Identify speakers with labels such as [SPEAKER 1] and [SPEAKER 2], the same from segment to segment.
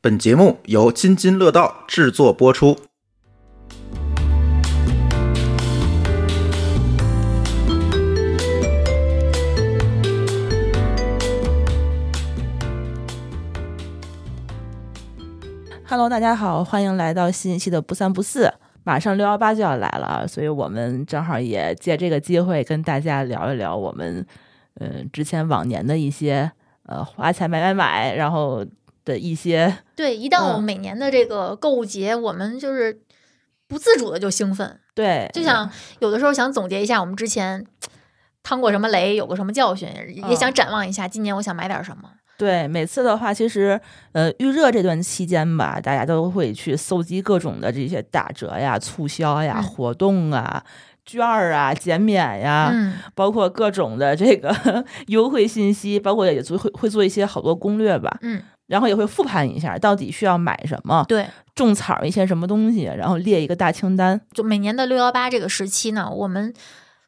[SPEAKER 1] 本节目由津津乐道制作播出。
[SPEAKER 2] Hello，大家好，欢迎来到新一期的不三不四。马上六幺八就要来了啊，所以我们正好也借这个机会跟大家聊一聊我们嗯、呃之前往年的一些呃花钱买买买，然后的一些
[SPEAKER 3] 对，一到我
[SPEAKER 2] 嗯
[SPEAKER 3] 每年的这个购物节，我们就是不自主的就兴奋，
[SPEAKER 2] 对，
[SPEAKER 3] 就想有的时候想总结一下我们之前趟过什么雷，有过什么教训，
[SPEAKER 2] 嗯
[SPEAKER 3] 也想展望一下今年我想买点什么。
[SPEAKER 2] 对，每次的话，其实呃，预热这段期间吧，大家都会去搜集各种的这些打折呀、促销呀、
[SPEAKER 3] 嗯
[SPEAKER 2] 活动啊、券儿啊、减免呀，
[SPEAKER 3] 嗯，
[SPEAKER 2] 包括各种的这个 优惠信息，包括也做会会做一些好多攻略吧，
[SPEAKER 3] 嗯，
[SPEAKER 2] 然后也会复盘一下到底需要买什么，
[SPEAKER 3] 对，
[SPEAKER 2] 种草一些什么东西，然后列一个大清单。
[SPEAKER 3] 就每年的六幺八这个时期呢，我们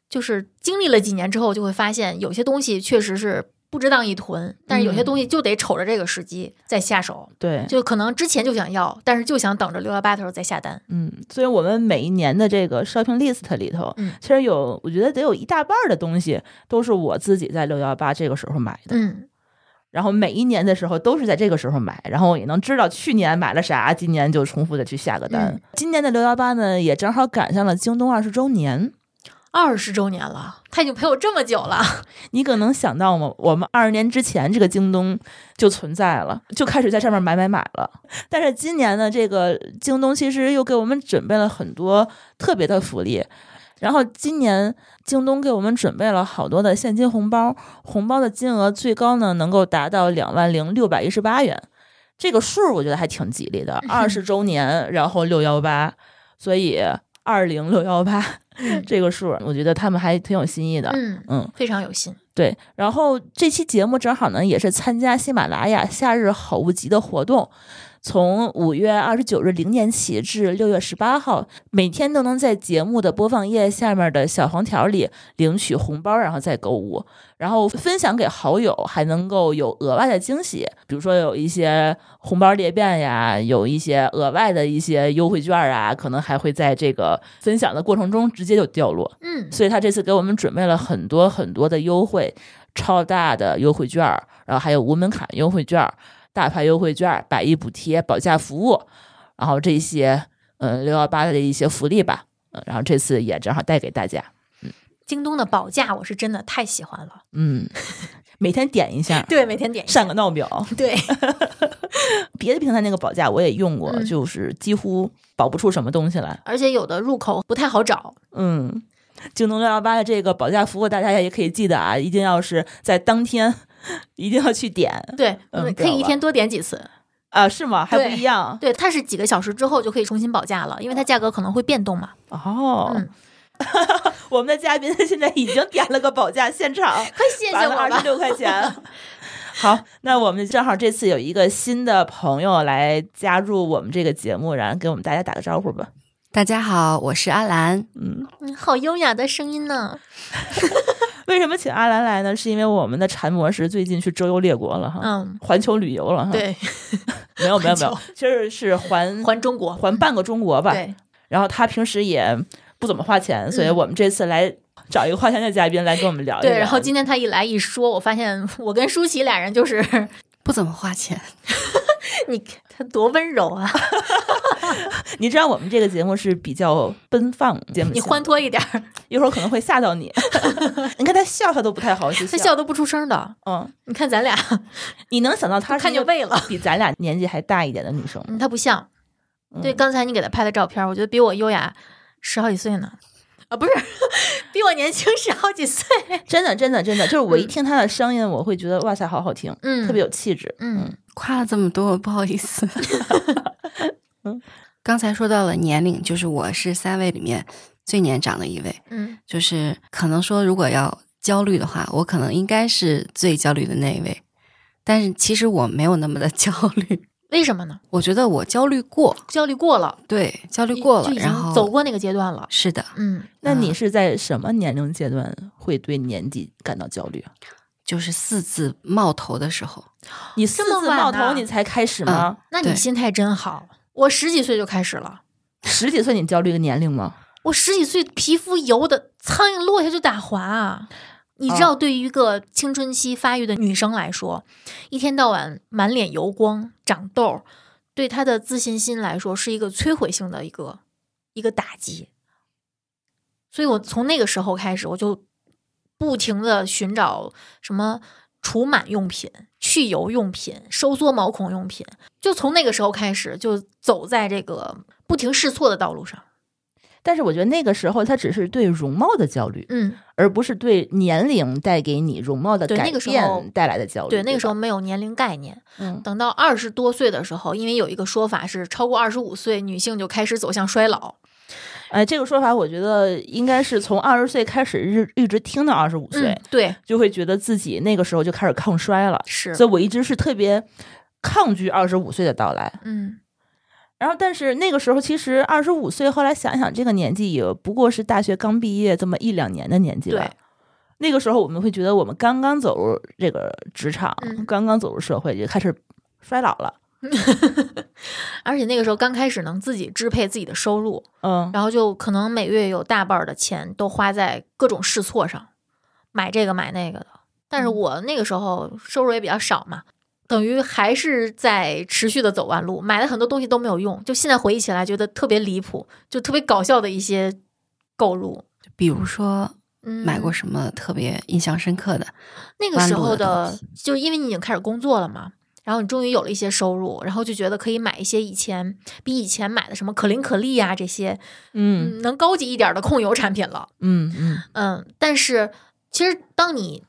[SPEAKER 3] 就是经历了几年之后，就会发现有些东西确实是不值当一囤，但是有些
[SPEAKER 2] 嗯
[SPEAKER 3] 东西就得瞅着这个时机再下手，
[SPEAKER 2] 对，
[SPEAKER 3] 就可能之前就想要，但是就想等着六幺八的时候再下单。
[SPEAKER 2] 嗯，所以我们每一年的这个 shopping list 里头，
[SPEAKER 3] 嗯
[SPEAKER 2] 其实有我觉得得有一大半儿的东西都是我自己在六幺八这个时候买的。
[SPEAKER 3] 嗯，
[SPEAKER 2] 然后每一年的时候都是在这个时候买，然后我也能知道去年买了啥，今年就重复的去下个单。
[SPEAKER 3] 嗯
[SPEAKER 2] 今年的六幺八呢，也正好赶上了京东二十周年。
[SPEAKER 3] 二十周年了，他已经陪我这么久了。
[SPEAKER 2] 你可能想到吗？我们二十年之前这个京东就存在了，就开始在上面买买买了。但是今年呢，这个京东其实又给我们准备了很多特别的福利。然后今年京东给我们准备了好多的现金红包，红包的金额最高呢能够达到两万零六百一十八元，这个数儿我觉得还挺吉利的，二十周年，然后六幺八，所以二零六幺八这个数儿，我觉得他们还挺有新意的。
[SPEAKER 3] 嗯，
[SPEAKER 2] 嗯，
[SPEAKER 3] 非常有心。
[SPEAKER 2] 对，然后这期节目正好呢，也是参加喜马拉雅夏日好物集的活动，从五月二十九日零点起至六月十八号，每天都能在节目的播放页下面的小黄条里领取红包，然后再购物，然后分享给好友，还能够有额外的惊喜，比如说有一些红包裂变呀，有一些额外的一些优惠券啊，可能还会在这个分享的过程中直接就掉落。
[SPEAKER 3] 嗯，
[SPEAKER 2] 所以他这次给我们准备了很多很多的优惠，超大的优惠券儿，然后还有无门槛优惠券儿、大牌优惠券儿、百亿补贴、保价服务，然后这些嗯六幺八的一些福利吧，嗯，然后这次也正好带给大家，
[SPEAKER 3] 京东的保价我是真的太喜欢了。，
[SPEAKER 2] 嗯， 每天点一下
[SPEAKER 3] 对，每天点一
[SPEAKER 2] 上个闹表，
[SPEAKER 3] 对，
[SPEAKER 2] 别的平台那个保价我也用过，
[SPEAKER 3] 嗯
[SPEAKER 2] 就是几乎保不出什么东西来，
[SPEAKER 3] 而且有的入口不太好找。
[SPEAKER 2] 嗯。京东六幺八的这个保价服务，大家也可以记得啊，一定要是在当天， 一定要去点，
[SPEAKER 3] 对，
[SPEAKER 2] 嗯
[SPEAKER 3] 可以
[SPEAKER 2] 对
[SPEAKER 3] 一
[SPEAKER 2] 吧
[SPEAKER 3] 天多点几次。
[SPEAKER 2] 啊，是吗？还不
[SPEAKER 3] 对
[SPEAKER 2] 一样
[SPEAKER 3] 对，它是几个小时之后就可以重新保价了，因为它价格可能会变动嘛。
[SPEAKER 2] 哦。
[SPEAKER 3] 嗯
[SPEAKER 2] 我们的嘉宾现在已经点了个保价，现场
[SPEAKER 3] 快谢谢
[SPEAKER 2] 罚
[SPEAKER 3] 我
[SPEAKER 2] 了二十
[SPEAKER 3] 吧。
[SPEAKER 2] 六块 钱。好，那我们正好这次有一个新的朋友来加入我们这个节目，然后给我们大家打个招呼吧。
[SPEAKER 4] 大家好，我是阿兰。
[SPEAKER 2] 嗯，
[SPEAKER 3] 嗯，好优雅的声音呢。
[SPEAKER 2] 为什么请阿兰来呢？是因为我们的禅博士最近去周游列国了哈，
[SPEAKER 3] 嗯，
[SPEAKER 2] 环球旅游了哈。，
[SPEAKER 3] 对，
[SPEAKER 2] 没有没有没有
[SPEAKER 3] 环，
[SPEAKER 2] 其实是环
[SPEAKER 3] 还中国。
[SPEAKER 2] 环半个中国吧。
[SPEAKER 3] 对，嗯
[SPEAKER 2] 然后他平时也不怎么花钱，所以我们这次来找一个花钱的嘉宾来跟我们聊一聊。
[SPEAKER 3] 对，然后今天他一来一说，我发现我跟舒淇俩人就是
[SPEAKER 4] 不怎么花钱，
[SPEAKER 3] 你他多温柔 啊，
[SPEAKER 2] 你知道我们这个节目是比较奔放节目，
[SPEAKER 3] 你欢脱一点儿，
[SPEAKER 2] 一会儿可能会吓到你。 你看他笑，他都不太好意思
[SPEAKER 3] 他笑都不出声的。
[SPEAKER 2] 嗯，
[SPEAKER 3] 你看咱俩
[SPEAKER 2] 你能想到他是
[SPEAKER 3] 看
[SPEAKER 2] 一
[SPEAKER 3] 就
[SPEAKER 2] 个
[SPEAKER 3] 背了。
[SPEAKER 2] 比咱俩年纪还大一点的女生吗？
[SPEAKER 3] 嗯，她不像。对，
[SPEAKER 2] 嗯
[SPEAKER 3] 刚才你给她拍的照片，我觉得比我优雅十好几岁呢。啊，不是， 比我年轻十好几岁。
[SPEAKER 2] 真的，真的，真的，就是我一听他的声音，我会觉得哇塞，好好听，
[SPEAKER 3] 嗯，
[SPEAKER 2] 特别有气质。
[SPEAKER 3] 嗯
[SPEAKER 4] 夸了这么多，不好意 思
[SPEAKER 2] 嗯。
[SPEAKER 4] 刚才说到了年龄，就是我是三位里面最年长的一位，
[SPEAKER 3] 嗯
[SPEAKER 4] 就是可能说如果要焦虑的话，我可能应该是最焦虑的那一位，但是其实我没有那么的焦虑，
[SPEAKER 3] 为什么呢？
[SPEAKER 4] 我觉得我焦虑过，
[SPEAKER 3] 焦虑过了，
[SPEAKER 4] 对，焦虑过了
[SPEAKER 3] 就，已
[SPEAKER 4] 然
[SPEAKER 3] 经
[SPEAKER 4] 后
[SPEAKER 3] 走过那个阶段了。
[SPEAKER 4] 是的，
[SPEAKER 3] 嗯
[SPEAKER 2] 那你是在什么年龄阶段会对年纪感到焦虑啊？
[SPEAKER 4] 就是四字冒头的时候，
[SPEAKER 2] 你四
[SPEAKER 3] 这么
[SPEAKER 2] 字
[SPEAKER 3] 晚
[SPEAKER 2] 冒
[SPEAKER 3] 呢
[SPEAKER 2] 头你才开始吗？
[SPEAKER 3] 那你
[SPEAKER 4] 对
[SPEAKER 3] 心态真好。我十几岁就开始了，
[SPEAKER 2] 十几岁你焦虑个年龄吗？
[SPEAKER 3] 我十几岁皮肤油的苍蝇落下就打滑啊！你知道，对于一个青春期发育的女生来说，一天到晚满脸油光、长痘儿，对她的自信心来说是一个摧毁性的一个一个打击。所以我从那个时候开始，我就不停的寻找什么除螨用品、去油用品、收缩毛孔用品，就从那个时候开始，就走在这个不停试错的道路上。
[SPEAKER 2] 但是我觉得那个时候他只是对容貌的焦虑，
[SPEAKER 3] 嗯，
[SPEAKER 2] 而不是对年龄带给你容貌的
[SPEAKER 3] 对
[SPEAKER 2] 改
[SPEAKER 3] 那个时候
[SPEAKER 2] 变带来的焦虑。
[SPEAKER 3] 对，那个时候
[SPEAKER 2] 吧，
[SPEAKER 3] 没有年龄概念。
[SPEAKER 2] 嗯，
[SPEAKER 3] 等到二十多岁的时候，因为有一个说法是，超过二十五岁，女性就开始走向衰老。
[SPEAKER 2] 哎，这个说法我觉得应该是从二十岁开始一一直听到二十五岁，
[SPEAKER 3] 嗯，对，
[SPEAKER 2] 就会觉得自己那个时候就开始抗衰了。
[SPEAKER 3] 是，
[SPEAKER 2] 所以我一直是特别抗拒二十五岁的到来。
[SPEAKER 3] 嗯，
[SPEAKER 2] 然后，但是那个时候其实二十五岁，后来想想这个年纪也不过是大学刚毕业这么一两年的年纪
[SPEAKER 3] 对
[SPEAKER 2] 了。，那个时候我们会觉得我们刚刚走入这个职场，
[SPEAKER 3] 嗯
[SPEAKER 2] 刚刚走入社会就开始衰老了。
[SPEAKER 3] 而且那个时候刚开始能自己支配自己的收入，
[SPEAKER 2] 嗯，
[SPEAKER 3] 然后就可能每月有大半儿的钱都花在各种试错上，买这个买那个的。但是
[SPEAKER 2] 嗯
[SPEAKER 3] 我那个时候收入也比较少嘛，等于还是在持续的走弯路，买了很多东西都没有用。就现在回忆起来，觉得特别离谱，就特别搞笑的一些购入。
[SPEAKER 4] 比如说
[SPEAKER 3] 嗯，
[SPEAKER 4] 买过什么特别印象深刻的，
[SPEAKER 3] 那个时
[SPEAKER 4] 弯
[SPEAKER 3] 候
[SPEAKER 4] 路的
[SPEAKER 3] 的
[SPEAKER 4] 东，
[SPEAKER 3] 就因为你已经开始工作了嘛，然后你终于有了一些收入，然后就觉得可以买一些以前比以前买的什么可伶可俐呀、这些，
[SPEAKER 2] 嗯
[SPEAKER 3] 嗯，能高级一点的控油产品了。
[SPEAKER 2] 嗯嗯，
[SPEAKER 3] 嗯，但是其实当你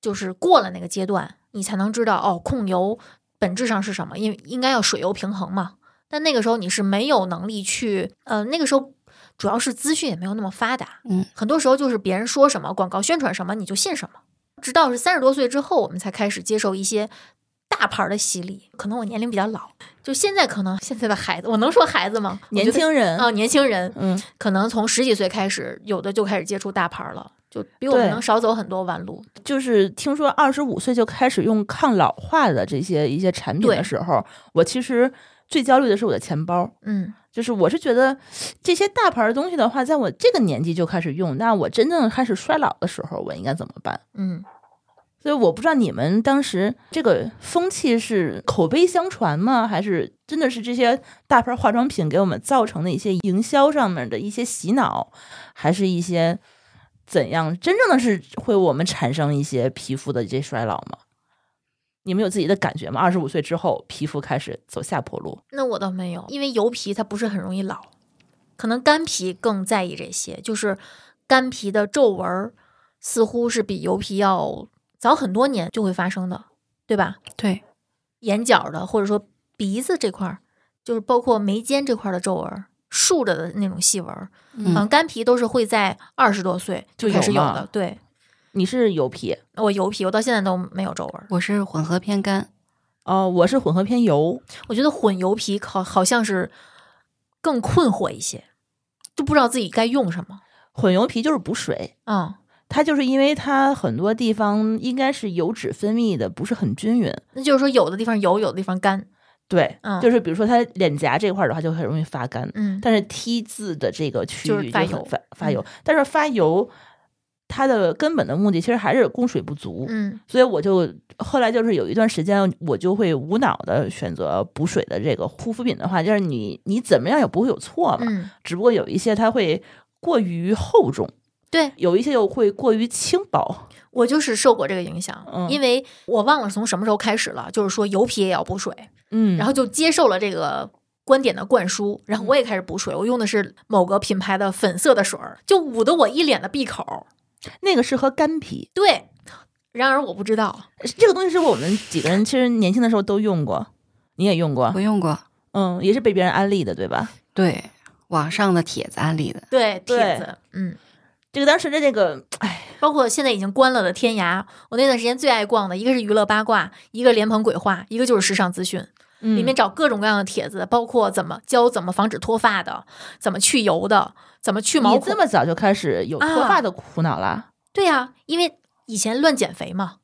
[SPEAKER 3] 就是过了那个阶段，你才能知道哦，控油本质上是什么，因为应该要水油平衡嘛。但那个时候你是没有能力去，呃，那个时候主要是资讯也没有那么发达，
[SPEAKER 4] 嗯，
[SPEAKER 3] 很多时候就是别人说什么，广告宣传什么你就信什么。直到是三十多岁之后，我们才开始接受一些大牌儿的洗礼。可能我年龄比较老，就现在可能现在的孩子，我能说孩子吗？我觉
[SPEAKER 2] 年
[SPEAKER 3] 得
[SPEAKER 2] 轻人，
[SPEAKER 3] 啊、年轻人，
[SPEAKER 2] 嗯，
[SPEAKER 3] 可能从十几岁开始，有的就开始接触大牌儿了，就比我们
[SPEAKER 2] 对
[SPEAKER 3] 能少走很多弯路。
[SPEAKER 2] 就是听说二十五岁就开始用抗老化的这些一些产品
[SPEAKER 3] 对
[SPEAKER 2] 的时候，我其实最焦虑的是我的钱包。
[SPEAKER 3] 嗯，
[SPEAKER 2] 就是我是觉得这些大牌儿的东西的话，在我这个年纪就开始用，那我真正开始衰老的时候，我应该怎么办？
[SPEAKER 3] 嗯，
[SPEAKER 2] 所以我不知道你们当时这个风气是口碑相传吗？还是真的是这些大牌化妆品给我们造成的一些营销上面的一些洗脑，还是一些怎样真正的是会我们产生一些皮肤的一些衰老吗？你们有自己的感觉吗？二十五岁之后，皮肤开始走下坡路。
[SPEAKER 3] 那我倒没有，因为油皮它不是很容易老，可能干皮更在意这些，就是干皮的皱纹儿似乎是比油皮要早很多年就会发生的，对吧？
[SPEAKER 4] 对，
[SPEAKER 3] 眼角的或者说鼻子这块儿，就是包括眉间这块儿的皱纹儿。竖着的那种细纹儿，
[SPEAKER 4] 嗯
[SPEAKER 3] 嗯，干皮都是会在二十多岁就
[SPEAKER 2] 就
[SPEAKER 3] 开始
[SPEAKER 2] 有
[SPEAKER 3] 有
[SPEAKER 2] 了
[SPEAKER 3] 的。对
[SPEAKER 2] 你是油皮
[SPEAKER 3] 我油皮，我到现在都没有皱纹儿。
[SPEAKER 4] 我是混合偏干，
[SPEAKER 2] 哦、我是混合偏油，
[SPEAKER 3] 我觉得混油皮好好像是更困惑一些，就不知道自己该用什么。
[SPEAKER 2] 混油皮就是补水，
[SPEAKER 3] 嗯
[SPEAKER 2] 它就是因为它很多地方应该是油脂分泌的不是很均匀，
[SPEAKER 3] 那就是说有的地方油，有的地方干。
[SPEAKER 2] 对，
[SPEAKER 3] 嗯
[SPEAKER 2] 就是比如说它脸颊这块儿的话就很容易发干，
[SPEAKER 3] 嗯，
[SPEAKER 2] 但是 T 字的这个区
[SPEAKER 3] 就是
[SPEAKER 2] 域
[SPEAKER 3] 发
[SPEAKER 2] 很
[SPEAKER 3] 油嗯
[SPEAKER 2] 发发油，但是发油它的根本的目的其实还是供水不足，
[SPEAKER 3] 嗯
[SPEAKER 2] 所以我就后来就是有一段时间我就会无脑的选择补水的这个护肤品的话，就是你你怎么样也不会有错嘛，
[SPEAKER 3] 嗯，
[SPEAKER 2] 只不过有一些它会过于厚重，
[SPEAKER 3] 对
[SPEAKER 2] 有一些又会过于轻薄，
[SPEAKER 3] 我就是受过这个影响，
[SPEAKER 2] 嗯
[SPEAKER 3] 因为我忘了从什么时候开始了，就是说油皮也要补水，
[SPEAKER 2] 嗯，
[SPEAKER 3] 然后就接受了这个。观点的灌输，然后我也开始补水，我用的是某个品牌的粉色的水儿，就捂得我一脸的闭口。
[SPEAKER 2] 那个适合干皮。
[SPEAKER 3] 对，然而我不知道，
[SPEAKER 2] 这个东西是我们几个人其实年轻的时候都用过，你也用过
[SPEAKER 3] 啊
[SPEAKER 4] 我，用过，
[SPEAKER 2] 嗯，也是被别人安利的，对吧？
[SPEAKER 4] 对，网上的帖子安利 的，
[SPEAKER 3] 对帖
[SPEAKER 2] 对
[SPEAKER 3] 子，嗯，
[SPEAKER 2] 这个当时的这个，哎，
[SPEAKER 3] 包括现在已经关了的天涯，我那段时间最爱逛的一个是娱乐八卦，一个莲蓬鬼话，一个就是时尚资讯，
[SPEAKER 2] 里
[SPEAKER 3] 里面找各种各样的帖子，包括怎么教怎么防止脱发的，怎么去油的，怎么去毛
[SPEAKER 2] 你这
[SPEAKER 3] 孔。
[SPEAKER 2] 么早就开始有脱
[SPEAKER 3] 啊
[SPEAKER 2] 发的苦恼啦？
[SPEAKER 3] 对呀、因为以前乱减肥嘛，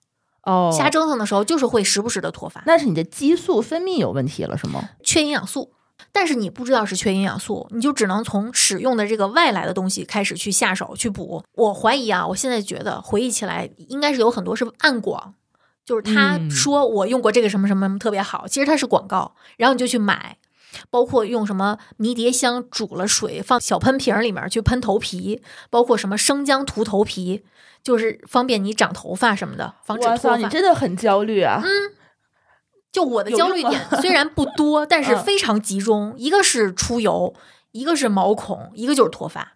[SPEAKER 2] 哦，
[SPEAKER 3] 瞎折腾的时候就是会时不时的脱发，
[SPEAKER 2] 那是你的激素分泌有问题了，是吗？
[SPEAKER 3] 缺营养素。但是你不知道是缺营养素，你就只能从使用的这个外来的东西开始去下手去补。我怀疑啊，我现在觉得回忆起来，应该是有很多是暗广，就是他
[SPEAKER 2] 嗯
[SPEAKER 3] 说我用过这个什么什么什么特别好，其实它是广告，然后你就去买。包括用什么迷迭香煮了水放小喷瓶里面去喷头皮，包括什么生姜涂头皮，就是方便你长头发什么的，防止
[SPEAKER 2] 我
[SPEAKER 3] 脱
[SPEAKER 2] 操，
[SPEAKER 3] 发。嗯
[SPEAKER 2] 你真的很焦虑啊！
[SPEAKER 3] 就我的
[SPEAKER 2] 有
[SPEAKER 3] 焦虑
[SPEAKER 2] 用
[SPEAKER 3] 点虽然不多，但是
[SPEAKER 2] 嗯
[SPEAKER 3] 非常集中，一个是出油，一个是毛孔，一个就是脱发，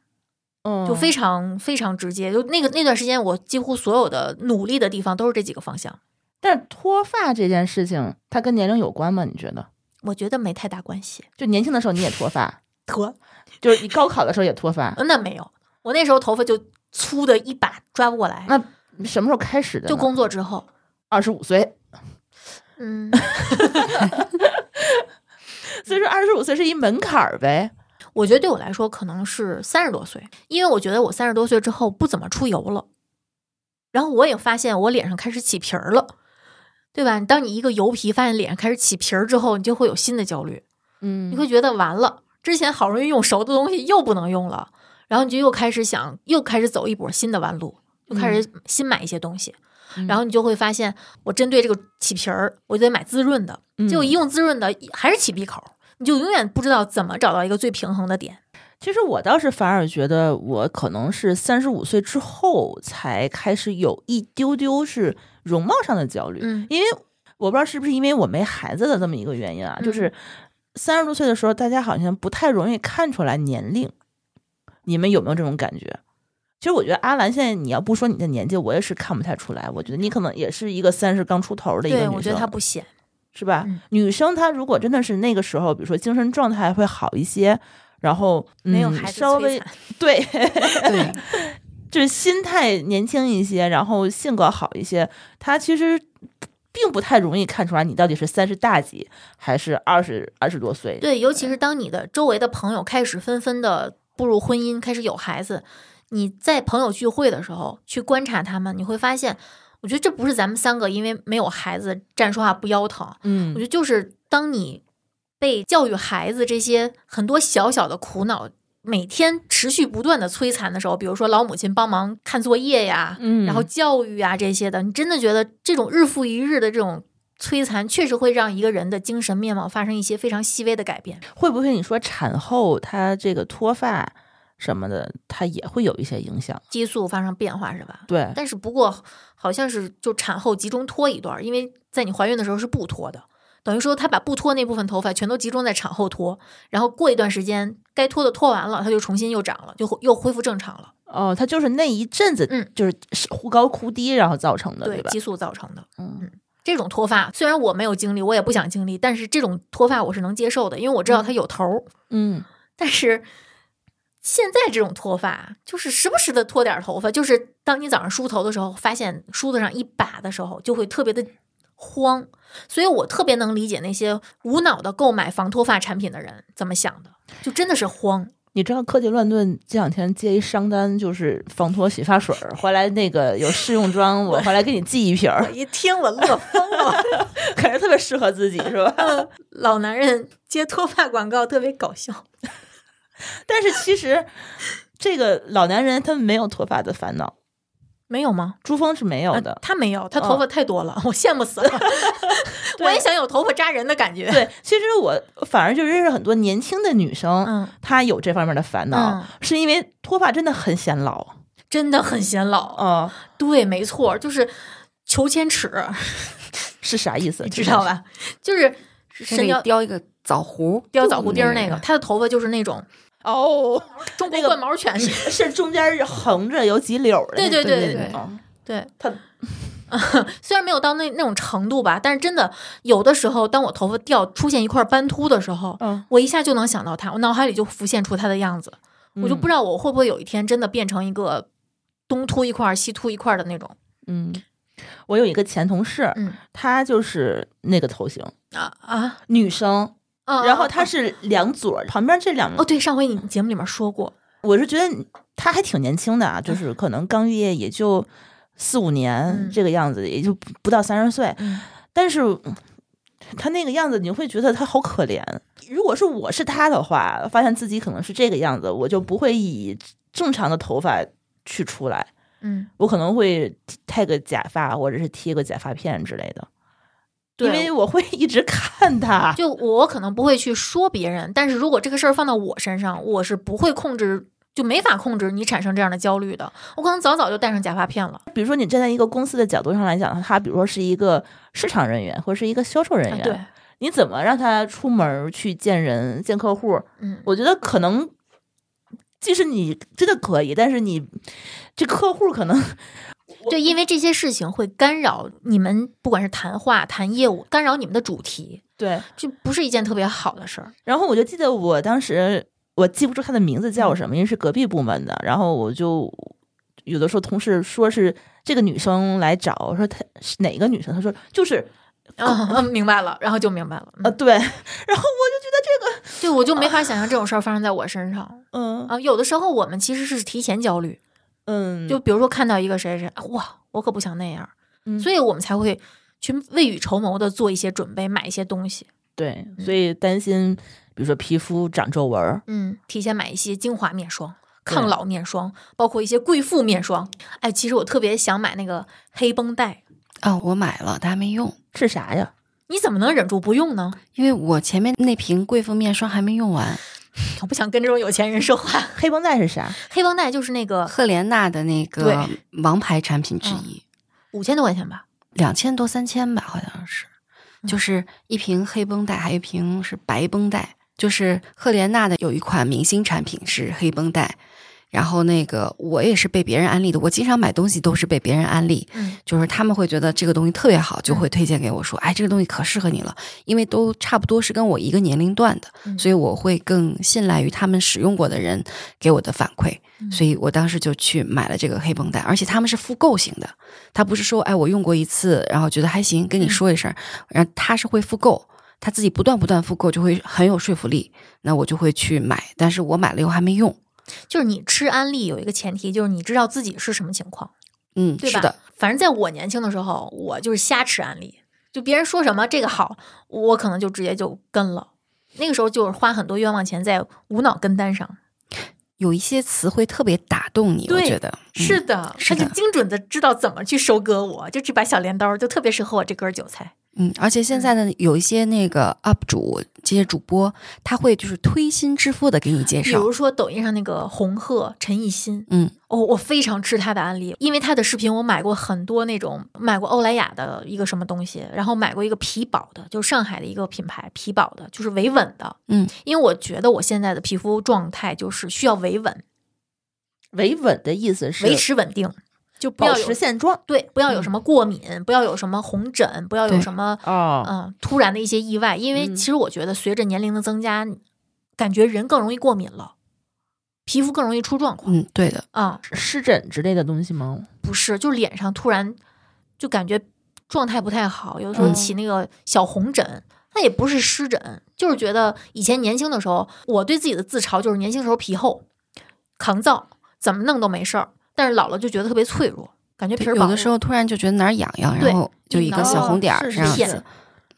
[SPEAKER 2] 嗯，
[SPEAKER 3] 就非常非常直接。就那个那段时间，我几乎所有的努力的地方都是这几个方向，
[SPEAKER 2] 但是脱发这件事情，它跟年龄有关吗？你觉得？
[SPEAKER 3] 我觉得没太大关系。
[SPEAKER 2] 就年轻的时候你也脱发，
[SPEAKER 3] 脱，
[SPEAKER 2] 就是你高考的时候也脱发，
[SPEAKER 3] 呃那没有，我那时候头发就粗的一把抓不过来，
[SPEAKER 2] 那什么时候开始的呢？
[SPEAKER 3] 就工作之后，
[SPEAKER 2] 二十五岁，
[SPEAKER 3] 嗯，
[SPEAKER 2] 所以说二十五岁是一门槛儿呗。
[SPEAKER 3] 我觉得对我来说可能是三十多岁，因为我觉得我三十多岁之后不怎么出油了，然后我也发现我脸上开始起皮儿了，对吧？当你一个油皮发现脸上开始起皮儿之后，你就会有新的焦虑，
[SPEAKER 2] 嗯
[SPEAKER 3] 你会觉得完了，之前好容易用熟的东西又不能用了，然后你就又开始想，又开始走一波新的弯路，又开始新买一些东西。
[SPEAKER 2] 嗯
[SPEAKER 3] 然后你就会发现，我针对这个起皮儿，我就得买滋润的。结果一用滋润的，还是起闭口，你就永远不知道怎么找到一个最平衡的点。
[SPEAKER 2] 其实我倒是反而觉得，我可能是三十五岁之后才开始有一丢丢是容貌上的焦虑，
[SPEAKER 3] 嗯
[SPEAKER 2] 因为我不知道是不是因为我没孩子的这么一个原因啊，就
[SPEAKER 3] 嗯
[SPEAKER 2] 是三十多岁的时候，大家好像不太容易看出来年龄，你们有没有这种感觉？其实我觉得阿兰现在，你要不说你的年纪，我也是看不太出来。我觉得你可能也是一个三十刚出头的一个女
[SPEAKER 3] 对，
[SPEAKER 2] 生，
[SPEAKER 3] 我觉得他不显。
[SPEAKER 2] 是吧？
[SPEAKER 3] 嗯
[SPEAKER 2] 女生她如果真的是那个时候，比如说精神状态会好一些，然后、嗯、
[SPEAKER 3] 没有孩子
[SPEAKER 2] 稍微
[SPEAKER 3] 摧残
[SPEAKER 2] 对，
[SPEAKER 4] 对，
[SPEAKER 2] 就是心态年轻一些，然后性格好一些，她其实并不太容易看出来你到底是三十大几还是二十二十多岁。
[SPEAKER 3] 对，尤其是当你的周围的朋友开始纷纷的步入婚姻，开始有孩子，你在朋友聚会的时候去观察他们，你会发现，我觉得这不是咱们三个因为没有孩子站说话不腰疼，我觉
[SPEAKER 2] 嗯，
[SPEAKER 3] 得就是当你被教育孩子这些很多小小的苦恼。每天持续不断的摧残的时候，比如说老母亲帮忙看作业呀，
[SPEAKER 2] 嗯
[SPEAKER 3] 然后教育啊这些的，你真的觉得这种日复一日的这种摧残，确实会让一个人的精神面貌发生一些非常细微的改变。
[SPEAKER 2] 会不会你说产后她这个脱发什么的，它也会有一些影响？
[SPEAKER 3] 激素发生变化是吧？
[SPEAKER 2] 对，
[SPEAKER 3] 但是不过好像是就产后集中脱一段儿，因为在你怀孕的时候是不脱的，等于说他把不脱那部分头发全都集中在产后脱，然后过一段时间该脱的脱完了，它就重新又长了，就会又恢复正常了。
[SPEAKER 2] 哦，它就是那一阵子，
[SPEAKER 3] 嗯
[SPEAKER 2] 就是忽高忽低，然后造成的，
[SPEAKER 3] 对，
[SPEAKER 2] 吧
[SPEAKER 3] 激？素造成的。
[SPEAKER 2] 嗯
[SPEAKER 3] 这种脱发虽然我没有经历，我也不想经历，但是这种脱发我是能接受的，因为我知道它有头儿。
[SPEAKER 2] 嗯，
[SPEAKER 3] 但是现在这种脱发，就是时不时的脱点儿头发，就是当你早上梳头的时候，发现梳子上一把的时候，就会特别的慌。所以我特别能理解那些无脑的购买防脱发产品的人怎么想的，就真的是慌。
[SPEAKER 2] 你知道科技乱炖这两天接一商单，就是防脱洗发水儿，回来那个有试用装，我回来给你寄一瓶儿，
[SPEAKER 3] 一听我乐疯了，
[SPEAKER 2] 感觉特别适合自己，是吧？
[SPEAKER 3] 老男人接脱发广告特别搞笑。
[SPEAKER 2] 但是其实这个老男人他们没有脱发的烦恼，
[SPEAKER 3] 没有吗？
[SPEAKER 2] 珠峰是没有
[SPEAKER 3] 啊
[SPEAKER 2] 的。
[SPEAKER 3] 他没有，他头发太多了，我羡慕死 了。
[SPEAKER 2] 对
[SPEAKER 3] 我也想有头发扎人的感觉。，
[SPEAKER 2] 对，其实我反而就认识很多年轻的女生，
[SPEAKER 3] 嗯，
[SPEAKER 2] 她有这方面的烦恼，
[SPEAKER 3] 嗯
[SPEAKER 2] 是因为脱发真的很显老。
[SPEAKER 3] 真的很显老。
[SPEAKER 2] 嗯，
[SPEAKER 3] 对，没错，就是求千尺，
[SPEAKER 2] 是啥意思？
[SPEAKER 3] 你知道？吧？就是
[SPEAKER 4] 给
[SPEAKER 3] 神
[SPEAKER 4] 你
[SPEAKER 3] 雕
[SPEAKER 4] 雕一个枣核，
[SPEAKER 3] 雕枣骨钉儿
[SPEAKER 4] 那
[SPEAKER 3] 那个，他的头发就是那种
[SPEAKER 2] 哦，
[SPEAKER 3] 中国
[SPEAKER 2] 那个
[SPEAKER 3] 灌毛犬似的。
[SPEAKER 2] 是中间是横着有几绺儿的那
[SPEAKER 3] 对对
[SPEAKER 2] 种。
[SPEAKER 3] 对
[SPEAKER 4] 对对
[SPEAKER 2] 嗯
[SPEAKER 3] 对
[SPEAKER 2] 他，
[SPEAKER 3] 虽然没有到那那种程度吧，但是真的有的时候，当我头发掉出现一块斑秃的时候，
[SPEAKER 2] 嗯
[SPEAKER 3] 我一下就能想到他，我脑海里就浮现出他的样子，我就不知道我会不会有一天真的变成一个东秃一块儿西秃一块儿的那种。
[SPEAKER 2] 嗯，我有一个前同事，
[SPEAKER 3] 嗯
[SPEAKER 2] 她就是那个头型，
[SPEAKER 3] 啊啊！
[SPEAKER 2] 女生，
[SPEAKER 3] 啊
[SPEAKER 2] 然后她
[SPEAKER 3] 啊
[SPEAKER 2] 是两撮儿，旁边这两，
[SPEAKER 3] 哦，对，上回你节目里面说过，
[SPEAKER 2] 我是觉得她还挺年轻的啊，就是可能刚毕业也就四五年
[SPEAKER 3] 嗯
[SPEAKER 2] 这个样子，也就不不到三十岁。
[SPEAKER 3] 嗯
[SPEAKER 2] 但是嗯他那个样子，你会觉得他好可怜。如果是我是他的话，发现自己可能是这个样子，我就不会以正常的头发去出来，
[SPEAKER 3] 嗯，
[SPEAKER 2] 我可能会剃个假发，或者是贴个假发片之类的，因为
[SPEAKER 3] 对。
[SPEAKER 2] 我会一直看他。
[SPEAKER 3] 就我可能不会去说别人，但是如果这个事儿放到我身上，我是不会控制，就没法控制你产生这样的焦虑的。我可能早早就戴上假发片了。
[SPEAKER 2] 比如说，你站在一个公司的角度上来讲，他比如说是一个市场人员或者是一个销售人
[SPEAKER 3] 啊
[SPEAKER 2] 员，
[SPEAKER 3] 对，
[SPEAKER 2] 你怎么让他出门儿去见人、见客户？
[SPEAKER 3] 嗯，
[SPEAKER 2] 我觉得可能，即使你真的可以，但是你这客户可能
[SPEAKER 3] 对，因为这些事情会干扰你们，不管是谈话、谈业务，干扰你们的主题，
[SPEAKER 2] 对。
[SPEAKER 3] 这不是一件特别好的事儿。
[SPEAKER 2] 然后我就记得我当时我记不住他的名字叫
[SPEAKER 3] 嗯
[SPEAKER 2] 什么，因为是隔壁部门的。然后我就有的时候同事说是这个女生来找，我说她是哪个女生？她说就是
[SPEAKER 3] 嗯嗯，明白了，然后就明白了。
[SPEAKER 2] 呃
[SPEAKER 3] 嗯，
[SPEAKER 2] 对。然后我就觉得这个
[SPEAKER 3] 对，我就没法想象这种事儿发生在我身上
[SPEAKER 2] 嗯
[SPEAKER 3] 啊。有的时候我们其实是提前焦虑，
[SPEAKER 2] 嗯
[SPEAKER 3] 就比如说看到一个谁谁，啊哇，我可不想那样，
[SPEAKER 2] 嗯
[SPEAKER 3] 所以我们才会去未雨绸缪的做一些准备，买一些东西，
[SPEAKER 2] 对，所以担心比如说皮肤长皱纹儿，
[SPEAKER 3] 嗯，提前买一些精华面霜。
[SPEAKER 2] 对
[SPEAKER 3] 抗老面霜，包括一些贵妇面霜。哎，其实我特别想买那个黑绷带，
[SPEAKER 4] 哦，我买了，但还没用，
[SPEAKER 2] 是啥呀？
[SPEAKER 3] 你怎么能忍住不用呢？
[SPEAKER 4] 因为我前面那瓶贵妇面霜还没用完。
[SPEAKER 3] 我不想跟这种有钱人说话。
[SPEAKER 2] 黑绷带是啥？
[SPEAKER 3] 黑绷带就是那个
[SPEAKER 4] 赫莲娜的那个
[SPEAKER 3] 啊对嗯
[SPEAKER 4] 王牌产品之一，
[SPEAKER 3] 五千多块钱吧，
[SPEAKER 4] 两千多三千吧，好像是，
[SPEAKER 3] 嗯
[SPEAKER 4] 就是一瓶黑绷带，还有一瓶是白绷带。就是赫莲娜的有一款明星产品是黑绷带，然后那个我也是被别人安利的，我经常买东西都是被别人安利，
[SPEAKER 3] 嗯
[SPEAKER 4] 就是他们会觉得这个东西特别好，就会推荐给我说，哎，这个东西可适合你了，因为都差不多是跟我一个年龄段的，
[SPEAKER 3] 嗯
[SPEAKER 4] 所以我会更信赖于他们使用过的人给我的反馈，
[SPEAKER 3] 嗯
[SPEAKER 4] 所以我当时就去买了这个黑绷带，而且他们是复购型的，他不是说哎我用过一次，然后觉得还行，
[SPEAKER 3] 嗯
[SPEAKER 4] 跟你说一声，然后他是会复购。他自己不断不断复购，就会很有说服力。那我就会去买，但是我买了以后还没用。
[SPEAKER 3] 就是你吃安利有一个前提，就是你知道自己是什么情况，
[SPEAKER 4] 嗯，
[SPEAKER 3] 对吧？
[SPEAKER 4] 是的，
[SPEAKER 3] 反正在我年轻的时候，我就是瞎吃安利，就别人说什么这个好，我可能就直接就跟了。那个时候就是花很多冤枉钱在无脑跟单上。
[SPEAKER 4] 有一些词汇特别打动你，我
[SPEAKER 3] 对
[SPEAKER 4] 觉得嗯
[SPEAKER 3] 是的，
[SPEAKER 4] 是
[SPEAKER 3] 他
[SPEAKER 4] 的
[SPEAKER 3] 就精准的知道怎么去收割我，就这把小镰刀就特别适合我这根韭菜。
[SPEAKER 4] 嗯，而且现在呢，有一些那个 UP 主、这些主播，他会就是推心置腹的给你介
[SPEAKER 3] 比
[SPEAKER 4] 绍
[SPEAKER 3] 如，说抖音上那个红鹤陈奕迅，
[SPEAKER 4] 嗯，
[SPEAKER 3] 哦，我非常吃他的安利，因为他的视频我买过很多那种，买过欧莱雅的一个什么东西，然后买过一个皮宝的，就上海的一个品牌皮宝的，就是维稳的。
[SPEAKER 4] 嗯，
[SPEAKER 3] 因为我觉得我现在的皮肤状态就是需要维稳，
[SPEAKER 2] 维稳的意思是
[SPEAKER 3] 维持稳定，就不
[SPEAKER 2] 保
[SPEAKER 3] 要有
[SPEAKER 2] 持现嗯状
[SPEAKER 3] 对，不要有什么过敏，不要有什么红疹，不要有
[SPEAKER 4] 对
[SPEAKER 3] 什么
[SPEAKER 2] 哦，
[SPEAKER 3] 嗯突然的一些意外，因为
[SPEAKER 2] 嗯
[SPEAKER 3] 其实我觉得随着年龄的增加，感觉人更容易过敏了，皮肤更容易出状况。
[SPEAKER 4] 嗯，对的，
[SPEAKER 3] 啊，
[SPEAKER 2] 湿疹之类的东西吗？
[SPEAKER 3] 不是，就脸上突然就感觉状态不太好，有的时候
[SPEAKER 4] 嗯
[SPEAKER 3] 起那个小红疹，那、也不是湿疹，就是觉得以前年轻的时候，我对自己的自嘲就是年轻时候皮厚、抗造，怎么弄都没事儿，但是老了就觉得特别脆弱，感觉皮
[SPEAKER 4] 对
[SPEAKER 3] 儿薄
[SPEAKER 4] 有的时候突然就觉得哪儿痒痒，
[SPEAKER 3] 对
[SPEAKER 4] 然后就一
[SPEAKER 3] 哦
[SPEAKER 4] 个小红点儿
[SPEAKER 2] 是
[SPEAKER 4] 这样
[SPEAKER 2] 是
[SPEAKER 4] 子，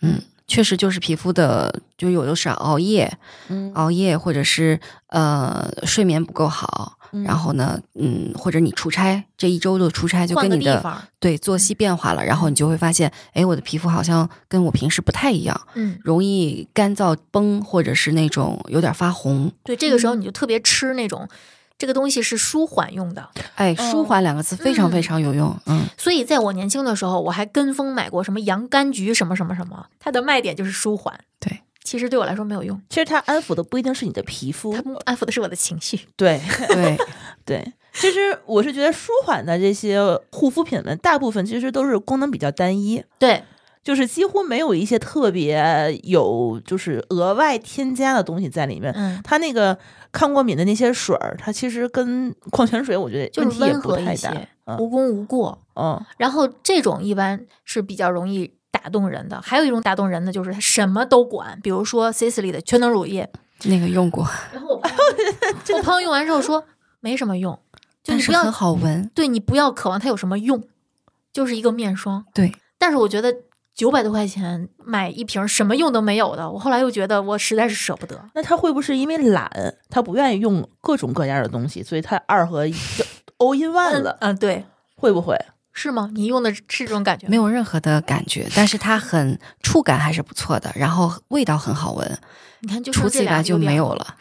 [SPEAKER 4] 嗯，确实就是皮肤的，就有的是熬夜，
[SPEAKER 2] 嗯，
[SPEAKER 4] 熬夜或者是呃睡眠不够好，
[SPEAKER 2] 嗯
[SPEAKER 4] 然后呢，嗯，或者你出差这一周的出差就
[SPEAKER 3] 换
[SPEAKER 4] 跟
[SPEAKER 3] 个
[SPEAKER 4] 你
[SPEAKER 3] 地
[SPEAKER 4] 的
[SPEAKER 3] 方，嗯
[SPEAKER 4] 对作息变化了，然后你就会发现，哎，我的皮肤好像跟我平时不太一样。
[SPEAKER 3] 嗯，
[SPEAKER 4] 容易干燥崩，或者是那种有点发红。
[SPEAKER 3] 对，这个时候
[SPEAKER 4] 嗯
[SPEAKER 3] 你就特别吃那种。这个东西是舒缓用的，
[SPEAKER 4] 哎，舒缓两个字非
[SPEAKER 3] 嗯
[SPEAKER 4] 常非常有用。嗯，
[SPEAKER 3] 所以在我年轻的时候，我还跟风买过什么洋甘菊什么什么什么，它的卖点就是舒缓。
[SPEAKER 4] 对，
[SPEAKER 3] 其实对我来说没有用。
[SPEAKER 2] 其实它安抚的不一定是你的皮肤
[SPEAKER 3] 他，安抚的是我的情绪。
[SPEAKER 2] 对
[SPEAKER 4] 对，
[SPEAKER 2] 对。其实我是觉得舒缓的这些护肤品们，大部分其实都是功能比较单一，
[SPEAKER 3] 对，
[SPEAKER 2] 就是几乎没有一些特别有就是额外添加的东西在里面。
[SPEAKER 3] 嗯，
[SPEAKER 2] 它那个抗过敏的那些水儿，它其实跟矿泉水我觉得
[SPEAKER 3] 就
[SPEAKER 2] 问
[SPEAKER 3] 是
[SPEAKER 2] 题也
[SPEAKER 3] 温
[SPEAKER 2] 不
[SPEAKER 3] 和
[SPEAKER 2] 太
[SPEAKER 3] 一
[SPEAKER 2] 大
[SPEAKER 3] 些。，
[SPEAKER 2] 嗯
[SPEAKER 3] 无功无过。
[SPEAKER 2] 嗯，
[SPEAKER 3] 然后这种一般是比较容易打动人的。还有一种打动人的就是他什么都管，比如说 Sisley 的全能乳液，
[SPEAKER 4] 那个用过，
[SPEAKER 3] 然后我我 朋友用完之后说没什么用，就
[SPEAKER 4] 但
[SPEAKER 3] 你
[SPEAKER 4] 是
[SPEAKER 3] 不
[SPEAKER 4] 很
[SPEAKER 3] 要
[SPEAKER 4] 好闻。
[SPEAKER 3] 对你不要渴望它有什么用，就是一个面霜。
[SPEAKER 4] 对，
[SPEAKER 3] 但是我觉得九百多块钱买一瓶什么用都没有的，我后来又觉得我实在是舍不得。
[SPEAKER 2] 那他会不会是因为懒，他不愿意用各种各样的东西，所以他二合一 all in one 了？
[SPEAKER 3] 嗯，对，
[SPEAKER 2] 会不会？
[SPEAKER 3] 是吗？你用的是这种感觉吗？
[SPEAKER 4] 没有任何的感觉，但是它很触感还是不错的，然后味道很好闻，
[SPEAKER 3] 你看就剩
[SPEAKER 4] 除
[SPEAKER 3] 这
[SPEAKER 4] 此以
[SPEAKER 3] 俩
[SPEAKER 4] 外就没
[SPEAKER 3] 点
[SPEAKER 4] 有了，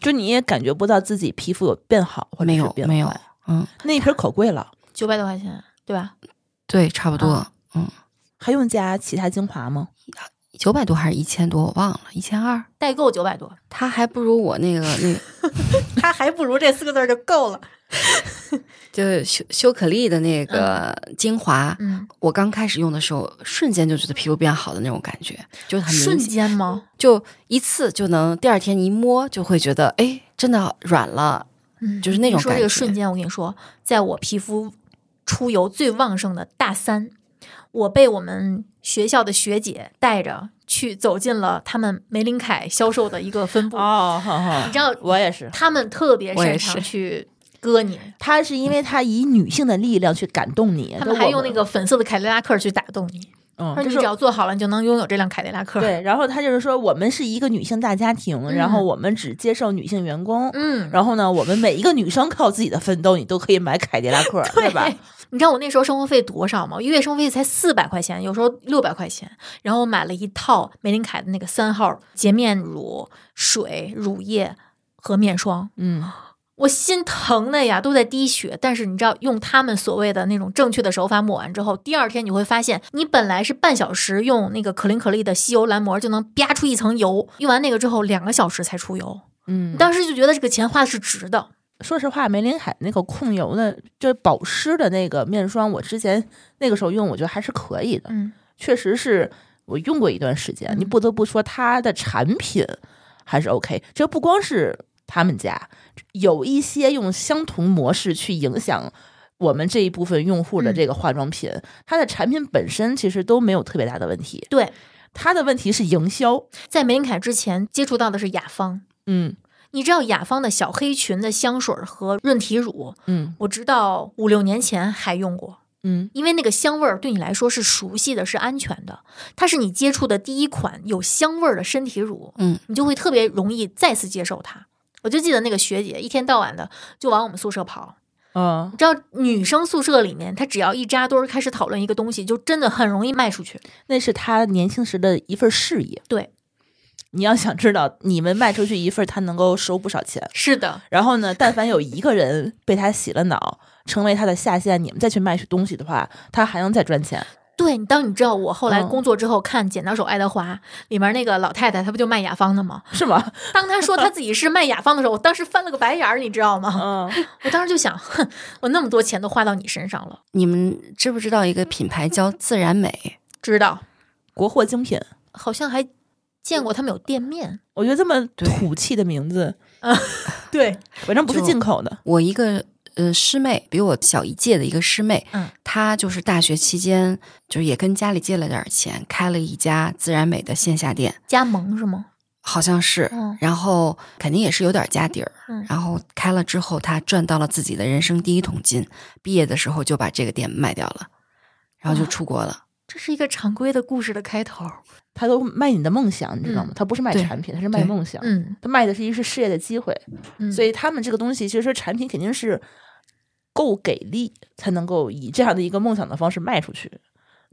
[SPEAKER 2] 就你也感觉不到自己皮肤有变好，或者
[SPEAKER 4] 没
[SPEAKER 2] 是
[SPEAKER 4] 有
[SPEAKER 2] 变
[SPEAKER 4] 没有
[SPEAKER 2] 坏，
[SPEAKER 4] 嗯，
[SPEAKER 2] 那一瓶可贵了，
[SPEAKER 3] 九百多块钱，对吧？
[SPEAKER 4] 对，差不多，
[SPEAKER 3] 啊
[SPEAKER 4] 嗯，
[SPEAKER 2] 还用加其他精华吗？
[SPEAKER 4] 九百多还是一千多，我忘了，一千二，
[SPEAKER 3] 代购九百 多，
[SPEAKER 4] 它还不如我那 个那个
[SPEAKER 3] 它还不如这四个字儿就够了。
[SPEAKER 4] 就是修修可丽的那个精华，
[SPEAKER 3] 嗯，
[SPEAKER 4] 我刚开始用的时候，瞬间就觉得皮肤变好的那种感觉，就很明
[SPEAKER 3] 瞬
[SPEAKER 4] 显
[SPEAKER 3] 间吗？
[SPEAKER 4] 就一次就能，第二天你一摸就会觉得，哎，真的软了，
[SPEAKER 3] 嗯，
[SPEAKER 4] 就是那种
[SPEAKER 3] 你说这
[SPEAKER 4] 感
[SPEAKER 3] 个
[SPEAKER 4] 觉
[SPEAKER 3] 瞬间，我跟你说，在我皮肤出油最旺盛的大三，我被我们学校的学姐带着去走进了他们玫琳凯销售的一个分部。
[SPEAKER 2] 哦，好好
[SPEAKER 3] 你知道，
[SPEAKER 2] 我也是。
[SPEAKER 3] 他们特别
[SPEAKER 4] 我
[SPEAKER 3] 擅
[SPEAKER 4] 也是哎
[SPEAKER 3] 长去割你，
[SPEAKER 2] 他是因为他以女性的力量去感动你，
[SPEAKER 3] 他
[SPEAKER 2] 跟
[SPEAKER 3] 们还
[SPEAKER 2] 我
[SPEAKER 3] 用那个粉色的凯迪拉克去打动你，
[SPEAKER 2] 嗯，
[SPEAKER 3] 说
[SPEAKER 2] 就
[SPEAKER 3] 你
[SPEAKER 2] 是
[SPEAKER 3] 只要做好了，你就能拥有这辆凯迪拉 克。，
[SPEAKER 2] 对，然后他就是说，我们是一个女性大家庭，然后
[SPEAKER 3] 嗯
[SPEAKER 2] 我们只接受女性员工，
[SPEAKER 3] 嗯，
[SPEAKER 2] 然后呢，我们每一个女生靠自己的奋斗，你都可以买凯迪拉克，对吧？
[SPEAKER 3] 你知道我那时候生活费多少吗？一月生活费才四百块钱，有时候六百块钱。然后我买了一套玫琳凯的那个三号洁面乳、水、乳液和面霜，
[SPEAKER 2] 嗯，
[SPEAKER 3] 我心疼的呀，都在滴血。但是你知道，用他们所谓的那种正确的手法抹完之后，第二天你会发现，你本来是半小时用那个可伶可俐的吸油蓝膜就能啪出一层油，用完那个之后两个小时才出油。
[SPEAKER 2] 嗯，
[SPEAKER 3] 当时就觉得这个钱花的是值的。
[SPEAKER 2] 说实话，玫琳凯那个控油的，就是保湿的那个面霜，我之前那个时候用，我觉得还是可以的，
[SPEAKER 3] 嗯，
[SPEAKER 2] 确实是我用过一段时间，你
[SPEAKER 3] 嗯
[SPEAKER 2] 不得不说它的产品还是 OK。这不光是他们家，有一些用相同模式去影响我们这一部分用户的
[SPEAKER 3] 嗯
[SPEAKER 2] 这个化妆品，它的产品本身其实都没有特别大的问题，
[SPEAKER 3] 对，
[SPEAKER 2] 它的问题是营销。
[SPEAKER 3] 在玫琳凯之前接触到的是雅芳。
[SPEAKER 2] 嗯
[SPEAKER 3] 你知道雅芳的小黑裙的香水和润体乳，
[SPEAKER 2] 嗯
[SPEAKER 3] 我直到五六年前还用过，
[SPEAKER 2] 嗯，
[SPEAKER 3] 因为那个香味儿对你来说是熟悉的，是安全的。它是你接触的第一款有香味儿的身体乳，
[SPEAKER 4] 嗯，
[SPEAKER 3] 你就会特别容易再次接受它。我就记得那个学姐一天到晚的就往我们宿舍跑，
[SPEAKER 2] 啊
[SPEAKER 3] 你，知道女生宿舍里面，她只要一扎堆儿开始讨论一个东西，就真的很容易卖出去。
[SPEAKER 2] 那是他年轻时的一份事业。
[SPEAKER 3] 对，
[SPEAKER 2] 你要想知道，你们卖出去一份，他能够收不少钱。
[SPEAKER 3] 是的，
[SPEAKER 2] 然后呢，但凡有一个人被他洗了脑，成为他的下线，你们再去卖东西的话，他还能再赚钱。
[SPEAKER 3] 对，你当你知道我后来
[SPEAKER 2] 嗯
[SPEAKER 3] 工作之后看《剪刀手爱德华》里面那个老太太，她不就卖雅芳的吗？
[SPEAKER 2] 是吗？
[SPEAKER 3] 当他说他自己是卖雅芳的时候，我当时翻了个白眼儿，你知道吗？
[SPEAKER 2] 嗯，
[SPEAKER 3] 我当时就想，哼，我那么多钱都花到你身上了，
[SPEAKER 4] 你们知不知道一个品牌叫自然美？
[SPEAKER 3] 知道？
[SPEAKER 2] 国货精品，
[SPEAKER 3] 好像还见过他们有店面，
[SPEAKER 2] 我觉得这么
[SPEAKER 4] 对
[SPEAKER 2] 土气的名字，
[SPEAKER 3] 对，
[SPEAKER 2] 反正不是
[SPEAKER 4] 就
[SPEAKER 2] 进口的。
[SPEAKER 4] 我一个呃师妹，比我小一届的一个师妹，
[SPEAKER 3] 嗯，
[SPEAKER 4] 她就是大学期间就是也跟家里借了点儿钱，开了一家自然美的线下店，
[SPEAKER 3] 加盟是吗？
[SPEAKER 4] 好像是，
[SPEAKER 3] 嗯
[SPEAKER 4] 然后肯定也是有点家底儿，
[SPEAKER 3] 嗯
[SPEAKER 4] 然后开了之后，她赚到了自己的人生第一桶金，毕业的时候就把这个店卖掉了，然后就出国了。
[SPEAKER 3] 这是一个常规的故事的开头。
[SPEAKER 2] 他都卖你的梦想，你知道吗
[SPEAKER 3] 嗯？
[SPEAKER 2] 他不是卖
[SPEAKER 4] 对
[SPEAKER 2] 产品，他是卖
[SPEAKER 4] 对
[SPEAKER 2] 梦想。
[SPEAKER 3] 嗯，
[SPEAKER 2] 他卖的是一是事业的机会，
[SPEAKER 3] 嗯
[SPEAKER 2] 所以他们这个东西其实产品肯定是够给力，才能够以这样的一个梦想的方式卖出去。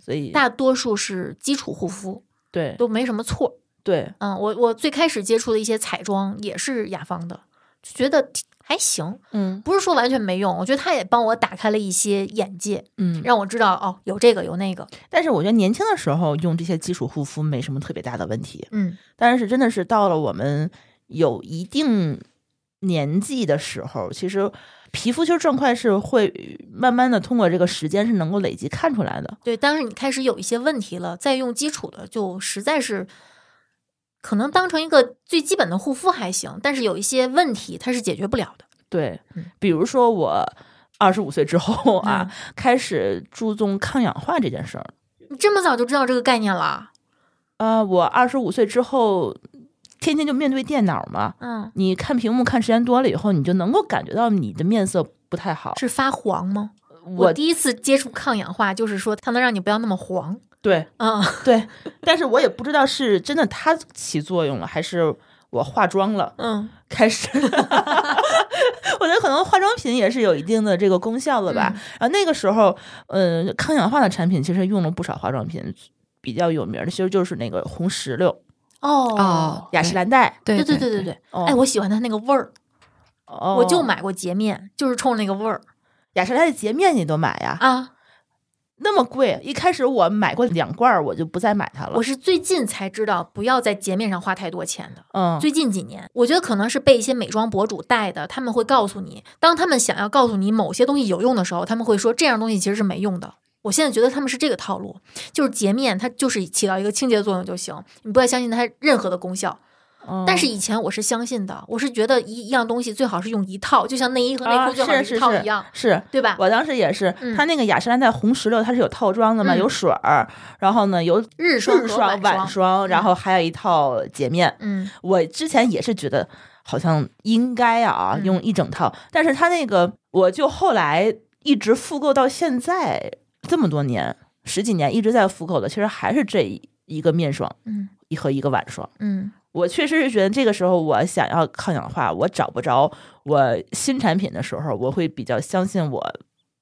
[SPEAKER 2] 所以，
[SPEAKER 3] 大嗯多数是基础护肤，
[SPEAKER 2] 对
[SPEAKER 3] 都没什么错。
[SPEAKER 2] 对，
[SPEAKER 3] 嗯，我我最开始接触的一些彩妆也是雅芳的，就觉得挺还行，
[SPEAKER 2] 嗯
[SPEAKER 3] 不是说完全没用。我觉得它也帮我打开了一些眼界，
[SPEAKER 2] 嗯，
[SPEAKER 3] 让我知道哦，有这个有那个。
[SPEAKER 2] 但是我觉得年轻的时候用这些基础护肤没什么特别大的问题，
[SPEAKER 3] 嗯
[SPEAKER 2] 但是真的是到了我们有一定年纪的时候，其实皮肤就是状况是会慢慢的通过这个时间是能够累积看出来的。
[SPEAKER 3] 对，当时你开始有一些问题了，再用基础的就实在是可能当成一个最基本的护肤还行，但是有一些问题它是解决不了的。
[SPEAKER 2] 对
[SPEAKER 3] 嗯，
[SPEAKER 2] 比如说我二十五岁之后啊
[SPEAKER 3] 嗯，
[SPEAKER 2] 开始注重抗氧化这件事儿。
[SPEAKER 3] 你这么早就知道这个概念了？
[SPEAKER 2] 呃，我二十五岁之后，天天就面对电脑嘛，
[SPEAKER 3] 嗯，
[SPEAKER 2] 你看屏幕看时间多了以后，你就能够感觉到你的面色不太好。
[SPEAKER 3] 是发黄吗？
[SPEAKER 2] 我
[SPEAKER 3] 我第一次接触抗氧化，就是说它能让你不要那么黄。
[SPEAKER 2] 对
[SPEAKER 3] 嗯，
[SPEAKER 2] 对，但是我也不知道是真的它起作用了，还是我化妆了
[SPEAKER 3] 嗯，
[SPEAKER 2] 开始。 我觉得可能化妆品也是有一定的这个功效的吧。
[SPEAKER 3] 嗯
[SPEAKER 2] 然后那个时候，嗯，抗氧化的产品其实用了不少化妆品，比较有名的其实就是那个红石榴、
[SPEAKER 3] 哦
[SPEAKER 4] 哦
[SPEAKER 2] 雅诗兰黛。
[SPEAKER 4] 对
[SPEAKER 3] 对
[SPEAKER 4] 对
[SPEAKER 3] 对
[SPEAKER 4] 对
[SPEAKER 3] 对，
[SPEAKER 2] 哦、
[SPEAKER 3] 哎，我喜欢它那个味儿，
[SPEAKER 2] 哦
[SPEAKER 3] 我就买过洁面，就是冲那个味儿
[SPEAKER 2] 雅诗兰黛洁面，你都买呀？
[SPEAKER 3] 啊。
[SPEAKER 2] 那么贵，一开始我买过两罐儿，我就不再买它了。
[SPEAKER 3] 我是最近才知道不要在洁面上花太多钱的。
[SPEAKER 2] 嗯，
[SPEAKER 3] 最近几年，我觉得可能是被一些美妆博主带的，他们会告诉你，当他们想要告诉你某些东西有用的时候，他们会说这样东西其实是没用的。我现在觉得他们是这个套路，就是洁面，它就是起到一个清洁作用就行，你不要相信它任何的功效。
[SPEAKER 2] 嗯
[SPEAKER 3] 但是以前我是相信的，我是觉得一一样东西最好是用一套，就像内衣和内
[SPEAKER 2] 啊
[SPEAKER 3] 裤最好
[SPEAKER 2] 是是
[SPEAKER 3] 一套
[SPEAKER 2] 是
[SPEAKER 3] 一样，
[SPEAKER 2] 是
[SPEAKER 3] 对吧？
[SPEAKER 2] 我当时也是
[SPEAKER 3] 嗯，
[SPEAKER 2] 它那个雅诗兰黛红石榴它是有套装的嘛，
[SPEAKER 3] 嗯
[SPEAKER 2] 有水儿，然后呢有
[SPEAKER 3] 日霜嗯和
[SPEAKER 2] 日霜、晚
[SPEAKER 3] 晚
[SPEAKER 2] 霜，然后还有一套洁面。
[SPEAKER 3] 嗯
[SPEAKER 2] 我之前也是觉得好像应该啊
[SPEAKER 3] 嗯
[SPEAKER 2] 用一整套，但是它那个我就后来一直复购到现在这么多年十几年一直在复购的，其实还是这一一个面霜
[SPEAKER 3] 嗯
[SPEAKER 2] 一和一个晚霜。
[SPEAKER 3] 嗯
[SPEAKER 2] 我确实是觉得这个时候我想要抗氧化，我找不着我新产品的时候，我会比较相信我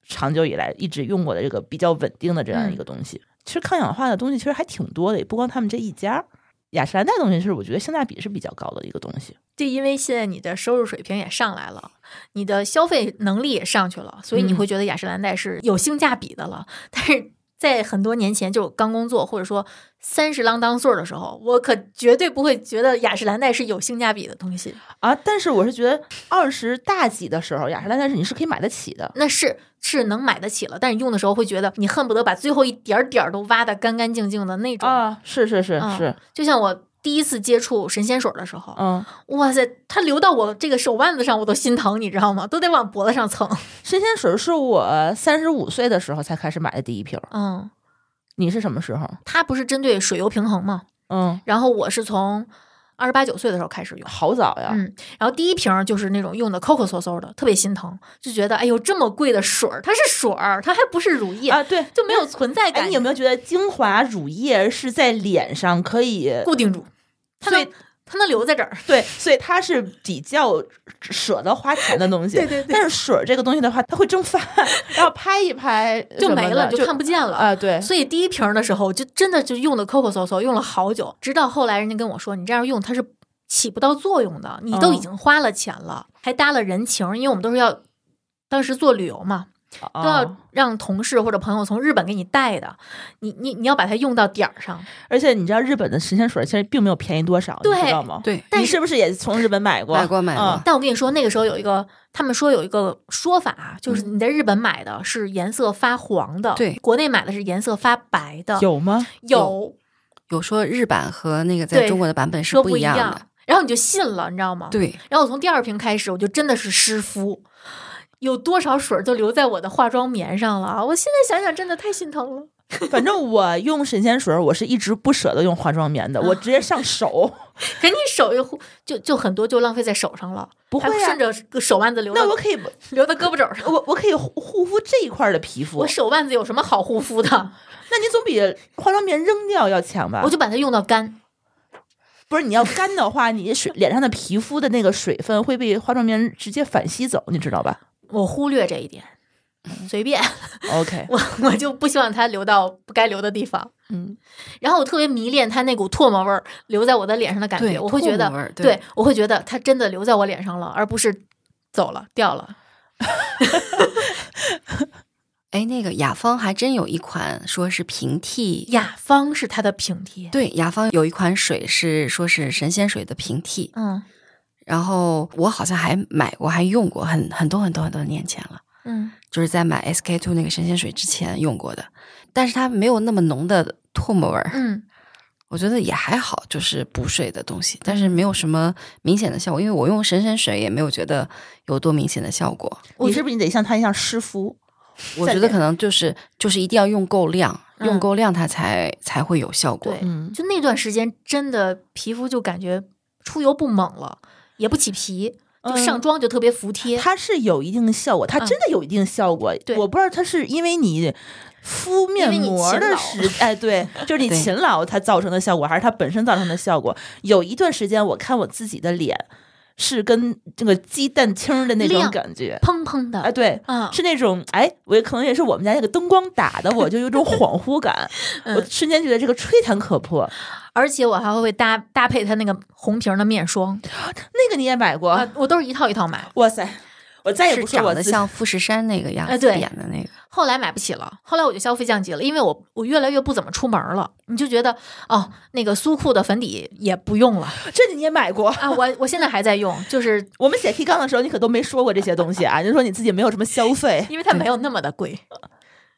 [SPEAKER 2] 长久以来一直用过的这个比较稳定的这样一个东西。其实抗氧化的东西其实还挺多的，也不光他们这一家。雅诗兰黛东西是我觉得性价比是比较高的一个东西。
[SPEAKER 3] 就因为现在你的收入水平也上来了，你的消费能力也上去了，所以你
[SPEAKER 2] 嗯
[SPEAKER 3] 会觉得雅诗兰黛是有性价比的了。但是在很多年前，就刚工作或者说三十郎当岁儿的时候，我可绝对不会觉得雅诗兰黛是有性价比的东西。
[SPEAKER 2] 啊，但是我是觉得二十大几的时候，雅诗兰黛是你是可以买得起的。
[SPEAKER 3] 那是是能买得起了，但是用的时候会觉得你恨不得把最后一点儿点儿都挖的干干净净的那种。
[SPEAKER 2] 啊，是是是
[SPEAKER 3] 嗯
[SPEAKER 2] 是，
[SPEAKER 3] 就像我第一次接触神仙水的时候，
[SPEAKER 2] 嗯，
[SPEAKER 3] 哇塞，它流到我这个手腕子上，我都心疼，你知道吗？都得往脖子上蹭。
[SPEAKER 2] 神仙水是我三十五岁的时候才开始买的第一瓶儿。
[SPEAKER 3] 嗯，
[SPEAKER 2] 你是什么时候？
[SPEAKER 3] 它不是针对水油平衡嘛？
[SPEAKER 2] 嗯，
[SPEAKER 3] 然后我是从二十八九岁的时候开始用，
[SPEAKER 2] 好早呀。
[SPEAKER 3] 嗯，然后第一瓶就是那种用的抠抠搜搜的，特别心疼，就觉得哎呦这么贵的水儿，它是水儿，它还不是乳液，
[SPEAKER 2] 啊，对，
[SPEAKER 3] 就没有存在感。
[SPEAKER 2] 哎，你有没有觉得精华乳液是在脸上可以？
[SPEAKER 3] 固定住？它
[SPEAKER 2] 所以
[SPEAKER 3] 能它能留在这儿。
[SPEAKER 2] 对，所以它是比较舍得花钱的东西。
[SPEAKER 3] 对对对
[SPEAKER 2] 但是水儿这个东西的话，它会蒸发， 然后拍一拍
[SPEAKER 3] 就
[SPEAKER 2] 什么
[SPEAKER 3] 没了，
[SPEAKER 2] 的
[SPEAKER 3] 就看不见了。
[SPEAKER 2] 啊。对，
[SPEAKER 3] 所以第一瓶儿的时候，就真的就用的抠抠搜搜，用了好久，直到后来人家跟我说，你这样用它是起不到作用的，你都已
[SPEAKER 2] 嗯
[SPEAKER 3] 经花了钱了，还搭了人情儿，因为我们都是要当时做旅游嘛，
[SPEAKER 2] 都
[SPEAKER 3] 都要让同事或者朋友从日本给你带的，你你你要把它用到点儿上。
[SPEAKER 2] 而且你知道日本的神仙水其实并没有便宜多少，你
[SPEAKER 3] 对
[SPEAKER 2] 知道吗？
[SPEAKER 4] 对，
[SPEAKER 3] 但
[SPEAKER 2] 你
[SPEAKER 3] 是
[SPEAKER 2] 是不是也从日本买过？
[SPEAKER 4] 买过买过
[SPEAKER 2] 嗯
[SPEAKER 3] 但我跟你说，那个时候有一个，他们说有一个说法啊，就是你在日本买的是颜色发黄的，
[SPEAKER 4] 对
[SPEAKER 3] 国内买的是颜色发白 的，
[SPEAKER 2] 有吗？
[SPEAKER 3] 有
[SPEAKER 4] 有说日版和那个
[SPEAKER 3] 对
[SPEAKER 4] 在中国的版本是
[SPEAKER 3] 说
[SPEAKER 4] 不
[SPEAKER 3] 不
[SPEAKER 4] 一
[SPEAKER 3] 一
[SPEAKER 4] 样
[SPEAKER 3] 样
[SPEAKER 4] 的，，
[SPEAKER 3] 然后你就信了，你知道吗？
[SPEAKER 4] 对，
[SPEAKER 3] 然后我从第二瓶开始，我就真的是湿敷，有多少水儿就留在我的化妆棉上了啊！我现在想想，真的太心疼了。
[SPEAKER 2] 反正我用神仙水儿，我是一直不舍得用化妆棉的，我直接上 手。
[SPEAKER 3] 可你手又就就很多就浪费在手上了，
[SPEAKER 2] 不
[SPEAKER 3] 还
[SPEAKER 2] 会啊
[SPEAKER 3] 顺着手腕子流 到
[SPEAKER 2] 那我可以，
[SPEAKER 3] 流到胳膊肘上。
[SPEAKER 2] 我我可以护护肤这一块儿的皮肤。
[SPEAKER 3] 我手腕子有什么好护肤的？
[SPEAKER 2] 那你总比化妆棉扔掉要强吧？
[SPEAKER 3] 我就把它用到干。
[SPEAKER 2] 不是你要干的话， 你水脸上的皮肤的那个水分会被化妆棉直接反吸走，你知道吧
[SPEAKER 3] 我忽略这一点，随便，
[SPEAKER 2] ？OK，
[SPEAKER 3] 我我就不希望它流到不该流的地方。
[SPEAKER 2] 嗯，
[SPEAKER 3] 然后我特别迷恋它那股唾沫味儿留在我的脸上的感
[SPEAKER 4] 对
[SPEAKER 3] 觉，我会觉
[SPEAKER 4] 唾沫味
[SPEAKER 3] 得
[SPEAKER 4] 儿，对
[SPEAKER 3] 对我会觉得它真的留在我脸上了，而不是走了掉了。
[SPEAKER 4] 哎，那个雅芳还真有一款说是平替，
[SPEAKER 3] 雅芳是它的平替，
[SPEAKER 4] 对，雅芳有一款水是说是神仙水的平替，
[SPEAKER 3] 嗯
[SPEAKER 4] 然后我好像还买过，还用过，很很多很多很多年前了，
[SPEAKER 3] 嗯
[SPEAKER 4] 就是在买 SK two 那个神仙水之前用过的，但是它没有那么浓的唾沫味儿，
[SPEAKER 3] 嗯
[SPEAKER 4] 我觉得也还好，就是补水的东西，但是没有什么明显的效果，因为我用神仙水也没有觉得有多明显的效果，
[SPEAKER 3] 我
[SPEAKER 2] 你是不是你得像她一样湿敷？
[SPEAKER 4] 我觉得可能就是就是一定要用够量，
[SPEAKER 3] 嗯
[SPEAKER 4] 用够量它才才会有效果
[SPEAKER 3] 对。
[SPEAKER 2] 嗯，
[SPEAKER 3] 就那段时间真的皮肤就感觉出油不猛了，也不起皮，就上妆就特别服帖。
[SPEAKER 2] 它是有一定的效果，它
[SPEAKER 3] 嗯
[SPEAKER 2] 真的有一定效果。
[SPEAKER 3] 对
[SPEAKER 2] 我不知道它是因为你敷面膜
[SPEAKER 3] 因为
[SPEAKER 2] 的
[SPEAKER 3] 你勤
[SPEAKER 2] 时， 哎，对，就是你
[SPEAKER 4] 对
[SPEAKER 2] 勤劳它造成的效果，还是它本身造成的效果？有一段时间，我看我自己的脸是跟这个鸡蛋清儿的那种
[SPEAKER 3] 亮
[SPEAKER 2] 感觉，
[SPEAKER 3] 砰砰的，
[SPEAKER 2] 哎，对。
[SPEAKER 3] 啊，
[SPEAKER 2] 是那种哎，我也可能也是我们家那个灯光打的，我就有种恍惚感，我
[SPEAKER 3] 嗯
[SPEAKER 2] 瞬间觉得这个吹弹可破。
[SPEAKER 3] 而且我还会搭搭配它那个红瓶的面霜
[SPEAKER 2] 那个你也买过？
[SPEAKER 3] 啊，我都是一套一套买，
[SPEAKER 2] 哇塞，我再也
[SPEAKER 4] 是
[SPEAKER 2] 不说我
[SPEAKER 4] 长得
[SPEAKER 2] 自己
[SPEAKER 4] 像富士山那个样
[SPEAKER 3] 哎
[SPEAKER 4] 子
[SPEAKER 3] 对
[SPEAKER 4] 点的那个。
[SPEAKER 3] 后来买不起了，后来我就消费降级了，因为我我越来越不怎么出门了，你就觉得哦，那个苏库的粉底也不用了
[SPEAKER 2] 这你也买过？
[SPEAKER 3] 啊，我我现在还在用，就是
[SPEAKER 2] 我们写提纲的时候，你可都没说过这些东西啊，就说你自己没有什么消 费。
[SPEAKER 3] 因为它没有那么的贵，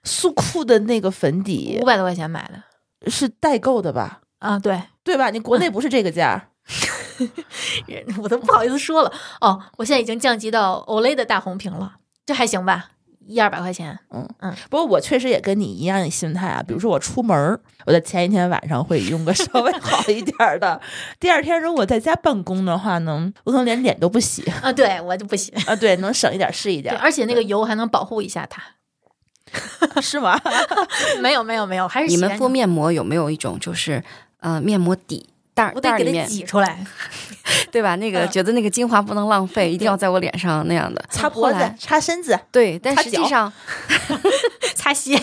[SPEAKER 2] 苏库的那个粉底
[SPEAKER 3] 五百多块钱买的
[SPEAKER 2] 是代购的吧？
[SPEAKER 3] 啊，对，
[SPEAKER 2] 对吧？你国内不是这个价？
[SPEAKER 3] 我都不好意思说了哦，我现在已经降级到 Olay 的大红瓶了，这还行吧，一二百块钱，
[SPEAKER 2] 不过我确实也跟你一样的心态啊。比如说我出门儿，我在前一天晚上会用个稍微好一点儿的，第二天如果在家办公的话呢，我可能连脸都不洗
[SPEAKER 3] 啊，对我就不行，
[SPEAKER 2] 啊。对，能省一点儿是一
[SPEAKER 3] 对，
[SPEAKER 2] 点儿，
[SPEAKER 3] 而且那个油还能保护一下它，啊
[SPEAKER 2] 是吗？
[SPEAKER 3] 没有没有没有，还是
[SPEAKER 4] 你
[SPEAKER 3] 洗
[SPEAKER 4] 们
[SPEAKER 3] 干
[SPEAKER 4] 敷
[SPEAKER 3] 净
[SPEAKER 4] 面膜有没有一种就是呃面膜底袋儿
[SPEAKER 3] 我
[SPEAKER 4] 袋
[SPEAKER 3] 得
[SPEAKER 4] 儿
[SPEAKER 3] 给
[SPEAKER 4] 里
[SPEAKER 3] 它
[SPEAKER 4] 面
[SPEAKER 3] 挤出来，
[SPEAKER 4] 对吧？那个
[SPEAKER 3] 嗯
[SPEAKER 4] 觉得那个精华不能 浪费，一定要在我脸上那样的。
[SPEAKER 2] 擦脖
[SPEAKER 4] 后
[SPEAKER 2] 子
[SPEAKER 4] 来，
[SPEAKER 2] 擦身
[SPEAKER 3] 啊
[SPEAKER 2] 子，
[SPEAKER 4] 对，但
[SPEAKER 2] 擦
[SPEAKER 4] 实际
[SPEAKER 2] 脚
[SPEAKER 4] 上
[SPEAKER 3] 擦鞋，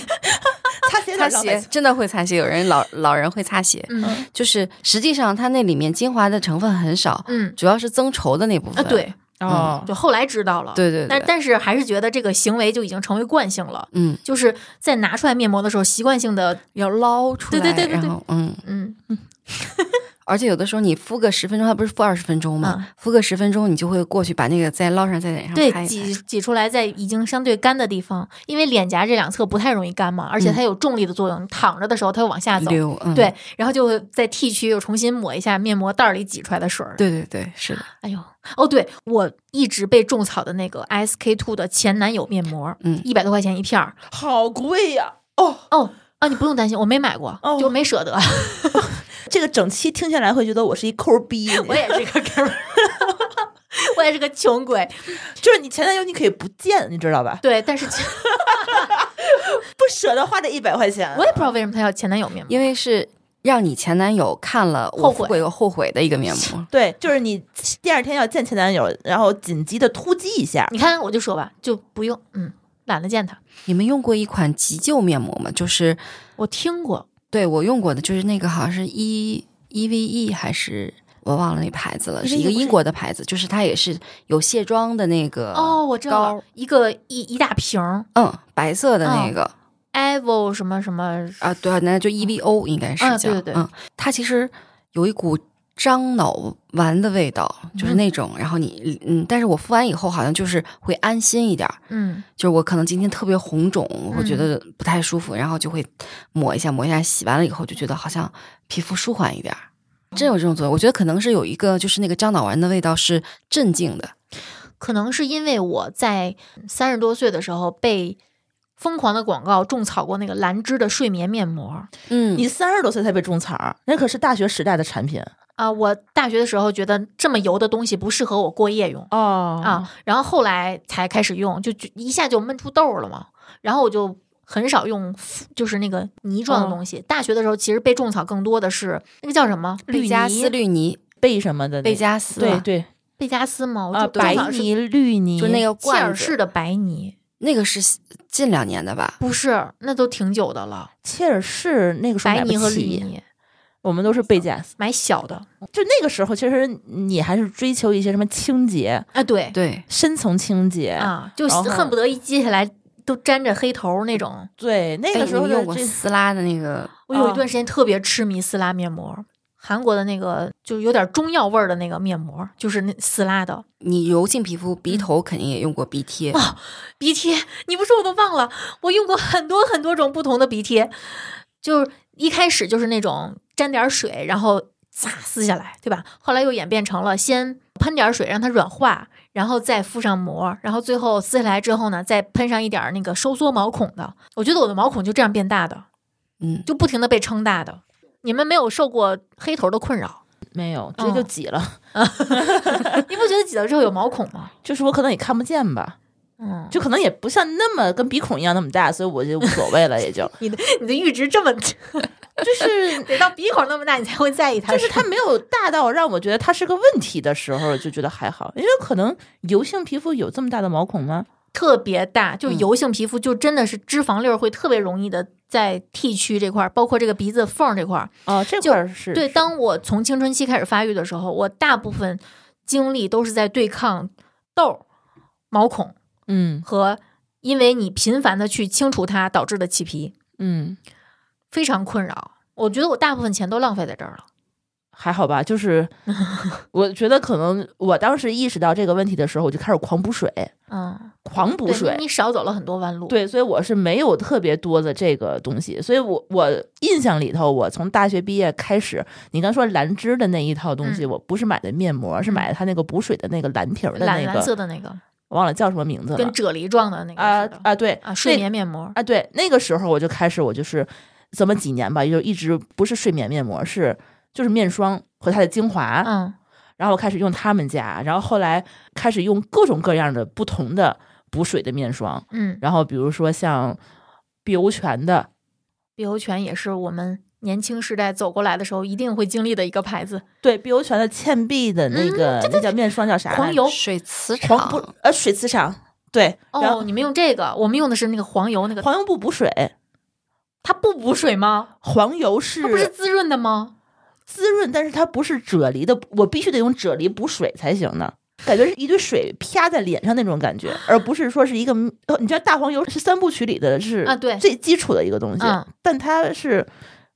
[SPEAKER 2] 擦鞋有点
[SPEAKER 4] 擦
[SPEAKER 2] 浪费
[SPEAKER 4] 鞋
[SPEAKER 2] 钱，
[SPEAKER 4] 真的会擦鞋，有人老老人会擦鞋，
[SPEAKER 3] 嗯
[SPEAKER 4] 就是实际上它那里面精华的成分很少，
[SPEAKER 3] 嗯
[SPEAKER 4] 主要是增稠的那部
[SPEAKER 3] 啊，
[SPEAKER 4] 分。
[SPEAKER 3] 对，
[SPEAKER 2] 哦。
[SPEAKER 3] 就后来知道了，
[SPEAKER 4] 对对
[SPEAKER 3] 但
[SPEAKER 4] 对，
[SPEAKER 3] 但是还是觉得这个行为就已经成为惯性了，
[SPEAKER 4] 嗯，
[SPEAKER 3] 就是在拿出来面膜的时候，习惯性的
[SPEAKER 4] 要捞出
[SPEAKER 3] 对对
[SPEAKER 4] 来，
[SPEAKER 3] 对对对
[SPEAKER 4] 然后嗯，
[SPEAKER 3] 嗯
[SPEAKER 4] 而且有的时候你敷个十分钟，它不是敷二十分钟吗？
[SPEAKER 3] 嗯
[SPEAKER 4] 敷个十分钟，你就会过去把那个再捞上，在脸上
[SPEAKER 3] 对
[SPEAKER 4] 拍一拍
[SPEAKER 3] 挤挤出来，在已经相对干的地方，因为脸颊这两侧不太容易干嘛，而且它有重力的作用，躺着的时候它会往下走。
[SPEAKER 4] 溜，嗯，
[SPEAKER 3] 对，然后就会在 T 区又重新抹一下面膜袋儿里挤出来的水儿。，
[SPEAKER 4] 对对对，是的，
[SPEAKER 3] 哎呦，哦，对我一直被种草的那个 SK two 的前男友面膜，
[SPEAKER 4] 嗯
[SPEAKER 3] 一百多块钱一片儿。
[SPEAKER 2] 好贵呀、哦，
[SPEAKER 3] 哦，啊，你不用担心，我没买过，
[SPEAKER 2] 哦
[SPEAKER 3] 就没舍得。
[SPEAKER 2] 这个整期听下来会觉得我是一抠逼，
[SPEAKER 3] 我也是个 哥们儿，我也是个穷鬼。
[SPEAKER 2] 就是你前男友你可以不见，你知道吧？
[SPEAKER 3] 对，但是其实
[SPEAKER 2] 不舍得花这一百块钱，，
[SPEAKER 3] 我也不知道为什么他要前男友面膜。
[SPEAKER 4] 因为是让你前男友看了
[SPEAKER 3] 后悔
[SPEAKER 4] 我敷过一个后悔的一个面膜
[SPEAKER 2] 对，就是你第二天要见前男友，然后紧急的突击一下。
[SPEAKER 3] 你看，我就说吧，就不用，嗯，懒得见他。
[SPEAKER 4] 你们用过一款急救面膜吗？就是
[SPEAKER 3] 我听过，
[SPEAKER 4] 对我用过的，就是那个好像是 E E V E 还是我忘了那牌子了，
[SPEAKER 2] EVE
[SPEAKER 4] 是
[SPEAKER 3] E
[SPEAKER 4] 一个
[SPEAKER 2] 不是
[SPEAKER 4] 英国的牌子，就是它也是有卸妆的那个
[SPEAKER 3] 哦，我知道
[SPEAKER 4] 膏
[SPEAKER 3] 了，一个一一大瓶儿
[SPEAKER 4] 嗯，白色的那个、
[SPEAKER 3] ，Evo 什么什么，
[SPEAKER 4] 啊，对，那就 E V O 应该是
[SPEAKER 3] 啊
[SPEAKER 4] 叫、
[SPEAKER 3] 对对对
[SPEAKER 4] 嗯，它其实有一股。樟脑丸的味道，就是那种，然后你，嗯，但是我敷完以后，好像就是会安心一点儿，
[SPEAKER 3] 嗯
[SPEAKER 4] 就是我可能今天特别红肿，我会觉得不太舒服，然后就会抹一下抹一下，洗完了以后就觉得好像皮肤舒缓一点儿，真有这种作用。我觉得可能是有一个就是那个樟脑丸的味道是镇静的，
[SPEAKER 3] 可能是因为我在三十多岁的时候被疯狂的广告种草过那个兰芝的睡眠面膜
[SPEAKER 4] 嗯
[SPEAKER 2] 你三十多岁才被种草儿，那可是大学时代的产品
[SPEAKER 3] 啊。我大学的时候觉得这么油的东西不适合我过夜用
[SPEAKER 2] 哦
[SPEAKER 3] 啊，然后后来才开始用，就就一下就闷出痘儿了嘛。然后我就很少用，就是那个泥状的东西。大学的时候其实被种草更多的是那个叫什么
[SPEAKER 4] 贝加斯绿泥，
[SPEAKER 2] 贝什么的那
[SPEAKER 4] 贝加斯
[SPEAKER 2] 对
[SPEAKER 4] 吧
[SPEAKER 2] 对
[SPEAKER 3] 贝加斯吗？我
[SPEAKER 2] 啊，
[SPEAKER 3] 哦就
[SPEAKER 2] 白
[SPEAKER 3] 种草是
[SPEAKER 2] 泥绿泥，
[SPEAKER 4] 就那个
[SPEAKER 3] 切尔
[SPEAKER 4] 罐
[SPEAKER 3] 氏
[SPEAKER 4] 子，
[SPEAKER 3] 的白泥，
[SPEAKER 4] 那个是近两年的吧？
[SPEAKER 3] 不是，那都挺久的了。
[SPEAKER 2] 切尔氏那个时候
[SPEAKER 3] 白
[SPEAKER 2] 买不
[SPEAKER 3] 泥和绿
[SPEAKER 2] 起，
[SPEAKER 3] 泥，
[SPEAKER 2] 我们都是贝加斯。
[SPEAKER 3] 买小的
[SPEAKER 2] 就那个时候，其实你还是追求一些什么清洁、
[SPEAKER 3] 啊，对
[SPEAKER 4] 对，
[SPEAKER 2] 深层清洁。
[SPEAKER 3] 啊，就
[SPEAKER 2] 然后嗯
[SPEAKER 3] 恨不得一揭下来都沾着黑头那种。
[SPEAKER 2] 对，那
[SPEAKER 4] 哎
[SPEAKER 2] 个时候
[SPEAKER 4] 你
[SPEAKER 2] 的
[SPEAKER 4] 用过
[SPEAKER 2] 这
[SPEAKER 4] 丝拉的那个，
[SPEAKER 3] 我有一
[SPEAKER 2] 哦
[SPEAKER 3] 段时间特别痴迷丝拉面膜，韩国的那个就是有点中药味儿的那个面膜，就是那丝拉的
[SPEAKER 4] 你油性皮肤，鼻头肯定也用过鼻贴，
[SPEAKER 3] 鼻贴。你不说我都忘了，我用过很多很多种不同的鼻贴，就是一开始就是那种沾点儿水，然后撒撕下来，对吧？后来又演变成了先喷点儿水让它软化，然后再敷上膜，然后最后撕下来之后呢，再喷上一点儿那个收缩毛孔的。我觉得我的毛孔就这样变大的，
[SPEAKER 4] 嗯，
[SPEAKER 3] 就不停的被撑大的。你们没有受过黑头的困扰，
[SPEAKER 2] 没有，直接就
[SPEAKER 3] 哦
[SPEAKER 2] 挤了。
[SPEAKER 3] 你不觉得挤到之后有毛孔吗？
[SPEAKER 2] 就是我可能也看不见吧，
[SPEAKER 3] 嗯，
[SPEAKER 2] 就可能也不像那么跟鼻孔一样那么大，所以我就无所谓了，也就
[SPEAKER 3] 你的你的阈值这么，
[SPEAKER 2] 就是
[SPEAKER 3] 得到鼻孔那么大，你才会在意它。
[SPEAKER 2] 就是它没有大到让我觉得它是个问题的时候，就觉得还好，因为可能油性皮肤有这么大的毛孔吗？
[SPEAKER 3] 特别大，就是
[SPEAKER 2] 嗯
[SPEAKER 3] 油性皮肤，就真的是脂肪粒儿会特别容易的在 T 区这块儿，包括这个鼻子缝儿这块儿。
[SPEAKER 2] 哦，这
[SPEAKER 3] 就
[SPEAKER 2] 块儿是
[SPEAKER 3] 对，
[SPEAKER 2] 是
[SPEAKER 3] 当我从青春期开始发育的时候，我大部分精力都是在对抗痘儿、毛孔
[SPEAKER 2] 嗯
[SPEAKER 3] 和因为你频繁的去清除它导致的起皮，
[SPEAKER 2] 嗯
[SPEAKER 3] 非常困扰。我觉得我大部分钱都浪费在这儿了。
[SPEAKER 2] 还好吧，就是 我觉得可能我当时意识到这个问题的时候，我就开始狂补水，
[SPEAKER 3] 嗯，
[SPEAKER 2] 狂补
[SPEAKER 3] 对
[SPEAKER 2] 水
[SPEAKER 3] 你，你少走了很多弯路。，
[SPEAKER 2] 对，所以我是没有特别多的这个东西，所以我我印象里头，我从大学毕业开始，你刚说兰芝的那一套东
[SPEAKER 3] 嗯
[SPEAKER 2] 西，我不是买的面膜，是买的它那个补水的那个蓝瓶儿的
[SPEAKER 3] 蓝
[SPEAKER 2] 那
[SPEAKER 3] 蓝色
[SPEAKER 2] 个，
[SPEAKER 3] 的那个，
[SPEAKER 2] 我忘了叫什么名字
[SPEAKER 3] 跟
[SPEAKER 2] 了
[SPEAKER 3] 啫喱状的那个
[SPEAKER 2] 啊
[SPEAKER 3] 似的
[SPEAKER 2] 啊，对
[SPEAKER 3] 啊，睡
[SPEAKER 2] 那
[SPEAKER 3] 眠面膜。
[SPEAKER 2] 啊对，那个时候我就开始我就是怎么几年吧，就一直不是睡眠面膜，是就是面霜和它的精华，
[SPEAKER 3] 嗯，
[SPEAKER 2] 然后我开始用他们家，然后后来开始用各种各样的不同的补水的面霜，
[SPEAKER 3] 嗯，
[SPEAKER 2] 然后比如说像碧欧泉的。
[SPEAKER 3] 碧欧泉也是我们年轻时代走过来的时候一定会经历的一个牌子。
[SPEAKER 2] 对，碧欧泉的倩碧的那嗯个、那叫面霜叫啥来着？
[SPEAKER 3] 黄油
[SPEAKER 4] 水磁
[SPEAKER 2] 黄不
[SPEAKER 4] 场，
[SPEAKER 2] 呃水磁场对，然后
[SPEAKER 3] 哦，你们用这个，我们用的是那个黄油，那个
[SPEAKER 2] 黄油不补水，
[SPEAKER 3] 它不补水吗？
[SPEAKER 2] 黄油是
[SPEAKER 3] 它不是滋润的吗？
[SPEAKER 2] 滋润，但是它不是啫喱的，我必须得用啫喱补水才行呢。感觉是一堆水啪在脸上那种感觉，而不是说是一个，呃你知道大黄油是三部曲里的是
[SPEAKER 3] 啊对
[SPEAKER 2] 最基础的一个东西，
[SPEAKER 3] 嗯
[SPEAKER 2] 但它是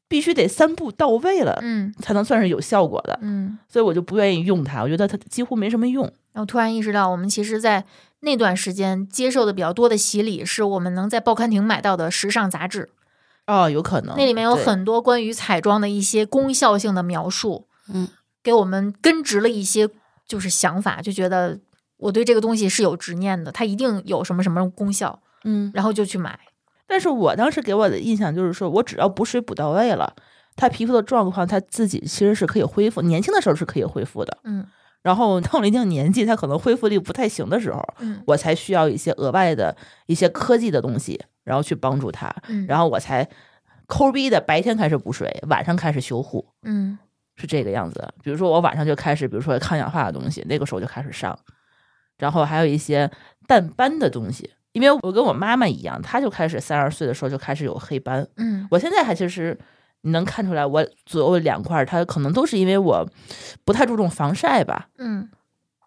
[SPEAKER 2] 必须得三步到位了、
[SPEAKER 3] 嗯
[SPEAKER 2] 才能算是有效果的，
[SPEAKER 3] 嗯。
[SPEAKER 2] 所以我就不愿意用它，我觉得它几乎没什么用。
[SPEAKER 3] 然后突然意识到，我们其实，在那段时间接受的比较多的洗礼，是我们能在报刊亭买到的时尚杂志，
[SPEAKER 2] 哦，有可能
[SPEAKER 3] 那里面有
[SPEAKER 2] 对
[SPEAKER 3] 很多关于彩妆的一些功效性的描述，
[SPEAKER 4] 嗯，
[SPEAKER 3] 给我们根植了一些就是想法，就觉得我对这个东西是有执念的，它一定有什么什么功效，
[SPEAKER 2] 嗯，
[SPEAKER 3] 然后就去买。
[SPEAKER 2] 但是我当时给我的印象就是说，我只要补水补到位了，他皮肤的状况他自己其实是可以恢复，年轻的时候是可以恢复的。
[SPEAKER 3] 嗯
[SPEAKER 2] 然后到了一定年纪，他可能恢复力不太行的时候，
[SPEAKER 3] 嗯
[SPEAKER 2] 我才需要一些额外的一些科技的东西，然后去帮助他，
[SPEAKER 3] 嗯，
[SPEAKER 2] 然后我才抠逼的白天开始补水，晚上开始修护，
[SPEAKER 3] 嗯
[SPEAKER 2] 是这个样子。比如说我晚上就开始，比如说抗氧化的东西，那个时候就开始上，然后还有一些淡斑的东西，因为我跟我妈妈一样，她就开始三十岁的时候就开始有黑斑，
[SPEAKER 3] 嗯
[SPEAKER 2] 我现在还其实你能看出来，我左右两块儿它可能都是因为我不太注重防晒吧，
[SPEAKER 3] 嗯，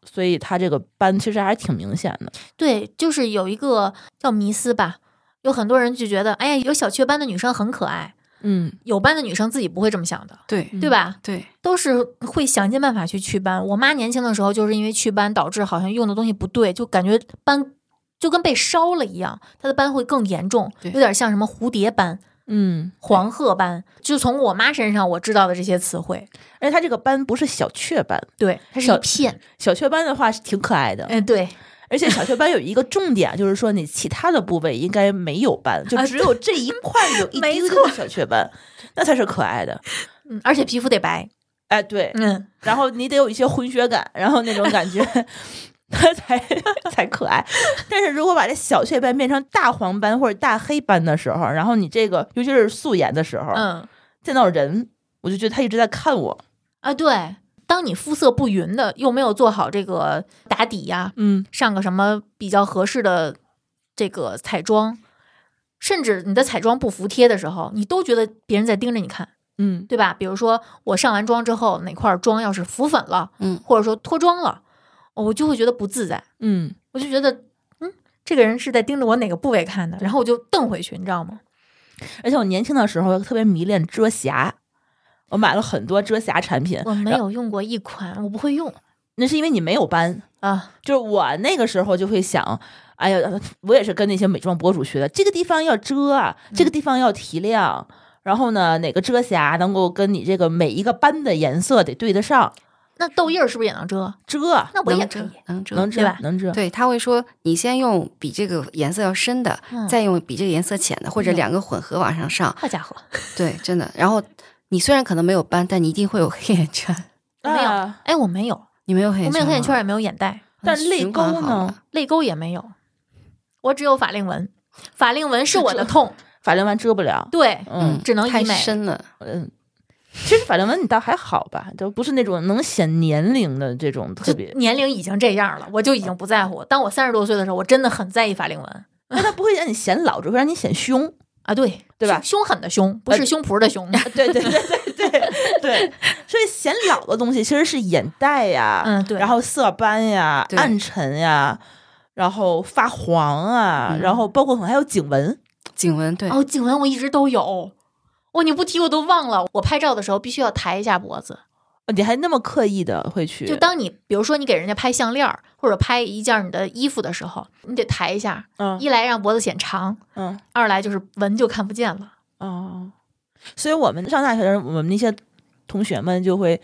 [SPEAKER 2] 所以它这个斑其实还挺明显的。
[SPEAKER 3] 对，就是有一个叫迷思吧，有很多人就觉得，哎呀，有小雀斑的女生很可爱，
[SPEAKER 2] 嗯，
[SPEAKER 3] 有斑的女生自己不会这么想的，
[SPEAKER 4] 对
[SPEAKER 3] 对吧？
[SPEAKER 4] 对，
[SPEAKER 3] 都是会想尽办法去祛斑。我妈年轻的时候就是因为祛斑导致好像用的东西不对，就感觉斑就跟被烧了一样，她的斑会更严重，
[SPEAKER 4] 对
[SPEAKER 3] 有点像什么蝴蝶斑、
[SPEAKER 2] 嗯，
[SPEAKER 3] 黄褐斑，就从我妈身上我知道的这些词汇。
[SPEAKER 2] 而且它这个斑不是小雀斑，
[SPEAKER 3] 对，它是
[SPEAKER 2] 小
[SPEAKER 3] 一片，
[SPEAKER 2] 小雀斑的话是挺可爱的，
[SPEAKER 3] 哎，对，
[SPEAKER 2] 而且小雀斑有一个重点，就是说你其他的部位应该没有斑，就
[SPEAKER 3] 啊
[SPEAKER 2] 只有这一块有一
[SPEAKER 3] 没
[SPEAKER 2] 丢丢
[SPEAKER 3] 错
[SPEAKER 2] 的小雀斑，那才是可爱的。
[SPEAKER 3] 嗯，而且皮肤得白，
[SPEAKER 2] 哎，对，
[SPEAKER 3] 嗯，
[SPEAKER 2] 然后你得有一些混血感，然后那种感觉。 它才才可爱，但是如果把这小雀斑变成大黄斑或者大黑斑的时候，然后你这个尤其是素颜的时候，
[SPEAKER 3] 嗯。
[SPEAKER 2] 见到人，我就觉得他一直在看我，
[SPEAKER 3] 啊，对，当你肤色不匀的，又没有做好这个打底呀、
[SPEAKER 2] 嗯，
[SPEAKER 3] 上个什么比较合适的这个彩妆，甚至你的彩妆不服帖的时候，你都觉得别人在盯着你看，
[SPEAKER 2] 嗯，
[SPEAKER 3] 对吧？比如说我上完妆之后，哪块儿妆要是浮粉了，
[SPEAKER 4] 嗯
[SPEAKER 3] 或者说脱妆了，我就会觉得不自在，
[SPEAKER 2] 嗯，
[SPEAKER 3] 我就觉得，嗯，这个人是在盯着我哪个部位看的，然后我就瞪回去，你知道吗？
[SPEAKER 2] 而且我年轻的时候特别迷恋遮瑕，我买了很多遮瑕产品。
[SPEAKER 3] 我没
[SPEAKER 2] 然后，
[SPEAKER 3] 有用过一款，我不会用
[SPEAKER 2] 那是因为你没有斑。
[SPEAKER 3] 啊，
[SPEAKER 2] 就是我那个时候就会想，哎呀，我也是跟那些美妆博主学的，这个地方要遮啊，这
[SPEAKER 3] 嗯
[SPEAKER 2] 个地方要提亮，然后呢，哪个遮瑕能够跟你这个每一个斑的颜色得对得上，
[SPEAKER 3] 那痘印儿是不是也能遮？
[SPEAKER 2] 遮
[SPEAKER 3] 那我也
[SPEAKER 4] 能
[SPEAKER 3] 可
[SPEAKER 4] 遮
[SPEAKER 3] 以，
[SPEAKER 4] 能遮，
[SPEAKER 2] 能
[SPEAKER 3] 对
[SPEAKER 2] 遮
[SPEAKER 3] 吧
[SPEAKER 2] 能遮，
[SPEAKER 4] 对，他会说你先用比这个颜色要深的，
[SPEAKER 3] 嗯
[SPEAKER 4] 再用比这个颜色浅的，或者
[SPEAKER 3] 嗯
[SPEAKER 4] 两个混合往上上。
[SPEAKER 3] 好家伙，
[SPEAKER 4] 对，真的。然后你虽然可能没有斑，但你一定会有黑眼圈。
[SPEAKER 3] 没有
[SPEAKER 2] 啊，
[SPEAKER 3] 哎，我没有，
[SPEAKER 4] 你没有黑眼
[SPEAKER 3] 我
[SPEAKER 4] 圈
[SPEAKER 3] 没
[SPEAKER 4] 吗，
[SPEAKER 3] 有黑眼圈，也没有眼袋，
[SPEAKER 2] 但
[SPEAKER 4] 嗯
[SPEAKER 2] 泪
[SPEAKER 4] 循环
[SPEAKER 2] 沟
[SPEAKER 4] 好
[SPEAKER 2] 呢
[SPEAKER 4] 了
[SPEAKER 3] 泪沟也没有，我只有法令纹，法令纹是我的痛，
[SPEAKER 2] 法令纹遮不了。
[SPEAKER 3] 对，
[SPEAKER 2] 嗯
[SPEAKER 3] 只能
[SPEAKER 4] 太
[SPEAKER 3] 医美。
[SPEAKER 4] 深了。
[SPEAKER 2] 嗯，其实法令纹你倒还好吧，就不是那种能显年龄的这种特
[SPEAKER 3] 就
[SPEAKER 2] 别，
[SPEAKER 3] 年龄已经这样了，我就已经不在乎。当我三十多岁的时候，我真的很在意法令纹
[SPEAKER 2] 但它不会让你显老，只会让你显凶。
[SPEAKER 3] 啊，对
[SPEAKER 2] 对吧呃
[SPEAKER 3] 凶凶狠的凶，不是胸脯的胸。
[SPEAKER 2] 对对对对对对，所以显老的东西其实是眼袋呀，
[SPEAKER 3] 嗯对
[SPEAKER 2] 然后色斑呀、
[SPEAKER 4] 对
[SPEAKER 2] 暗沉呀，然后发黄啊，
[SPEAKER 4] 嗯
[SPEAKER 2] 然后包括可能还有颈纹，
[SPEAKER 4] 颈纹 对，
[SPEAKER 3] 哦，颈纹我一直都有，哦，你不提我都忘了。我拍照的时候必须要抬一下脖子，
[SPEAKER 2] 你还那么刻意的会去，
[SPEAKER 3] 就当你比如说你给人家拍项链儿或者拍一件你的衣服的时候，你得抬一下，
[SPEAKER 2] 嗯
[SPEAKER 3] 一来让脖子显长，
[SPEAKER 2] 嗯
[SPEAKER 3] 二来就是纹就看不见了。
[SPEAKER 2] 哦，所以我们上大学的时候，我们那些同学们就会。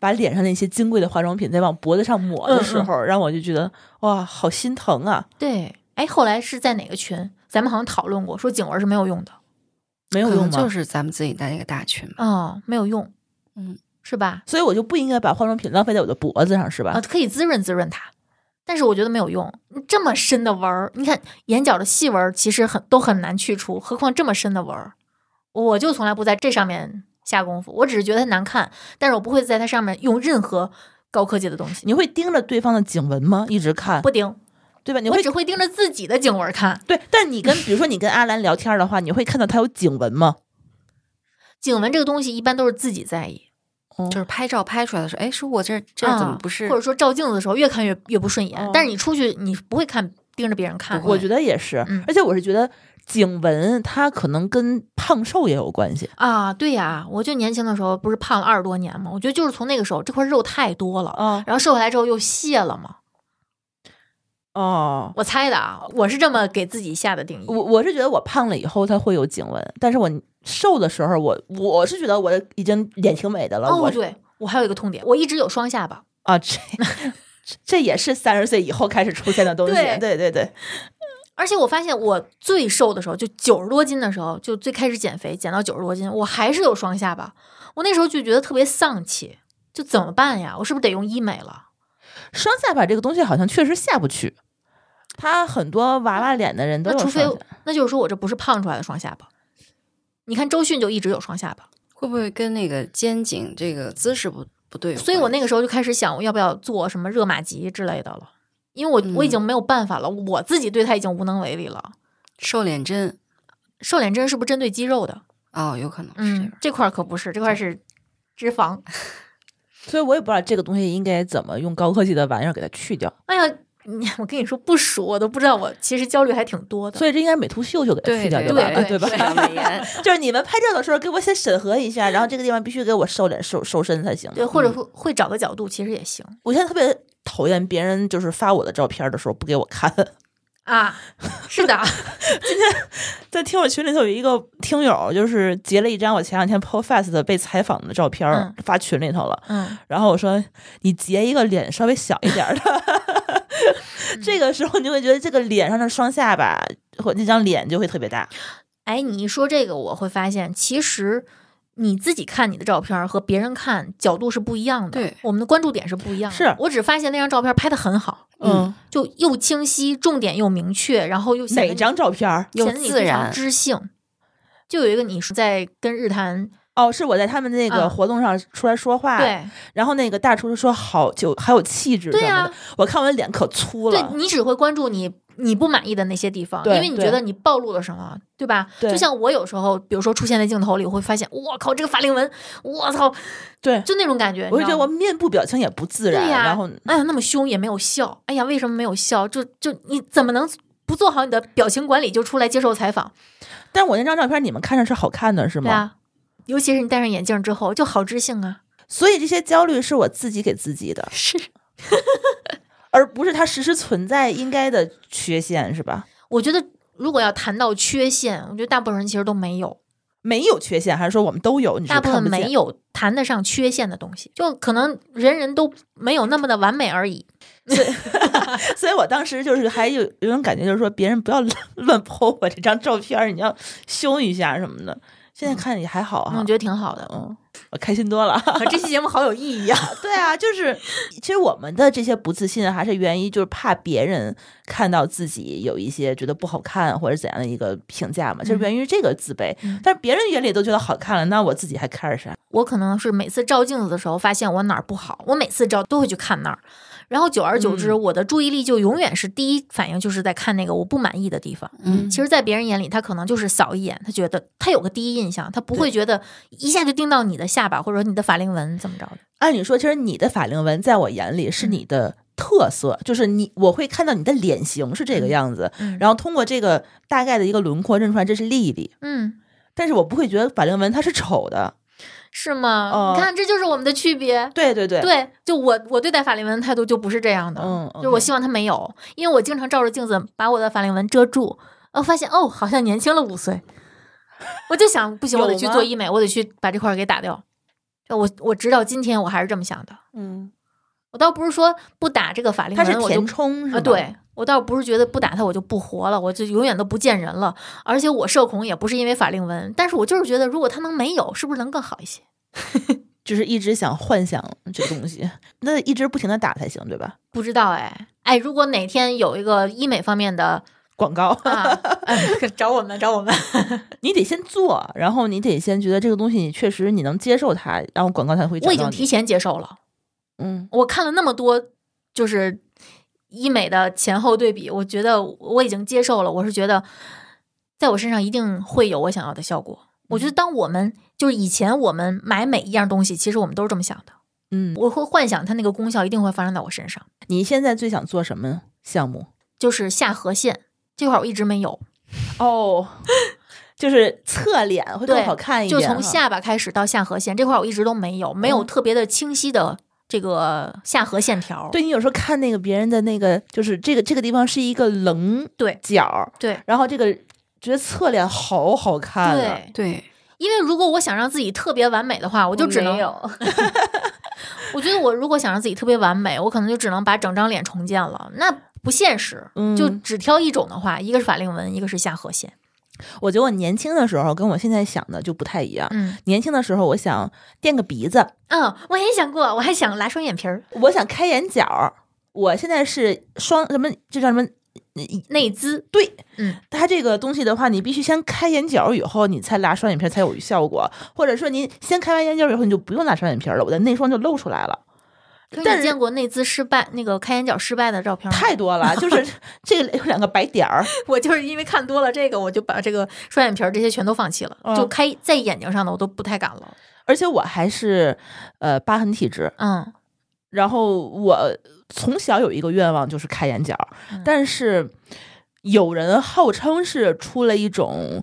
[SPEAKER 2] 把脸上那些金贵的化妆品再往脖子上抹
[SPEAKER 4] 嗯
[SPEAKER 2] 的时候，让我就觉得哇，好心疼啊！
[SPEAKER 3] 对，哎，后来是在哪个群？咱们好像讨论过，说颈纹是没有用的，
[SPEAKER 2] 没有
[SPEAKER 4] 可
[SPEAKER 2] 用
[SPEAKER 4] 能
[SPEAKER 2] 吗？
[SPEAKER 4] 就是咱们自己的那个大群吧。
[SPEAKER 3] 哦，没有用，
[SPEAKER 4] 嗯，
[SPEAKER 3] 是吧？
[SPEAKER 2] 所以我就不应该把化妆品浪费在我的脖子上，是吧？
[SPEAKER 3] 啊，可以滋润滋润它，但是我觉得没有用。这么深的纹儿，你看眼角的细纹儿其实很都很难去除，何况这么深的纹儿，我就从来不在这上面下功夫。我只是觉得它难看，但是我不会在它上面用任何高科技的东西，
[SPEAKER 2] 你会盯着对方的颈纹吗？一直看，
[SPEAKER 3] 不盯，
[SPEAKER 2] 对吧？你
[SPEAKER 3] 我
[SPEAKER 2] 会
[SPEAKER 3] 只会盯着自己的颈纹儿看。
[SPEAKER 2] 对，但是你跟 比如说你跟阿兰聊天的话，你会看到她有颈纹吗？
[SPEAKER 3] 颈纹这个东西一般都是自己在意，
[SPEAKER 4] 就是拍照拍出来的时候，哎，说我这这儿怎么不是？
[SPEAKER 3] 啊或者说照镜子的时候越看越越不顺眼，
[SPEAKER 2] 哦
[SPEAKER 3] 但是你出去你不会看盯着别人看，
[SPEAKER 4] 不
[SPEAKER 2] 我
[SPEAKER 4] 会
[SPEAKER 2] 觉得也是，
[SPEAKER 3] 嗯
[SPEAKER 2] 而且我是觉得颈纹它可能跟胖瘦也有关系
[SPEAKER 3] 啊，对呀、我就年轻的时候不是胖了二十多年嘛，我觉得就是从那个时候这块肉太多了，
[SPEAKER 2] 啊
[SPEAKER 3] 然后瘦下来之后又卸了嘛，
[SPEAKER 2] 哦。
[SPEAKER 3] 我猜的啊，我是这么给自己下的定义。
[SPEAKER 2] 我我是觉得我胖了以后它会有颈纹，但是我瘦的时候我我是觉得我已经脸挺美的了，
[SPEAKER 3] 哦，
[SPEAKER 2] 我
[SPEAKER 3] 对，我还有一个痛点，我一直有双下巴，
[SPEAKER 2] 啊这 这这也是三十岁以后开始出现的东西，
[SPEAKER 3] 对
[SPEAKER 2] 对对对，
[SPEAKER 3] 而且我发现我最瘦的时候，就九十多斤的时候，就最开始减肥，减到九十多斤，我还是有双下巴，我那时候就觉得特别丧气，就怎么办呀？我是不是得用医美了？
[SPEAKER 2] 双下巴这个东西好像确实下不去，它很多娃娃脸的人都
[SPEAKER 3] 那
[SPEAKER 2] 有
[SPEAKER 3] 除
[SPEAKER 2] 双
[SPEAKER 3] 非
[SPEAKER 2] 下巴。
[SPEAKER 3] 那就是说我这不是胖出来的双下巴。你看周迅就一直有双下巴，
[SPEAKER 4] 会不会跟那个肩颈这个姿势不不对有关？
[SPEAKER 3] 所以我那个时候就开始想，我要不要做什么热玛吉之类的了？因为我、我
[SPEAKER 4] 嗯
[SPEAKER 3] 已经没有办法了，我自己对它已经无能为力了。
[SPEAKER 4] 瘦脸针
[SPEAKER 3] 瘦脸针是不是针对肌肉的？
[SPEAKER 4] 哦，有可能是这
[SPEAKER 3] 嗯
[SPEAKER 4] 样。，
[SPEAKER 3] 这块儿可不是，这块儿是脂肪。
[SPEAKER 2] 所以我也不知道这个东西应该怎么用高科技的玩意儿给它去掉，
[SPEAKER 3] 哎呀，你我跟你说不熟，我都不知道我其实焦虑还挺多的。
[SPEAKER 2] 所以这应该美图秀秀给它嗯去
[SPEAKER 4] 对
[SPEAKER 2] 掉
[SPEAKER 4] 对
[SPEAKER 2] 就完了，
[SPEAKER 4] 对
[SPEAKER 2] 吧？
[SPEAKER 4] 是啊美颜
[SPEAKER 2] 就是你们拍照的时候给我先审核一下，然后这个地方必须给我瘦脸瘦瘦身才行。啊
[SPEAKER 3] 对，
[SPEAKER 4] 嗯
[SPEAKER 3] 或者会会找个角度，其实也行
[SPEAKER 2] 我现在特别讨厌别人就是发我的照片的时候不给我看。
[SPEAKER 3] 啊。是的，
[SPEAKER 2] 在听友群里头有一个听友就是截了一张我前两天 PO Fast 被采访的照片、
[SPEAKER 3] 嗯
[SPEAKER 2] 发群里头了，
[SPEAKER 3] 嗯，
[SPEAKER 2] 然后我说你截一个脸稍微小一点 儿的， 这个时候你就会觉得这个脸上的双下巴和那张脸就会特别大。
[SPEAKER 3] 哎，你一说这个，我会发现其实你自己看你的照片儿和别人看角度是不一样的，
[SPEAKER 4] 对
[SPEAKER 3] 我们的关注点是不一样的。
[SPEAKER 2] 是
[SPEAKER 3] 我只发现那张照片拍的很好，
[SPEAKER 2] 嗯，
[SPEAKER 3] 就又清晰，重点又明确，然后又显得
[SPEAKER 2] 哪
[SPEAKER 3] 你
[SPEAKER 2] 张照片儿？
[SPEAKER 4] 又
[SPEAKER 3] 显得你
[SPEAKER 4] 自
[SPEAKER 3] 非常
[SPEAKER 4] 然
[SPEAKER 3] 知性。就有一个你是在跟日坛
[SPEAKER 2] 哦，是我在他们那个
[SPEAKER 3] 啊
[SPEAKER 2] 活动上出来说话，
[SPEAKER 3] 对
[SPEAKER 2] 然后那个大厨就说好就还有气质什么
[SPEAKER 3] 对啊
[SPEAKER 2] 的，我看我脸可粗
[SPEAKER 3] 对嗯
[SPEAKER 2] 了，，
[SPEAKER 3] 你只会关注你你不满意的那些地方，因
[SPEAKER 2] 对
[SPEAKER 3] 为你
[SPEAKER 2] 对
[SPEAKER 3] 觉得你暴露了什么，对吧？
[SPEAKER 2] 对
[SPEAKER 3] 就像我有时候，比如说出现在镜头里，我会发现，我靠，这个法令纹，我操，
[SPEAKER 2] 对，
[SPEAKER 3] 就那种感觉。你
[SPEAKER 2] 我
[SPEAKER 3] 知
[SPEAKER 2] 就觉
[SPEAKER 3] 道
[SPEAKER 2] 得
[SPEAKER 3] 吗
[SPEAKER 2] 我面部表情也不自然，
[SPEAKER 3] 对呀、
[SPEAKER 2] 然后
[SPEAKER 3] 哎呀，那么凶也没有笑，哎呀，为什么没有笑？就就你怎么能不做好你的表情管理就出来接受采访？
[SPEAKER 2] 但我那张照片你们看着是好看的是
[SPEAKER 3] 对
[SPEAKER 2] 吗？
[SPEAKER 3] 啊，尤其是你戴上眼镜之后，就好知性啊。
[SPEAKER 2] 所以这些焦虑是我自己给自己的，
[SPEAKER 3] 是，
[SPEAKER 2] 而不是它实时存在应该的缺陷是吧？
[SPEAKER 3] 我觉得如果要谈到缺陷，我觉得大部分人其实都没有，
[SPEAKER 2] 没有缺陷还是说我们都有？你只
[SPEAKER 3] 大
[SPEAKER 2] 是
[SPEAKER 3] 部
[SPEAKER 2] 看
[SPEAKER 3] 分
[SPEAKER 2] 不见
[SPEAKER 3] 没有谈得上缺陷的东西，就可能人人都没有那么的完美而已。
[SPEAKER 2] 所以我当时就是还有 有种感觉，就是说别人不要乱乱泼我这张照片儿，你要凶一下什么的。现在看也还好哈、
[SPEAKER 3] 我觉得挺好的。
[SPEAKER 2] 嗯，我开心多了。
[SPEAKER 3] 啊这期节目好有意义啊！
[SPEAKER 2] 对啊，就是 其实我们的这些不自信，还是源于就是怕别人看到自己有一些觉得不好看或者怎样的一个评价嘛，就是源于这个自卑。
[SPEAKER 3] 嗯
[SPEAKER 2] 但是别人眼里都觉得好看了，那我自己还 care 啥？
[SPEAKER 3] 我可能是每次照镜子的时候，发现我哪儿不好，我每次照都会去看那儿，然后久而久之，我的注意力就永远是第一反应就是在看那个我不满意的地方。
[SPEAKER 4] 嗯
[SPEAKER 3] 其实，在别人眼里，他可能就是扫一眼，他觉得他有个第一印象，他不会觉得一下就盯到你的下巴或者你的法令纹怎么着的。
[SPEAKER 2] 按理说，其实你的法令纹在我眼里是你的特色，就是你我会看到你的脸型是这个样子，
[SPEAKER 3] 嗯
[SPEAKER 2] 然后通过这个大概的一个轮廓认出来这是丽丽，
[SPEAKER 3] 嗯，
[SPEAKER 2] 但是我不会觉得法令纹它是丑的。
[SPEAKER 3] 是吗？
[SPEAKER 2] 哦
[SPEAKER 3] 你看，这就是我们的区别。
[SPEAKER 2] 对对对，
[SPEAKER 3] 对，就我我对待法令纹的态度就不是这样的，
[SPEAKER 2] 嗯
[SPEAKER 3] 就是我
[SPEAKER 2] OK
[SPEAKER 3] 希望他没有，因为我经常照着镜子把我的法令纹遮住，呃，发现哦，好像年轻了五岁，我就想不行，我得
[SPEAKER 2] 有
[SPEAKER 3] 去
[SPEAKER 2] 吗
[SPEAKER 3] 做医美，我得去把这块儿给打掉。就我我直到今天我还是这么想的，
[SPEAKER 2] 嗯，
[SPEAKER 3] 我倒不是说不打这个法令
[SPEAKER 2] 它是
[SPEAKER 3] 纹我就
[SPEAKER 2] 填充是
[SPEAKER 3] 啊，
[SPEAKER 2] 吗
[SPEAKER 3] 对我倒不是觉得不打它我就不活了，我就永远都不见人了，而且我社恐也不是因为法令纹，但是我就是觉得如果它能没有，是不是能更好一些？
[SPEAKER 2] 就是一直想幻想这个东西，那一直不停的打才行，对吧？
[SPEAKER 3] 不知道哎哎，如果哪天有一个医美方面的
[SPEAKER 2] 广 告，
[SPEAKER 3] 啊， 哎找我们，找我们。
[SPEAKER 2] 你得先做，然后你得先觉得这个东西你确实你能接受它，然后广告才会找到
[SPEAKER 3] 我已
[SPEAKER 2] 你。
[SPEAKER 3] 经提前接受了，
[SPEAKER 2] 嗯，
[SPEAKER 3] 我看了那么多，就是医美的前后对比，我觉得我已经接受了。我是觉得，在我身上一定会有我想要的效果。我觉
[SPEAKER 2] 嗯
[SPEAKER 3] 得，当我们就是以前我们买每一样东西，其实我们都是这么想的，
[SPEAKER 2] 嗯，
[SPEAKER 3] 我会幻想它那个功效一定会发生在我身上。
[SPEAKER 2] 你现在最想做什么项目？
[SPEAKER 3] 就是下颌线这块儿我一直没有，
[SPEAKER 2] 哦， 就是侧脸会更
[SPEAKER 3] 对
[SPEAKER 2] 好看一
[SPEAKER 3] 就
[SPEAKER 2] 点，
[SPEAKER 3] 从
[SPEAKER 2] 哈
[SPEAKER 3] 下巴开始到下颌线这块儿我一直都没有，没有
[SPEAKER 2] 嗯
[SPEAKER 3] 特别的清晰的这个下颌线条。
[SPEAKER 2] 对你有时候看那个别人的那个，就是这个这个地方是一个棱
[SPEAKER 3] 对
[SPEAKER 2] 角，
[SPEAKER 3] 对
[SPEAKER 2] 然后这个觉得侧脸好好看、啊，
[SPEAKER 3] 对，
[SPEAKER 4] 对，
[SPEAKER 3] 因为如果我想让自己特别完美的话，我就只 能
[SPEAKER 4] 没有
[SPEAKER 3] 我觉得我如果想让自己特别完美，我可能就只能把整张脸重建了，那不现实。
[SPEAKER 2] 嗯
[SPEAKER 3] 就只挑一种的话，一个是法令纹，一个是下颌线。
[SPEAKER 2] 我觉得我年轻的时候跟我现在想的就不太一样。
[SPEAKER 3] 嗯
[SPEAKER 2] 年轻的时候，我想垫个鼻子，
[SPEAKER 3] 嗯，我也想过，我还想拉双眼皮儿、
[SPEAKER 2] 我想开眼角。我现在是双什么？这叫什么？
[SPEAKER 3] 内眦。
[SPEAKER 2] 对，
[SPEAKER 3] 嗯，
[SPEAKER 2] 它这个东西的话，你必须先开眼角以后，你才拉双眼皮儿才有效果，或者说您先开完眼角以后，你就不用拉双眼皮儿了，我的内双就露出来了。
[SPEAKER 3] 可
[SPEAKER 2] 但
[SPEAKER 3] 是
[SPEAKER 2] 是
[SPEAKER 3] 你见过内眦失败、那个开眼角失败的照片吗？
[SPEAKER 2] 太多了，就是这个有两个白点儿，
[SPEAKER 3] 我就是因为看多了这个，我就把这个双眼皮儿这些全都放弃了，
[SPEAKER 2] 嗯
[SPEAKER 3] 就开在眼睛上的我都不太敢了。
[SPEAKER 2] 而且我还是呃疤痕体质，
[SPEAKER 3] 嗯
[SPEAKER 2] 然后我从小有一个愿望就是开眼角，
[SPEAKER 3] 嗯
[SPEAKER 2] 但是有人号称是出了一种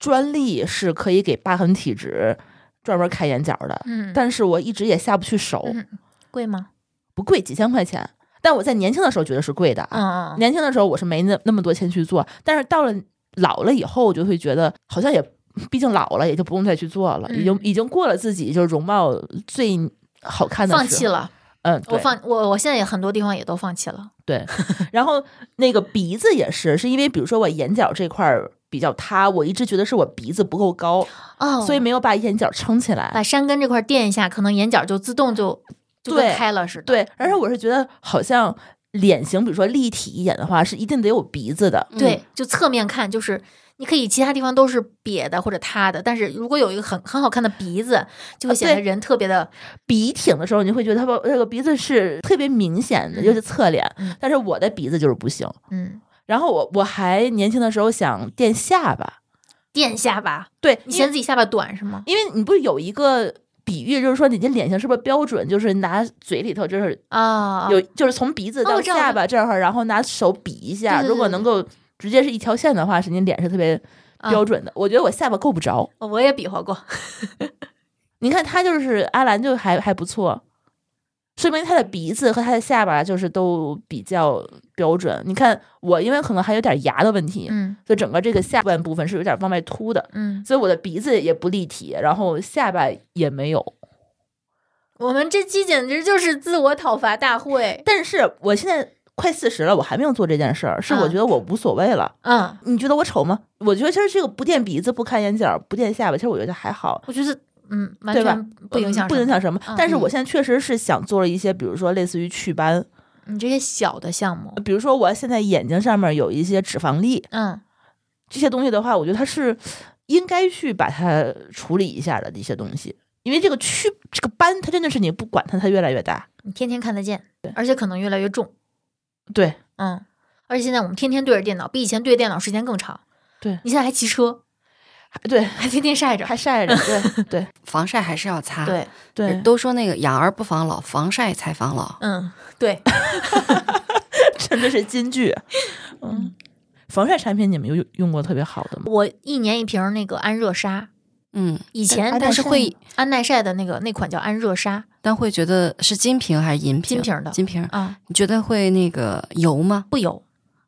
[SPEAKER 2] 专利，是可以给疤痕体质专门开眼角的，
[SPEAKER 3] 嗯，
[SPEAKER 2] 但是我一直也下不去手，
[SPEAKER 3] 嗯贵吗？
[SPEAKER 2] 不贵，几千块钱。但我在年轻的时候觉得是贵的啊，
[SPEAKER 3] 嗯嗯
[SPEAKER 2] 年轻的时候我是没那那么多钱去做，但是到了老了以后，我就会觉得好像也，毕竟老了也就不用再去做了，已经
[SPEAKER 3] 嗯
[SPEAKER 2] 已经过了自己就是容貌最好看
[SPEAKER 3] 嗯，
[SPEAKER 2] 的时
[SPEAKER 3] 放
[SPEAKER 2] 候
[SPEAKER 3] 弃，了。
[SPEAKER 2] 嗯，
[SPEAKER 3] 我
[SPEAKER 2] 对
[SPEAKER 3] 放我我现在也很多地方也都放弃了。
[SPEAKER 2] 对，然后那个鼻子也是，是因为比如说我眼角这块儿比较塌，我一直觉得是我鼻子不够高，
[SPEAKER 3] 哦，
[SPEAKER 2] 所以没有把眼角撑起来。
[SPEAKER 3] 把山根这块垫一下，可能眼角就自动就就跟
[SPEAKER 2] 对
[SPEAKER 3] 开了似的。
[SPEAKER 2] 对，而且我是觉得好像脸型，比如说立体一点的话，是一定得有鼻子的。
[SPEAKER 4] 嗯
[SPEAKER 3] 对，就侧面看，就是你可以其他地方都是瘪的或者塌的，但是如果有一个很很好看的鼻子，就会显得
[SPEAKER 2] 啊对
[SPEAKER 3] 人特别的
[SPEAKER 2] 鼻挺的时候，你会觉得它把这个鼻子是特别明显的，尤其侧脸
[SPEAKER 3] 嗯。
[SPEAKER 2] 但是我的鼻子就是不行。
[SPEAKER 3] 嗯
[SPEAKER 2] 然后我我还年轻的时候想垫下巴，
[SPEAKER 3] 垫下巴。
[SPEAKER 2] 对，
[SPEAKER 3] 你
[SPEAKER 2] 因
[SPEAKER 3] 嫌
[SPEAKER 2] 为
[SPEAKER 3] 自己下巴短是吗？
[SPEAKER 2] 因为你不是有一个比喻，就是说你这脸型是不是标准？就是拿嘴里头就是
[SPEAKER 3] 啊，
[SPEAKER 2] 有就是从鼻子
[SPEAKER 3] 哦
[SPEAKER 2] 到
[SPEAKER 3] 我知道
[SPEAKER 2] 下巴这儿，然后拿手比一下，
[SPEAKER 3] 对对对
[SPEAKER 2] 如果能够直接是一条线的话，是你脸是特别
[SPEAKER 3] 啊
[SPEAKER 2] 标准的。我觉得我下巴够不着。
[SPEAKER 3] 我也比划过。
[SPEAKER 2] 你看他就是阿兰，就还还不错，说明他的鼻子和他的下巴就是都比较标准。你看我，因为可能还有点牙的问题，
[SPEAKER 3] 嗯
[SPEAKER 2] 所以整个这个下半部分是有点往外凸的，
[SPEAKER 3] 嗯，
[SPEAKER 2] 所以我的鼻子也不立体，然后下巴也没有。
[SPEAKER 3] 我们这期简直就是自我讨伐大会。
[SPEAKER 2] 但是我现在快四十了，我还没有做这件事儿，是我
[SPEAKER 3] 嗯
[SPEAKER 2] 觉得我无所谓了。
[SPEAKER 3] 嗯，
[SPEAKER 2] 你觉得我丑吗？我觉得其实这个不垫鼻子、不看眼角、不垫下巴，其实我觉得还好。
[SPEAKER 3] 我觉得嗯，完
[SPEAKER 2] 对吧
[SPEAKER 3] 全不影响，
[SPEAKER 2] 不影响。什么
[SPEAKER 3] 嗯。
[SPEAKER 2] 但是我现在确实是想做了一些，比如说类似于祛斑，
[SPEAKER 3] 你这些小的项目，
[SPEAKER 2] 比如说我现在眼睛上面有一些脂肪粒，
[SPEAKER 3] 嗯
[SPEAKER 2] 这些东西的话，我觉得它是应该去把它处理一下的一些东西，因为这个祛这个斑，它真的是你不管它，它越来越大。
[SPEAKER 3] 你天天看得见，而且可能越来越重，
[SPEAKER 2] 对，
[SPEAKER 3] 嗯。而且现在我们天天对着电脑，比以前对着电脑时间更长。
[SPEAKER 2] 对
[SPEAKER 3] 你现在还骑车，
[SPEAKER 2] 还对，
[SPEAKER 3] 还天天晒着，
[SPEAKER 2] 还晒着， 对对
[SPEAKER 4] 防晒还是要擦。呃
[SPEAKER 3] 对，
[SPEAKER 2] 对，
[SPEAKER 4] 都说那个养儿不防老，防晒才防老。
[SPEAKER 3] 嗯，对，
[SPEAKER 2] 真的是金 句。嗯，防晒产品你们有用过特别好的吗？
[SPEAKER 3] 我一年一瓶那个安热纱，
[SPEAKER 4] 嗯，
[SPEAKER 3] 以前
[SPEAKER 4] 安
[SPEAKER 3] 它
[SPEAKER 4] 耐
[SPEAKER 3] 哎是
[SPEAKER 4] 晒
[SPEAKER 3] 会安耐晒的那个那款叫安热纱
[SPEAKER 4] 但会觉得是金瓶还是银
[SPEAKER 3] 金
[SPEAKER 4] 瓶？
[SPEAKER 3] 瓶的
[SPEAKER 4] 金瓶。
[SPEAKER 3] 啊，
[SPEAKER 4] 你觉得会那个油吗？
[SPEAKER 3] 不油，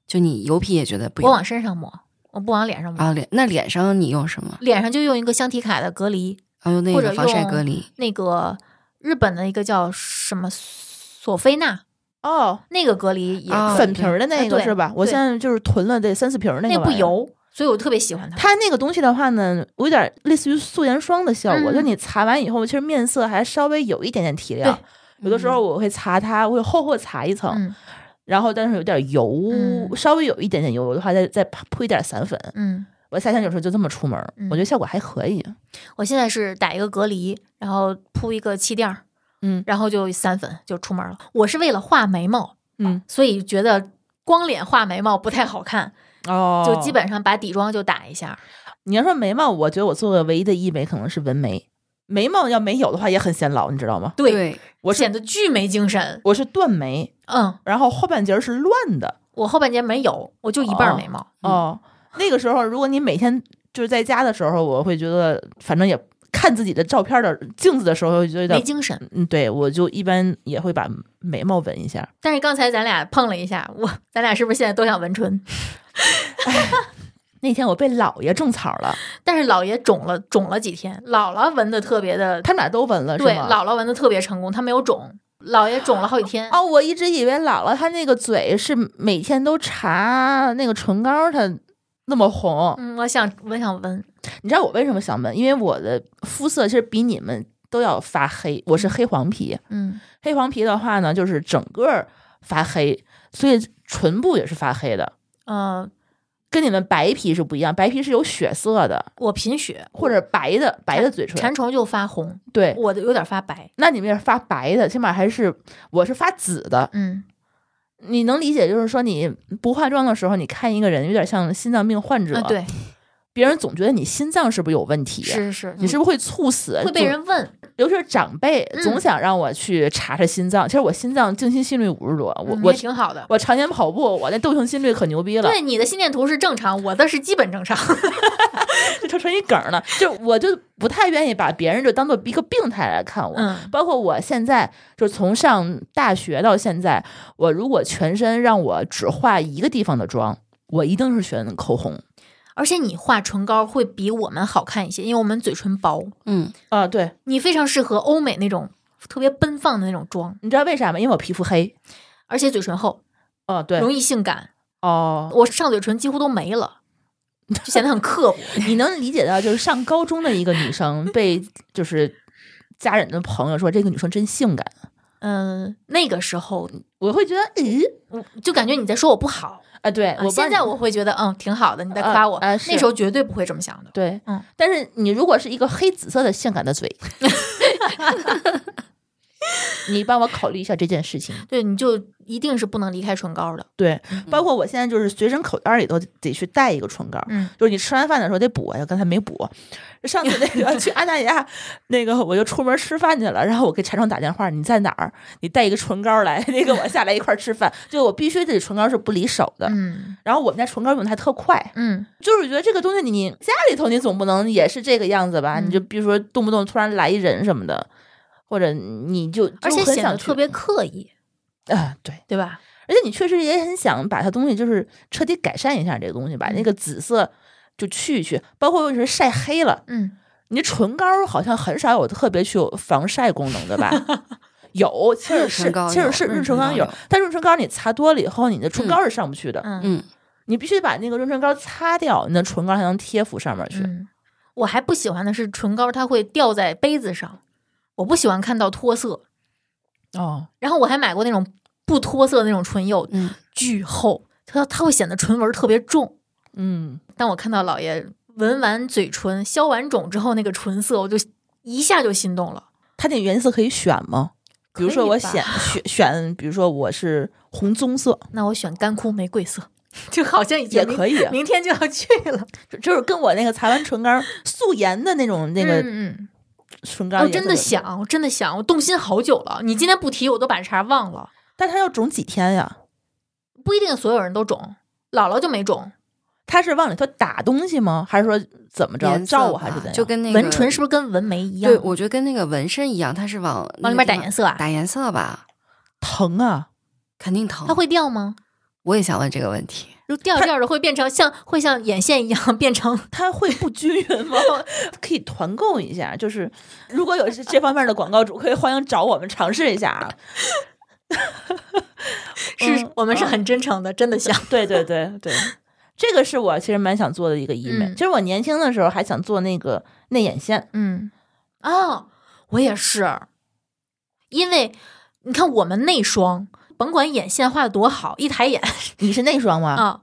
[SPEAKER 4] 就你油皮也觉得不油。
[SPEAKER 3] 我往身上抹，我不往脸上抹，
[SPEAKER 4] 啊，脸那脸上你用什么？
[SPEAKER 3] 脸上就用一个香缇凯的隔离，
[SPEAKER 4] 啊，用那
[SPEAKER 3] 或者
[SPEAKER 4] 个防晒
[SPEAKER 3] 用
[SPEAKER 4] 隔离。
[SPEAKER 3] 那个日本的一个叫什么索菲娜，
[SPEAKER 2] 哦，
[SPEAKER 3] 那个隔离也
[SPEAKER 4] 啊
[SPEAKER 3] 可以
[SPEAKER 2] 粉瓶儿的那
[SPEAKER 3] 啊
[SPEAKER 2] 个
[SPEAKER 3] 对
[SPEAKER 2] 是吧？我
[SPEAKER 3] 对
[SPEAKER 2] 现在就是囤了得三四瓶儿
[SPEAKER 3] 那
[SPEAKER 2] 个
[SPEAKER 3] 个不
[SPEAKER 2] 玩意儿。
[SPEAKER 3] 油，所以我特别喜欢它。嗯
[SPEAKER 2] 它那个东西的话呢，有点类似于素颜霜的效果，
[SPEAKER 3] 嗯
[SPEAKER 2] 就你擦完以后，其实面色还稍微有一点点提亮
[SPEAKER 3] 对。
[SPEAKER 2] 有的时候我会擦它，我会厚厚擦一层，
[SPEAKER 3] 嗯
[SPEAKER 2] 然后但是有点油，
[SPEAKER 3] 嗯
[SPEAKER 2] 稍微有一点点油的话，再再铺一点散粉。
[SPEAKER 3] 嗯，
[SPEAKER 2] 我夏天有时候就这么出门，
[SPEAKER 3] 嗯哦
[SPEAKER 2] 我觉得效果还可以。
[SPEAKER 3] 我现在是打一个隔离，然后铺一个气垫儿，
[SPEAKER 2] 嗯
[SPEAKER 3] 然后就散粉就出门了。我是为了画眉毛，
[SPEAKER 2] 嗯
[SPEAKER 3] 所以觉得光脸画眉毛不太好看，
[SPEAKER 2] 哦
[SPEAKER 3] 就基本上把底妆就打一下。
[SPEAKER 2] 你要说眉毛，我觉得我做的唯一的医美可能是纹眉，眉毛要没有的话也很显老，你知道吗？
[SPEAKER 3] 对，
[SPEAKER 2] 我是
[SPEAKER 3] 显得巨没精神。
[SPEAKER 2] 我是断眉，
[SPEAKER 3] 嗯，
[SPEAKER 2] 然后后半截儿是乱的。
[SPEAKER 3] 我后半截没有，我就一半儿眉毛。
[SPEAKER 4] 嗯
[SPEAKER 2] 哦，那个时候如果你每天就是在家的时候，我会觉得反正也看自己的照片的镜子的时候，会觉得有
[SPEAKER 3] 没
[SPEAKER 2] 点
[SPEAKER 3] 精神，
[SPEAKER 2] 嗯，对我就一般也会把眉毛纹一下。
[SPEAKER 3] 但是刚才咱俩碰了一下，我咱俩是不是现在都想纹唇？
[SPEAKER 2] 那天我被姥爷种草了，
[SPEAKER 3] 但是姥爷肿了，肿了几天，姥姥纹的特别的，
[SPEAKER 2] 他们俩都纹了，是
[SPEAKER 3] 对，
[SPEAKER 2] 吗？
[SPEAKER 3] 姥姥纹的特别成功，他没有肿，姥爷肿了好几天。
[SPEAKER 2] 哦，我一直以为姥姥她那个嘴是每天都搽那个唇膏，她那么红。
[SPEAKER 3] 嗯，我想，我想纹，
[SPEAKER 2] 你知道我为什么想纹？因为我的肤色其实比你们都要发黑，我是黑黄皮。
[SPEAKER 3] 嗯
[SPEAKER 2] 黑黄皮的话呢，就是整个儿发黑，所以唇部也是发黑的，
[SPEAKER 3] 呃，
[SPEAKER 2] 跟你们白皮是不一样。白皮是有血色的，
[SPEAKER 3] 我贫血，
[SPEAKER 2] 或者白的白的嘴
[SPEAKER 3] 馋
[SPEAKER 2] 唇。
[SPEAKER 3] 虫就发红，
[SPEAKER 2] 对，
[SPEAKER 3] 我的有点发白。
[SPEAKER 2] 那你们也是发白的，起码还是我是发紫的。
[SPEAKER 3] 嗯
[SPEAKER 2] 你能理解，就是说你不化妆的时候，你看一个人有点像心脏病患者，
[SPEAKER 3] 啊，，对，
[SPEAKER 2] 别人总觉得你心脏是不是有问题？
[SPEAKER 3] 是是是，
[SPEAKER 2] 你是不是会猝死？
[SPEAKER 3] 会被
[SPEAKER 2] 总
[SPEAKER 3] 人问，
[SPEAKER 2] 尤其是长辈，
[SPEAKER 3] 嗯
[SPEAKER 2] 总想让我去查查心脏。其实我心脏静心心率五十多，我、
[SPEAKER 3] 嗯
[SPEAKER 2] 我
[SPEAKER 3] 也挺好的。
[SPEAKER 2] 我常年跑步，我那窦性心率可牛逼了。
[SPEAKER 3] 对，你的心电图是正常，我的是基本正常。
[SPEAKER 2] 就成成一梗儿了。就我就不太愿意把别人就当做一个病态来看我。
[SPEAKER 3] 嗯
[SPEAKER 2] 包括我现在，就从上大学到现在，我如果全身让我只化一个地方的妆，我一定是选口红。
[SPEAKER 3] 而且你画唇膏会比我们好看一些，因为我们嘴唇薄，
[SPEAKER 4] 嗯，
[SPEAKER 2] 啊，对，
[SPEAKER 3] 你非常适合欧美那种特别奔放的那种妆，
[SPEAKER 2] 你知道为啥吗？因为我皮肤黑。
[SPEAKER 3] 而且嘴唇厚，
[SPEAKER 2] 哦，对，
[SPEAKER 3] 容易性感。
[SPEAKER 2] 哦，
[SPEAKER 3] 我上嘴唇几乎都没了，就显得很刻薄。
[SPEAKER 2] 你能理解到，就是上高中的一个女 生被就是家人的朋友说这个女生真性感，
[SPEAKER 3] 嗯，那个时候
[SPEAKER 2] 我会觉得，咦、
[SPEAKER 3] 我就感觉你在说我不好。
[SPEAKER 2] 啊，对，
[SPEAKER 3] 啊
[SPEAKER 2] 我
[SPEAKER 3] 现在我会觉得，嗯，挺好的，你在夸我。
[SPEAKER 2] 啊啊是
[SPEAKER 3] 那时候绝对不会这么想的。
[SPEAKER 2] 对，
[SPEAKER 3] 嗯，
[SPEAKER 2] 但是你如果是一个黑紫色的性感的 嘴，你帮我考虑一下这件事情。嗯
[SPEAKER 3] 对，你就一定是不能离开唇膏的。
[SPEAKER 2] 对，包括我现在就是随身口袋里头得去带一个唇膏，
[SPEAKER 3] 嗯
[SPEAKER 2] 就是你吃完饭的时候得补啊呀，刚才没补。上次那 个去阿那亚，那个我就出门吃饭去了，然后我给馋虫打电话，你在哪儿？你带一个唇膏来，那个我下来一块儿吃饭。就我必须得唇膏是不离手的，
[SPEAKER 3] 嗯
[SPEAKER 2] 然后我们家唇膏用的还特快，
[SPEAKER 3] 嗯，
[SPEAKER 2] 就是觉得这个东西你，你家里头你总不能也是这个样子吧？
[SPEAKER 3] 嗯
[SPEAKER 2] 你就比如说动不动突然来一人什么的，或者你就
[SPEAKER 3] 而且
[SPEAKER 2] 就很
[SPEAKER 3] 显得
[SPEAKER 2] 想去
[SPEAKER 3] 特别刻意，
[SPEAKER 2] 啊、对，
[SPEAKER 3] 对吧？
[SPEAKER 2] 而且你确实也很想把它东西就是彻底改善一下这个东西，把
[SPEAKER 3] 嗯
[SPEAKER 2] 那个紫色就去一去，包括有时候晒黑了，
[SPEAKER 3] 嗯，
[SPEAKER 2] 你唇膏好像很少有特别具有防晒功能的吧？有，其实
[SPEAKER 4] 润
[SPEAKER 2] 是
[SPEAKER 4] 唇膏
[SPEAKER 2] 其实
[SPEAKER 4] 有
[SPEAKER 3] 嗯
[SPEAKER 2] 是润
[SPEAKER 4] 润
[SPEAKER 2] 唇
[SPEAKER 4] 唇
[SPEAKER 2] 膏
[SPEAKER 4] 膏
[SPEAKER 2] 有
[SPEAKER 4] 有，
[SPEAKER 2] 但润唇膏你擦多了以后，你的唇
[SPEAKER 4] 嗯
[SPEAKER 2] 膏是上不去的，
[SPEAKER 3] 嗯
[SPEAKER 4] 嗯，
[SPEAKER 2] 你必须把那个润唇膏擦掉，你的唇膏才能贴附上面去。
[SPEAKER 3] 嗯，我还不喜欢的是唇膏，它会掉在杯子上，我不喜欢看到脱色。
[SPEAKER 2] 哦，
[SPEAKER 3] 然后我还买过那种不脱色的那种唇釉，
[SPEAKER 4] 嗯，
[SPEAKER 3] 巨厚，它它会显得唇纹特别重。
[SPEAKER 2] 嗯，
[SPEAKER 3] 当我看到姥爷纹完嘴唇、消完肿之后那个唇色，我就一下就心动了。
[SPEAKER 2] 它那个颜色可以选吗？比如
[SPEAKER 3] 可
[SPEAKER 2] 说
[SPEAKER 3] 以
[SPEAKER 2] 我
[SPEAKER 3] 吧
[SPEAKER 2] 选选 选，比如说我是红棕色
[SPEAKER 3] 那我选干枯玫瑰色，就好像已经
[SPEAKER 2] 也可以，啊
[SPEAKER 3] 明天就要去了。
[SPEAKER 2] 就就是跟我那个擦完唇膏素颜的那种 那个
[SPEAKER 3] 嗯嗯，
[SPEAKER 2] 唇
[SPEAKER 3] 嗯
[SPEAKER 2] 膏，
[SPEAKER 3] 我真的，想，我真的想，我动心好久了。你今天不提，我都把这茬忘了。
[SPEAKER 2] 但它要肿几天呀？
[SPEAKER 3] 不一定所有人都肿，姥姥就没肿。
[SPEAKER 2] 它是往里头打东西吗？还是说怎么着
[SPEAKER 4] 颜色
[SPEAKER 2] 照我
[SPEAKER 4] 吧
[SPEAKER 2] 还是怎样？
[SPEAKER 4] 就跟那个
[SPEAKER 3] 纹唇是不是跟纹眉一样？
[SPEAKER 4] 对，我觉得跟那个纹身一样，它是往
[SPEAKER 3] 往里面打颜
[SPEAKER 4] 色，
[SPEAKER 3] 色啊？
[SPEAKER 4] 打颜色吧，
[SPEAKER 2] 疼啊！
[SPEAKER 4] 肯定疼。
[SPEAKER 3] 它，会掉吗？
[SPEAKER 4] 我也想问这个问题。
[SPEAKER 3] 就掉着掉着会变成像会像眼线一样 变成
[SPEAKER 2] 它会不均匀 吗？可以团购一下，就是如果有这这方面的广告主，可以欢迎找我们尝试一下 啊。
[SPEAKER 3] 是、
[SPEAKER 2] 嗯
[SPEAKER 3] 我们是
[SPEAKER 2] 嗯
[SPEAKER 3] 很真诚的，真 的想。
[SPEAKER 2] 对对对对，这个是我其实蛮想做的一个医美。
[SPEAKER 3] 嗯
[SPEAKER 2] 其实我年轻的时候还想做那个内眼线，
[SPEAKER 3] 嗯，哦，我也是，因为你看我们内双，甭管眼线画的多好，一抬眼
[SPEAKER 2] 你是内双吗？
[SPEAKER 3] 啊，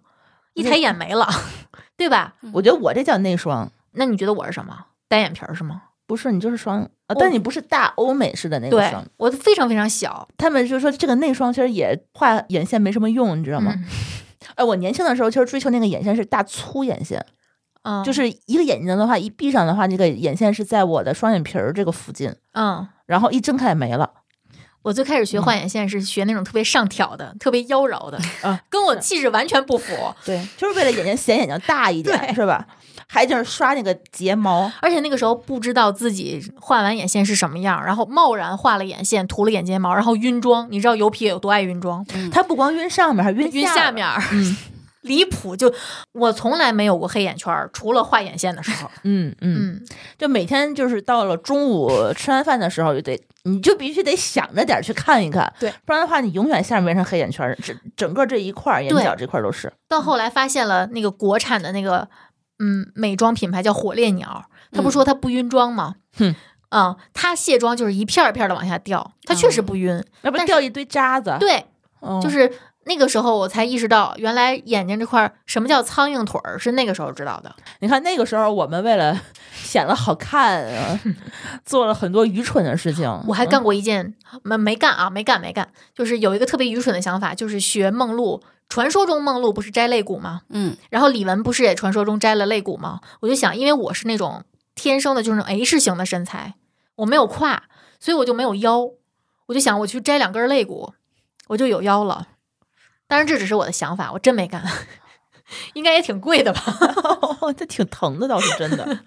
[SPEAKER 3] 一抬眼没了， 对吧？
[SPEAKER 2] 我觉得我这叫内双，
[SPEAKER 3] 那你觉得我是什么？单眼皮儿是吗？
[SPEAKER 2] 不是你就是双啊，但你不是大欧美式的那个
[SPEAKER 3] 对
[SPEAKER 2] 双。，
[SPEAKER 3] 我非常非常小，
[SPEAKER 2] 他们就说这个内双其实也画眼线没什么用，你知道吗？
[SPEAKER 3] 嗯
[SPEAKER 2] 哎，我年轻的时候其实追求那个眼线是大粗眼线，
[SPEAKER 3] 嗯，
[SPEAKER 2] 就是一个眼睛的话，一闭上的话，那个眼线是在我的双眼皮儿这个附近，
[SPEAKER 3] 嗯。
[SPEAKER 2] 然后一睁开也没了。
[SPEAKER 3] 我最开始
[SPEAKER 2] 嗯
[SPEAKER 3] 学画眼线是学那种特别上挑的、特别妖娆的，
[SPEAKER 2] 啊
[SPEAKER 3] 跟我气质完全不符。
[SPEAKER 2] 对，就是为了眼睛显眼睛大一点，
[SPEAKER 3] 对嗯
[SPEAKER 2] 是吧？还就是刷那个睫毛，
[SPEAKER 3] 而且那个时候不知道自己画完眼线是什么样，然后贸然画了眼线，涂了眼睫毛，然后晕妆。你知道油皮有多爱晕妆，
[SPEAKER 2] 它不光晕上面，还晕
[SPEAKER 3] 晕下
[SPEAKER 2] 下。
[SPEAKER 3] 面儿、
[SPEAKER 2] 嗯
[SPEAKER 3] 离谱。就我从来没有过黑眼圈儿，除了画眼线的时候。
[SPEAKER 2] 嗯嗯，
[SPEAKER 3] 嗯，
[SPEAKER 2] 就每天就是到了中午吃完饭的时候，就得你就必须得想着点儿去看一看，
[SPEAKER 3] 对，
[SPEAKER 2] 不然的话你永远下面变成黑眼圈儿，整整个这一块儿眼
[SPEAKER 3] 对
[SPEAKER 2] 角这块儿都是。
[SPEAKER 3] 到后来发现了那个国产的那个嗯美妆品牌叫火烈鸟，他不
[SPEAKER 4] 嗯
[SPEAKER 3] 说他不晕妆吗？
[SPEAKER 2] 哼
[SPEAKER 3] 嗯，它卸妆就是一片儿一片儿的往下掉，它确实不晕。
[SPEAKER 2] 要不然
[SPEAKER 3] 但是
[SPEAKER 2] 掉一堆渣子，
[SPEAKER 3] 对，
[SPEAKER 2] 嗯，
[SPEAKER 3] 就是那个时候我才意识到，原来眼睛这块儿什么叫苍蝇腿儿，是那个时候知道的。
[SPEAKER 2] 你看那个时候，我们为了 显得好看 啊，做了很多愚蠢的事情。
[SPEAKER 3] 我还干
[SPEAKER 2] 嗯
[SPEAKER 3] 过一件没没干啊，没干没干，就是有一个特别愚蠢的想法，就是学梦露。传说中梦露不是摘肋骨吗？
[SPEAKER 4] 嗯，
[SPEAKER 3] 然后李玟不是也传说中摘了肋骨吗？我就想，因为我是那种天生的就是那种 H 型的身材，我没有胯，所以我就没有腰。我就想，我去摘两根肋骨，我就有腰了。当然，这只是我的想法，我真没干， 应该也挺贵的吧？
[SPEAKER 2] 嗯 这挺疼的，倒是真的。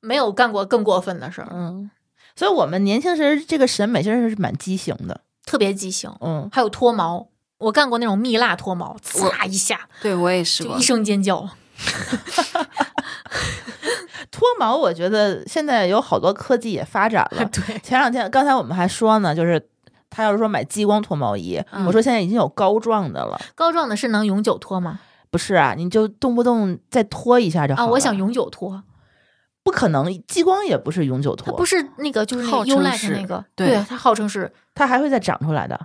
[SPEAKER 3] 没有干过更过分的事儿，
[SPEAKER 2] 嗯，所以我们年轻时这个审美其实是蛮畸形的。
[SPEAKER 3] 特别畸形。
[SPEAKER 2] 嗯，
[SPEAKER 3] 还有脱毛，我干过那种蜜蜡脱毛，呲一下
[SPEAKER 4] 对我也试
[SPEAKER 3] 就
[SPEAKER 4] 过
[SPEAKER 3] 一。声尖叫。
[SPEAKER 2] 脱毛，我觉得现在有好多科技也发展了。
[SPEAKER 3] 对，
[SPEAKER 2] 前两天，刚才我们还说呢，就是他要是说买激光脱毛仪，
[SPEAKER 4] 嗯
[SPEAKER 2] 我说现在已经有膏状的了，
[SPEAKER 3] 膏状的是能永久脱吗？
[SPEAKER 2] 不是啊？你就动不动再脱一下就好
[SPEAKER 3] 啊，
[SPEAKER 2] 了。
[SPEAKER 3] 我想永久脱，
[SPEAKER 2] 不可能，激光也不是永久
[SPEAKER 3] 它
[SPEAKER 2] 脱，
[SPEAKER 3] 啊不是那个就是那
[SPEAKER 4] 号
[SPEAKER 3] 个
[SPEAKER 4] 称
[SPEAKER 3] U l i g
[SPEAKER 4] 是
[SPEAKER 3] 那个，
[SPEAKER 4] 对
[SPEAKER 3] 它号称是。
[SPEAKER 2] 它还会再长出来的。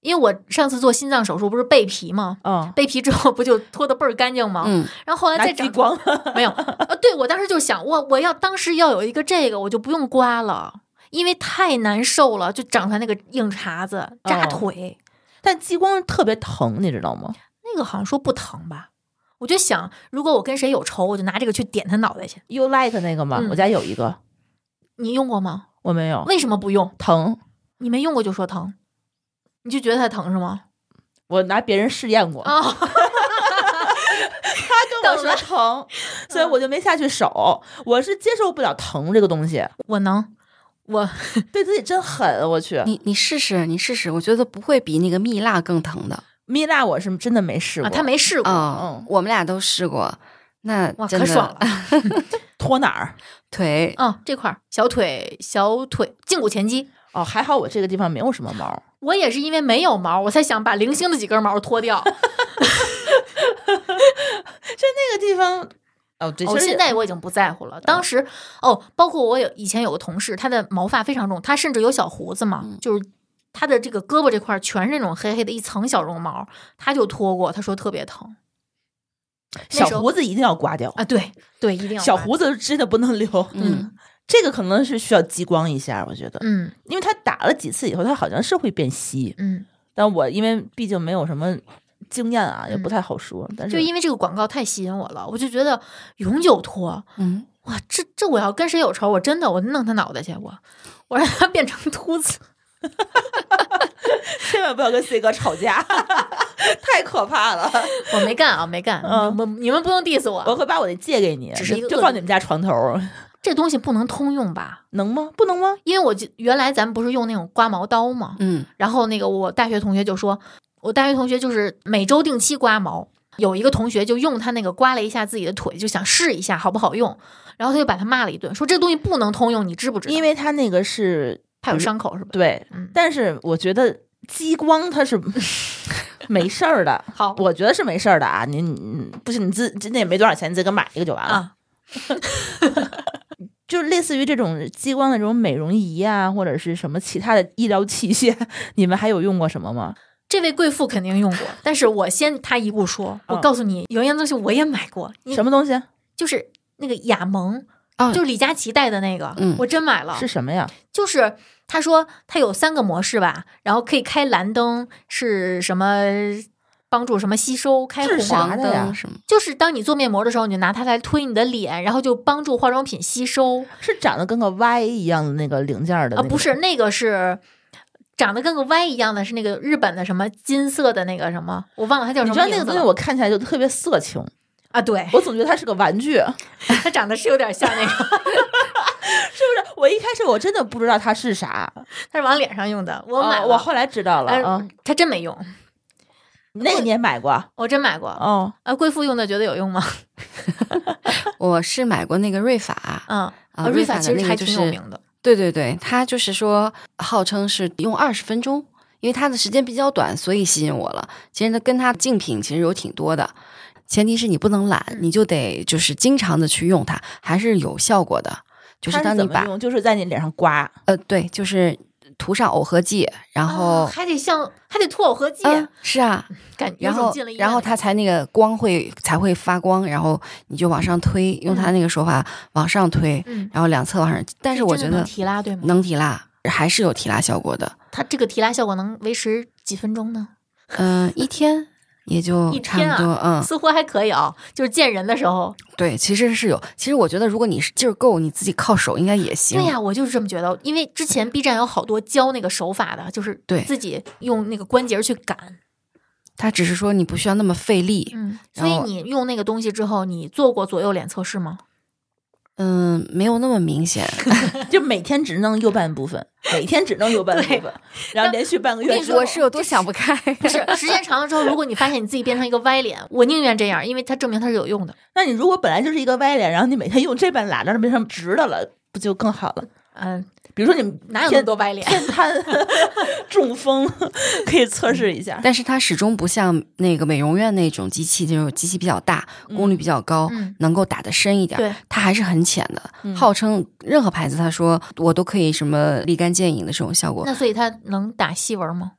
[SPEAKER 3] 因为我上次做心脏手术不是背皮吗？
[SPEAKER 2] 嗯，
[SPEAKER 3] 背皮之后不就脱的倍儿干净吗？
[SPEAKER 4] 嗯，
[SPEAKER 3] 然后后来
[SPEAKER 2] 拿
[SPEAKER 3] 哦再
[SPEAKER 2] 激
[SPEAKER 3] 长
[SPEAKER 2] 光。
[SPEAKER 3] 没有啊？对我当时就想，我我要当时要有一个这个，我就不用刮了，因为太难受了，就长出来那个硬茬子、扎
[SPEAKER 2] 哦
[SPEAKER 3] 腿。
[SPEAKER 2] 但激光特别疼，你知道吗？
[SPEAKER 3] 那个好像说不疼吧？我就想，如果我跟谁有仇，我就拿这个去点他脑袋去。
[SPEAKER 2] You like 那个吗？
[SPEAKER 3] 嗯
[SPEAKER 2] 我家有一个，
[SPEAKER 3] 你用过吗？
[SPEAKER 2] 我没有。
[SPEAKER 3] 为什么不用？
[SPEAKER 2] 疼，
[SPEAKER 3] 你没用过就说疼，你就觉得它疼是吗？
[SPEAKER 2] 我拿别人试验过，
[SPEAKER 3] 啊、
[SPEAKER 2] 他跟我
[SPEAKER 3] 懂
[SPEAKER 2] 说
[SPEAKER 3] 了
[SPEAKER 2] 疼，所以我就没下去手。我是接受不了疼这个东西，
[SPEAKER 3] 我能，我
[SPEAKER 2] 对自己真狠。我去，
[SPEAKER 4] 你你试试，你试试，我觉得不会比那个蜜蜡更疼的。
[SPEAKER 2] 蜜蜡我是真的没试过，
[SPEAKER 3] 啊啊，他没试过，
[SPEAKER 4] 嗯，我们俩都试过，那
[SPEAKER 3] 哇，
[SPEAKER 4] 哦真
[SPEAKER 3] 可
[SPEAKER 4] 的
[SPEAKER 3] 爽了。
[SPEAKER 2] 拖哪儿？
[SPEAKER 4] 腿
[SPEAKER 3] 嗯，这块儿小腿、小腿、胫骨前肌。
[SPEAKER 2] 哦，还好我这个地方没有什么 毛。
[SPEAKER 3] 我也是因为没有毛，我才想把零星的几根毛脱掉。
[SPEAKER 2] 那个地方，哦，对，
[SPEAKER 3] 哦，
[SPEAKER 2] 其实嗯
[SPEAKER 3] 现在我已经不在乎了。当时哦，包括我有以前有个同事，他的毛发非常重，他甚至有小胡子嘛，
[SPEAKER 4] 嗯
[SPEAKER 3] 就是他的这个胳膊这块儿全是那种黑黑的一层小绒毛，他就脱过，他说特别疼
[SPEAKER 2] 小
[SPEAKER 3] 那时候
[SPEAKER 2] 胡子一定要刮掉，
[SPEAKER 3] 啊。对对，一定要
[SPEAKER 2] 小
[SPEAKER 3] 刮
[SPEAKER 2] 胡子真的不能留。
[SPEAKER 4] 嗯，
[SPEAKER 2] 这个可能是需要激光一下，我觉得，
[SPEAKER 3] 嗯
[SPEAKER 2] 因为它打了几次以后，它好像是会变稀。
[SPEAKER 3] 嗯，
[SPEAKER 2] 但我因为毕竟没有什么经验啊，也不
[SPEAKER 3] 嗯
[SPEAKER 2] 太好说。但是
[SPEAKER 3] 就因为这个广告太吸引我了，我就觉得永久脱
[SPEAKER 4] 嗯，
[SPEAKER 3] 哇，这这我要跟谁有仇，我真的我弄他脑袋去，我我让他变成秃子。
[SPEAKER 2] 千万不要跟 C 哥吵架， 太可怕了。
[SPEAKER 3] 我没干啊，没干，
[SPEAKER 2] 嗯
[SPEAKER 3] 我你们不用 diss 我，
[SPEAKER 2] 我会把我的借给你，
[SPEAKER 3] 只是一个
[SPEAKER 2] 就
[SPEAKER 3] 恶嗯
[SPEAKER 2] 放
[SPEAKER 3] 意
[SPEAKER 2] 你们家床头儿，
[SPEAKER 3] 这东西不能通用吧？
[SPEAKER 2] 能吗？不能吗？
[SPEAKER 3] 因为我记原来咱们不是用那种刮毛刀吗？
[SPEAKER 4] 嗯，
[SPEAKER 3] 然后那个我大学同学就说，我大学同学就是每周定期刮毛，有一个同学就用他那个刮了一下自己的腿，就想试一下好不好用，然后他就把他骂了一顿，说这东西不能通用，你知不知道？
[SPEAKER 2] 因为它那个是
[SPEAKER 3] 怕有伤口是吧？
[SPEAKER 2] 对，
[SPEAKER 3] 嗯
[SPEAKER 2] 但是我觉得激光 它是没事儿的，
[SPEAKER 3] 好
[SPEAKER 2] 我觉得是没事儿的啊。你你不行，你自真的也没多少钱，你自己给买一个就完了。
[SPEAKER 3] 啊，
[SPEAKER 2] 就类似于这种激光的这种美容仪啊，或者是什么其他的医疗器械，你们还有用过什么吗？
[SPEAKER 3] 这位贵妇肯定用过，但是我先他一步说，我
[SPEAKER 2] 嗯
[SPEAKER 3] 告诉你，有一样东西我也买过，你啊
[SPEAKER 2] 什么东西？
[SPEAKER 3] 就是那个雅萌，
[SPEAKER 4] 哦，
[SPEAKER 3] 就是李佳琦戴的那个，
[SPEAKER 4] 嗯
[SPEAKER 3] 我真买了，
[SPEAKER 2] 是什么呀？
[SPEAKER 3] 就是他说他有三个模式吧，然后可以开蓝灯是什么，帮助什么吸收，开
[SPEAKER 2] 治
[SPEAKER 3] 红
[SPEAKER 2] 啥
[SPEAKER 3] 灯
[SPEAKER 4] 黄
[SPEAKER 2] 的呀
[SPEAKER 4] 灯什么，
[SPEAKER 3] 就是当你做面膜的时候，你就拿它来推你的脸，然后就帮助化妆品吸收
[SPEAKER 2] 是长得跟个 Y 一样的那个零件的、那
[SPEAKER 3] 啊，
[SPEAKER 2] 个
[SPEAKER 3] 不是那个是。长得跟个 Y 一样的是那个日本的什么金色的那个什么，我忘了它叫
[SPEAKER 2] 你
[SPEAKER 3] 什
[SPEAKER 2] 知
[SPEAKER 3] 么
[SPEAKER 2] 道那个
[SPEAKER 3] 名字
[SPEAKER 2] 东西，
[SPEAKER 3] 了
[SPEAKER 2] 我看起来就特别色情，
[SPEAKER 3] 啊，对，
[SPEAKER 2] 我总觉得它是个玩 具，是
[SPEAKER 3] 它长得是有点像那
[SPEAKER 2] 不
[SPEAKER 3] 个，
[SPEAKER 2] 是？我一开始我真的不知道它是啥，
[SPEAKER 3] 它是往脸上用的。我
[SPEAKER 2] 我
[SPEAKER 3] 买了，
[SPEAKER 4] 哦
[SPEAKER 3] 哎
[SPEAKER 2] 我后来知道了
[SPEAKER 3] 但是
[SPEAKER 2] 啊，
[SPEAKER 3] 它真没用，
[SPEAKER 2] 那个你也买过
[SPEAKER 3] 我真买过。
[SPEAKER 2] 哦？
[SPEAKER 3] 啊，贵妇用的觉得有用吗？
[SPEAKER 4] 我是买过那个瑞法，
[SPEAKER 3] 嗯，
[SPEAKER 4] 啊
[SPEAKER 3] 啊
[SPEAKER 4] 瑞
[SPEAKER 3] 瑞
[SPEAKER 4] 法
[SPEAKER 3] 法
[SPEAKER 4] 的
[SPEAKER 3] 其
[SPEAKER 4] 那
[SPEAKER 3] 实
[SPEAKER 4] 个
[SPEAKER 3] 还
[SPEAKER 4] 就
[SPEAKER 3] 挺有
[SPEAKER 4] 是
[SPEAKER 3] 名的。
[SPEAKER 4] 对对对，它就是说号称是用二十分钟，因为它的时间比较短，所以吸引我了。其实它跟它竞品其实有挺多的，前提是你不能懒，你就得就是经常的去用它，还是有效果的。就是
[SPEAKER 2] 它
[SPEAKER 4] 当
[SPEAKER 2] 怎
[SPEAKER 4] 你
[SPEAKER 2] 么
[SPEAKER 4] 把
[SPEAKER 2] 用就是在你脸上刮，
[SPEAKER 4] 呃对，就是涂上耦合剂，然
[SPEAKER 3] 啊
[SPEAKER 4] 后
[SPEAKER 3] 还得像还得脱耦合剂，
[SPEAKER 4] 嗯是啊，
[SPEAKER 3] 感觉
[SPEAKER 4] 然
[SPEAKER 3] 有种
[SPEAKER 4] 后
[SPEAKER 3] 进了医院
[SPEAKER 4] 然后
[SPEAKER 3] 的感
[SPEAKER 4] 它才那个光会才会发光，然后你就往上推，用它那个手法往上推，
[SPEAKER 3] 觉，嗯，
[SPEAKER 4] 然后两侧往上，但是我
[SPEAKER 3] 这
[SPEAKER 4] 觉
[SPEAKER 3] 真的能
[SPEAKER 4] 得
[SPEAKER 3] 提拉对吗？
[SPEAKER 4] 能提拉，还是有提拉效果的。
[SPEAKER 3] 它这个提拉效果能维持几分钟呢？
[SPEAKER 4] 嗯、一天也就
[SPEAKER 3] 一
[SPEAKER 4] 差不
[SPEAKER 3] 天啊
[SPEAKER 4] 多，嗯，
[SPEAKER 3] 似乎还可以啊，就是见人的时候。
[SPEAKER 4] 对，其实是有。其实我觉得，如果你是劲儿够，你自己靠手应该也行。
[SPEAKER 3] 对呀、我就是这么觉得，因为之前 B 站有好多教那个手法的，就是
[SPEAKER 4] 对
[SPEAKER 3] 自己用那个关节去擀。
[SPEAKER 4] 他只是说你不需要那么费力。
[SPEAKER 3] 嗯，
[SPEAKER 4] 然
[SPEAKER 3] 所
[SPEAKER 4] 后
[SPEAKER 3] 以你用那个东西之后，你做过左右脸测试吗？
[SPEAKER 4] 嗯，没有那么明显。
[SPEAKER 2] 就每天只弄右半部分，每天只弄右半部分，然后连续半个月之后，
[SPEAKER 4] 有多想不开？
[SPEAKER 3] 不 是，时间长了之后，如果你发现你自己变成一个歪脸，我宁愿这样，因为它证明它是有用的。
[SPEAKER 2] 那你如果本来就是一个歪脸，然后你每天用这半拉，让它变成直的了，不就更好了？
[SPEAKER 3] 嗯，
[SPEAKER 2] 比如说你
[SPEAKER 3] 哪有那
[SPEAKER 2] 偏
[SPEAKER 3] 么多歪脸？
[SPEAKER 2] 偏瘫、 中风，可以测试一下。
[SPEAKER 4] 但是它始终不像那个美容院那种机器，就是机器比较大，功率比较高，
[SPEAKER 3] 嗯
[SPEAKER 4] 能够打得深一点。
[SPEAKER 3] 对，
[SPEAKER 4] 它还是很浅的。
[SPEAKER 2] 嗯
[SPEAKER 4] 号称任何牌子，他说我都可以什么立竿见影的这种效果。
[SPEAKER 3] 那所以它能打细纹吗？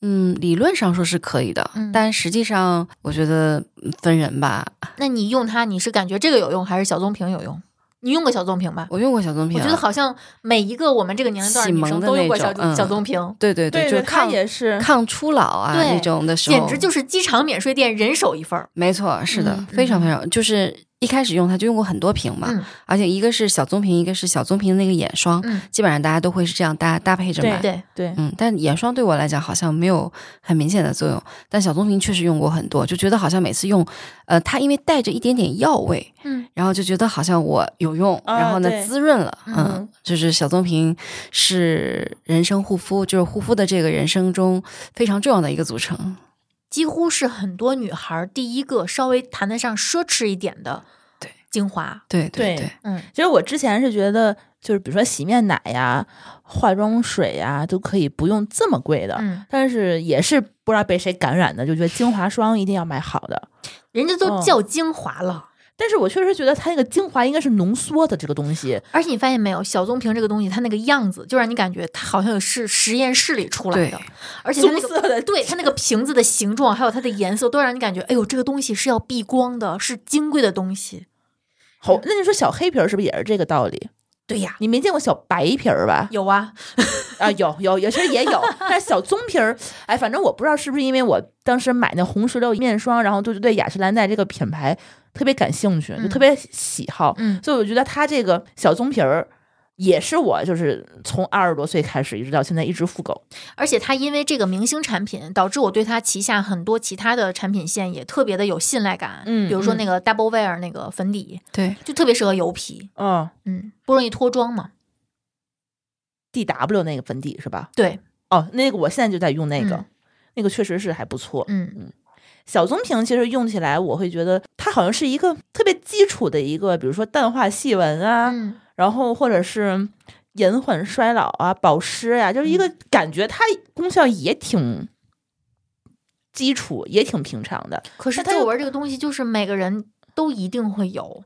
[SPEAKER 4] 嗯，理论上说是可以的，
[SPEAKER 3] 嗯
[SPEAKER 4] 但实际上我觉得嗯分人吧。
[SPEAKER 3] 那你用它，你是感觉这个有用，还是小棕瓶有用？你用过小棕瓶吧？
[SPEAKER 4] 我用过小棕瓶
[SPEAKER 3] 我
[SPEAKER 4] 啊，
[SPEAKER 3] 觉得好像每一个我们这个年龄段的女
[SPEAKER 4] 启蒙
[SPEAKER 3] 生
[SPEAKER 4] 的
[SPEAKER 3] 都用过小
[SPEAKER 4] 那种嗯
[SPEAKER 3] 小棕瓶，
[SPEAKER 4] 对对对，就是
[SPEAKER 2] 它
[SPEAKER 4] 抗
[SPEAKER 2] 也是。
[SPEAKER 4] 抗初老啊
[SPEAKER 3] 对
[SPEAKER 4] 那种的时候，
[SPEAKER 3] 简直就是机场免税店人手一份儿。
[SPEAKER 4] 没错，是的，
[SPEAKER 3] 嗯
[SPEAKER 4] 非常非常，就是一开始用它就用过很多瓶嘛，
[SPEAKER 3] 嗯
[SPEAKER 4] 而且一个是小棕瓶，一个是小棕瓶的那个眼霜，
[SPEAKER 3] 嗯，
[SPEAKER 4] 基本上大家都会是这样搭搭配着买。
[SPEAKER 3] 对，
[SPEAKER 2] 对，
[SPEAKER 4] 嗯，但眼霜对我来讲好像没有很明显的作用，但小棕瓶确实用过很多，就觉得好像每次用，呃，它因为带着一点点药味，
[SPEAKER 3] 嗯，
[SPEAKER 4] 然后就觉得好像我有用，
[SPEAKER 2] 啊
[SPEAKER 4] 然后呢
[SPEAKER 2] 对
[SPEAKER 4] 滋润了，嗯，
[SPEAKER 2] 嗯
[SPEAKER 4] 就是小棕瓶是人生护肤，就是护肤的这个人生中非常重要的一个组成。
[SPEAKER 3] 几乎是很多女孩儿第一个稍微谈得上奢侈一点的
[SPEAKER 4] 对
[SPEAKER 3] 精华。
[SPEAKER 4] 对
[SPEAKER 2] 对
[SPEAKER 4] 对，
[SPEAKER 3] 嗯，
[SPEAKER 2] 其实我之前是觉得，就是比如说洗面奶呀、化妆水呀，都可以不用这么贵的。
[SPEAKER 3] 嗯，
[SPEAKER 2] 但是也是不知道被谁感染的，就觉得精华霜一定要买好的。
[SPEAKER 3] 人家都
[SPEAKER 2] 哦
[SPEAKER 3] 叫精华了。
[SPEAKER 2] 但是我确实觉得它那个精华应该是浓缩的这个东西，
[SPEAKER 3] 而且你发现没有，小棕瓶这个东西，它那个样子就让你感觉它好像有是实验室里出来的
[SPEAKER 4] 对，
[SPEAKER 3] 而且它
[SPEAKER 2] 棕
[SPEAKER 3] 那个
[SPEAKER 2] 色的，
[SPEAKER 3] 对它那个瓶子的形状，还有它的颜色，都让你感觉，哎呦，这个东西是要避光的，是金贵的东西。
[SPEAKER 2] 好，那你说小黑瓶儿是不是也是这个道理？
[SPEAKER 3] 对呀，
[SPEAKER 2] 你没见过小白瓶儿吧？
[SPEAKER 3] 有啊，
[SPEAKER 2] 啊，有有，有其实也 有，但是小棕瓶儿，哎，反正我不知道是不是因为我当时买那红石榴面霜，然后就对雅诗兰黛这个品牌特别感兴趣，就特
[SPEAKER 3] 嗯
[SPEAKER 2] 别喜好，
[SPEAKER 3] 嗯
[SPEAKER 2] 所以我觉得它这个小棕瓶儿也是我就是从二十多岁开始一直到现在一直复购，
[SPEAKER 3] 而且它因为这个明星产品，导致我对它旗下很多其他的产品线也特别的有信赖感。
[SPEAKER 2] 嗯
[SPEAKER 3] 比如说
[SPEAKER 2] 嗯
[SPEAKER 3] 那个 Double Wear 那个粉底，
[SPEAKER 4] 对
[SPEAKER 3] 就特别适合油皮，
[SPEAKER 2] 嗯
[SPEAKER 3] 嗯，不容易脱妆嘛。
[SPEAKER 2] ，D W 那个粉底是吧？
[SPEAKER 3] 对，
[SPEAKER 2] 哦，那个我现在就在用那个，
[SPEAKER 3] 嗯
[SPEAKER 2] 那个确实是还不错，
[SPEAKER 3] 嗯
[SPEAKER 2] 小棕瓶其实用起来，我会觉得它好像是一个特别基础的一个，比如说淡化细纹啊，
[SPEAKER 3] 嗯，
[SPEAKER 2] 然后或者是延缓衰老啊、保湿呀、就是一个
[SPEAKER 3] 嗯
[SPEAKER 2] 感觉它功效也挺基础，也挺平常的。
[SPEAKER 3] 可是
[SPEAKER 2] 但它又
[SPEAKER 3] 皱纹这个东西，就是每个人都一定会有，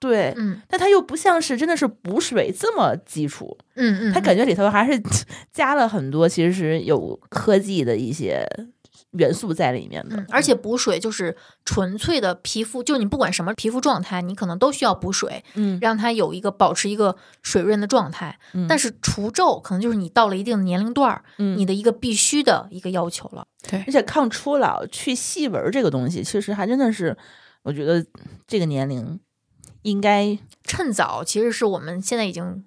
[SPEAKER 2] 对，
[SPEAKER 3] 嗯
[SPEAKER 2] 但它又不像是真的是补水这么基础，
[SPEAKER 3] 嗯嗯，
[SPEAKER 2] 它感
[SPEAKER 3] 觉
[SPEAKER 2] 觉里头还是 加了很多其实有科技的一些元素在里面的。
[SPEAKER 3] 嗯，而且补水就是纯粹的皮肤，就你不管什么皮肤状态，你可能都需要补水，
[SPEAKER 2] 嗯，
[SPEAKER 3] 让它有一个保持一个水润的状态。
[SPEAKER 2] 嗯
[SPEAKER 3] 但是除皱可能就是你到了一定的年龄段儿，
[SPEAKER 2] 嗯
[SPEAKER 3] 你的一个必须的一个要求了。
[SPEAKER 4] 对
[SPEAKER 2] 而，且抗初老、去细纹儿这个东西，其实还真的是，我觉得这个年龄应该
[SPEAKER 3] 趁早其实是我们现在已经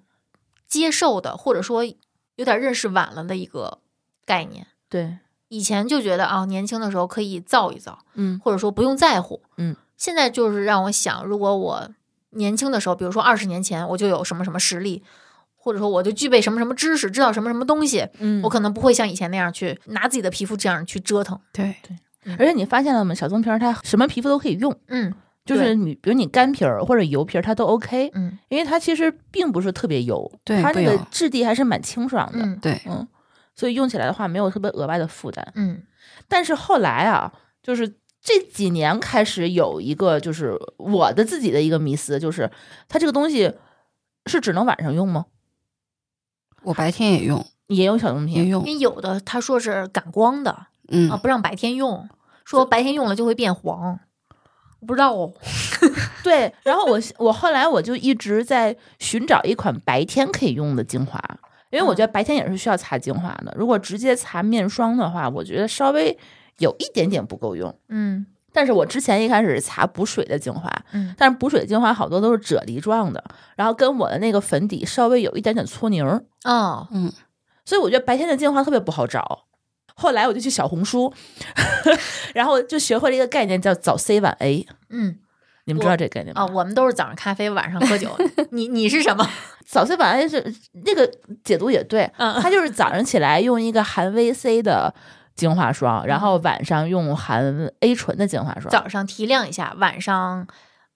[SPEAKER 3] 接受的，或者说有点认识晚了的一个概念。
[SPEAKER 2] 对，
[SPEAKER 3] 以前就觉得啊，年轻的时候可以造一造，
[SPEAKER 2] 嗯
[SPEAKER 3] 或者说不用在乎。
[SPEAKER 2] 嗯，
[SPEAKER 3] 现在就是让我想，如果我年轻的时候，比如说二十年前，我就有什么什么实力，或者说我就具备什么什么知识，知道什么什么东西，
[SPEAKER 2] 嗯
[SPEAKER 3] 我可能不会像以前那样去拿自己的皮肤这样去折腾。
[SPEAKER 4] 对
[SPEAKER 2] 而且你发现了吗？小棕瓶儿它什么皮肤都可以用，
[SPEAKER 3] 嗯
[SPEAKER 2] 就是你比如你干皮儿或者油皮儿它都 OK，
[SPEAKER 3] 嗯
[SPEAKER 2] 因为它其实并不是特别油，
[SPEAKER 4] 对
[SPEAKER 2] 它
[SPEAKER 4] 不
[SPEAKER 2] 那个
[SPEAKER 4] 油
[SPEAKER 2] 质地还是蛮清爽的，
[SPEAKER 3] 嗯
[SPEAKER 4] 对，
[SPEAKER 2] 嗯所以用起来的话没有特别额外的负担。
[SPEAKER 3] 嗯
[SPEAKER 2] 但是后来啊，就是这几年开始有一个，就是我的自己的一个迷思，就是它这个东西是只能晚上用吗？
[SPEAKER 4] 我白天也用
[SPEAKER 2] 也有小棕
[SPEAKER 4] 也
[SPEAKER 2] 瓶，
[SPEAKER 4] 用
[SPEAKER 3] 因，为有的他说是感光的，
[SPEAKER 4] 嗯
[SPEAKER 3] 啊，不让白天用，说白天用了就会变黄，我不知道哦。
[SPEAKER 2] 对。然后我我后来我就一直在寻找一款白天可以用的精华，因为我觉得白天也是需要擦精华的。如果直接擦面霜的话，我觉得稍微有一点点不够用。
[SPEAKER 3] 嗯
[SPEAKER 2] 但是我之前一开始是擦补水的精华，
[SPEAKER 3] 嗯
[SPEAKER 2] 但是补水精华好多都是啫喱状的，然后跟我的那个粉底稍微有一点点搓泥儿，
[SPEAKER 3] 哦，
[SPEAKER 4] 嗯，
[SPEAKER 2] 所以我觉得白天的精华特别不好找。后来我就去小红书， 然后就学会了一个概念叫早 C 晚 A，
[SPEAKER 3] 嗯
[SPEAKER 2] 你们知道这个概念吗？
[SPEAKER 3] 啊，我们都是早上咖啡，晚上 喝酒。你你是什么？
[SPEAKER 2] 早 C 晚 A 是那个解读也对，
[SPEAKER 3] 嗯
[SPEAKER 2] 它就是早上起来用一个含维 C 的精华霜，然后晚上用含 A 醇的精华霜。
[SPEAKER 3] 嗯早上提亮一下，晚上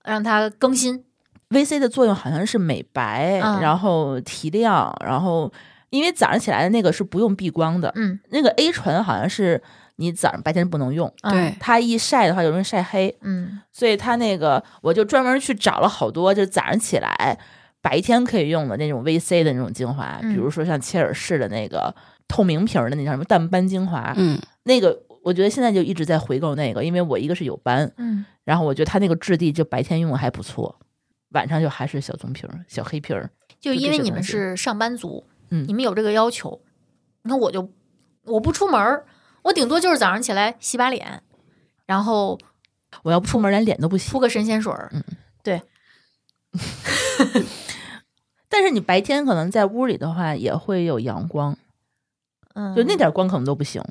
[SPEAKER 3] 让它更新。
[SPEAKER 2] VC 的作用好像是美白，
[SPEAKER 3] 嗯
[SPEAKER 2] 然后提亮，然后因为早上起来的那个是不用避光的，
[SPEAKER 3] 嗯，
[SPEAKER 2] 那个 A 醇好像是你早上白天不能用，
[SPEAKER 3] 嗯
[SPEAKER 4] 对，
[SPEAKER 2] 它一晒的话就容易晒黑，
[SPEAKER 3] 嗯
[SPEAKER 2] 所以它那个我就专门去找了好多，就是早上起来白天可以用的那种 VC 的那种精华，
[SPEAKER 3] 嗯
[SPEAKER 2] 比如说像切尔氏的那个透明瓶儿的那叫什么淡斑精华，
[SPEAKER 4] 嗯
[SPEAKER 2] 那个我觉得现在就一直在回购那个，因为我一个是有斑，
[SPEAKER 3] 嗯，
[SPEAKER 2] 然后我觉得它那个质地就白天用的还不错，晚上就还是小棕瓶儿、小黑瓶儿。就
[SPEAKER 3] 就因
[SPEAKER 2] 这
[SPEAKER 3] 为
[SPEAKER 2] 些
[SPEAKER 3] 你
[SPEAKER 2] 东
[SPEAKER 3] 们
[SPEAKER 2] 西
[SPEAKER 3] 是上班族，
[SPEAKER 2] 嗯
[SPEAKER 3] 你们有这个要求。你看我就我不出门儿，我顶多就是早上起来洗把脸，然后
[SPEAKER 2] 我要不出门连脸都不洗
[SPEAKER 3] 铺。个神仙水儿。
[SPEAKER 2] 嗯但是你白天可能在屋里的话也会有阳光，
[SPEAKER 3] 嗯，
[SPEAKER 2] 就那点儿光可能都不行。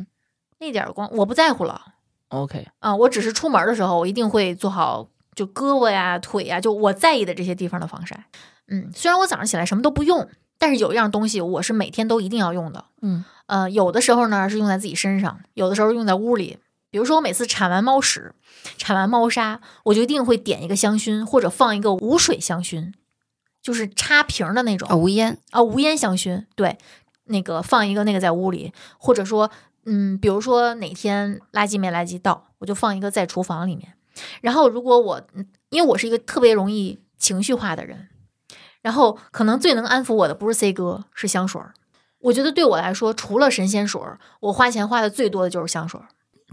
[SPEAKER 3] 那点儿光，我不在乎了。
[SPEAKER 2] OK，
[SPEAKER 3] 啊，我只是出门儿的时候，我一定会做好就胳膊呀、腿呀，就我在意的这些地方的防晒。嗯，虽然我早上起来什么都不用，但是有一样东西我是每天都一定要用的。
[SPEAKER 2] 嗯
[SPEAKER 3] 呃，有的时候呢是用在自己身上，有的时候用在屋里，比如说，我每次铲完猫屎、铲完猫砂，我就一定会点一个香薰，或者放一个无水香薰，就是插瓶儿的那种
[SPEAKER 4] 啊、无烟，
[SPEAKER 3] 啊，无烟香薰，对，那个放一个那个在屋里，或者说，嗯，比如说哪天垃圾没来及倒，我就放一个在厨房里面。然后如果我，嗯因为我是一个特别容易情绪化的人，然后可能最能安抚我的不是 C 哥，是香水儿。我觉得对我来说，除了神仙水儿，我花钱花的最多的就是香水儿。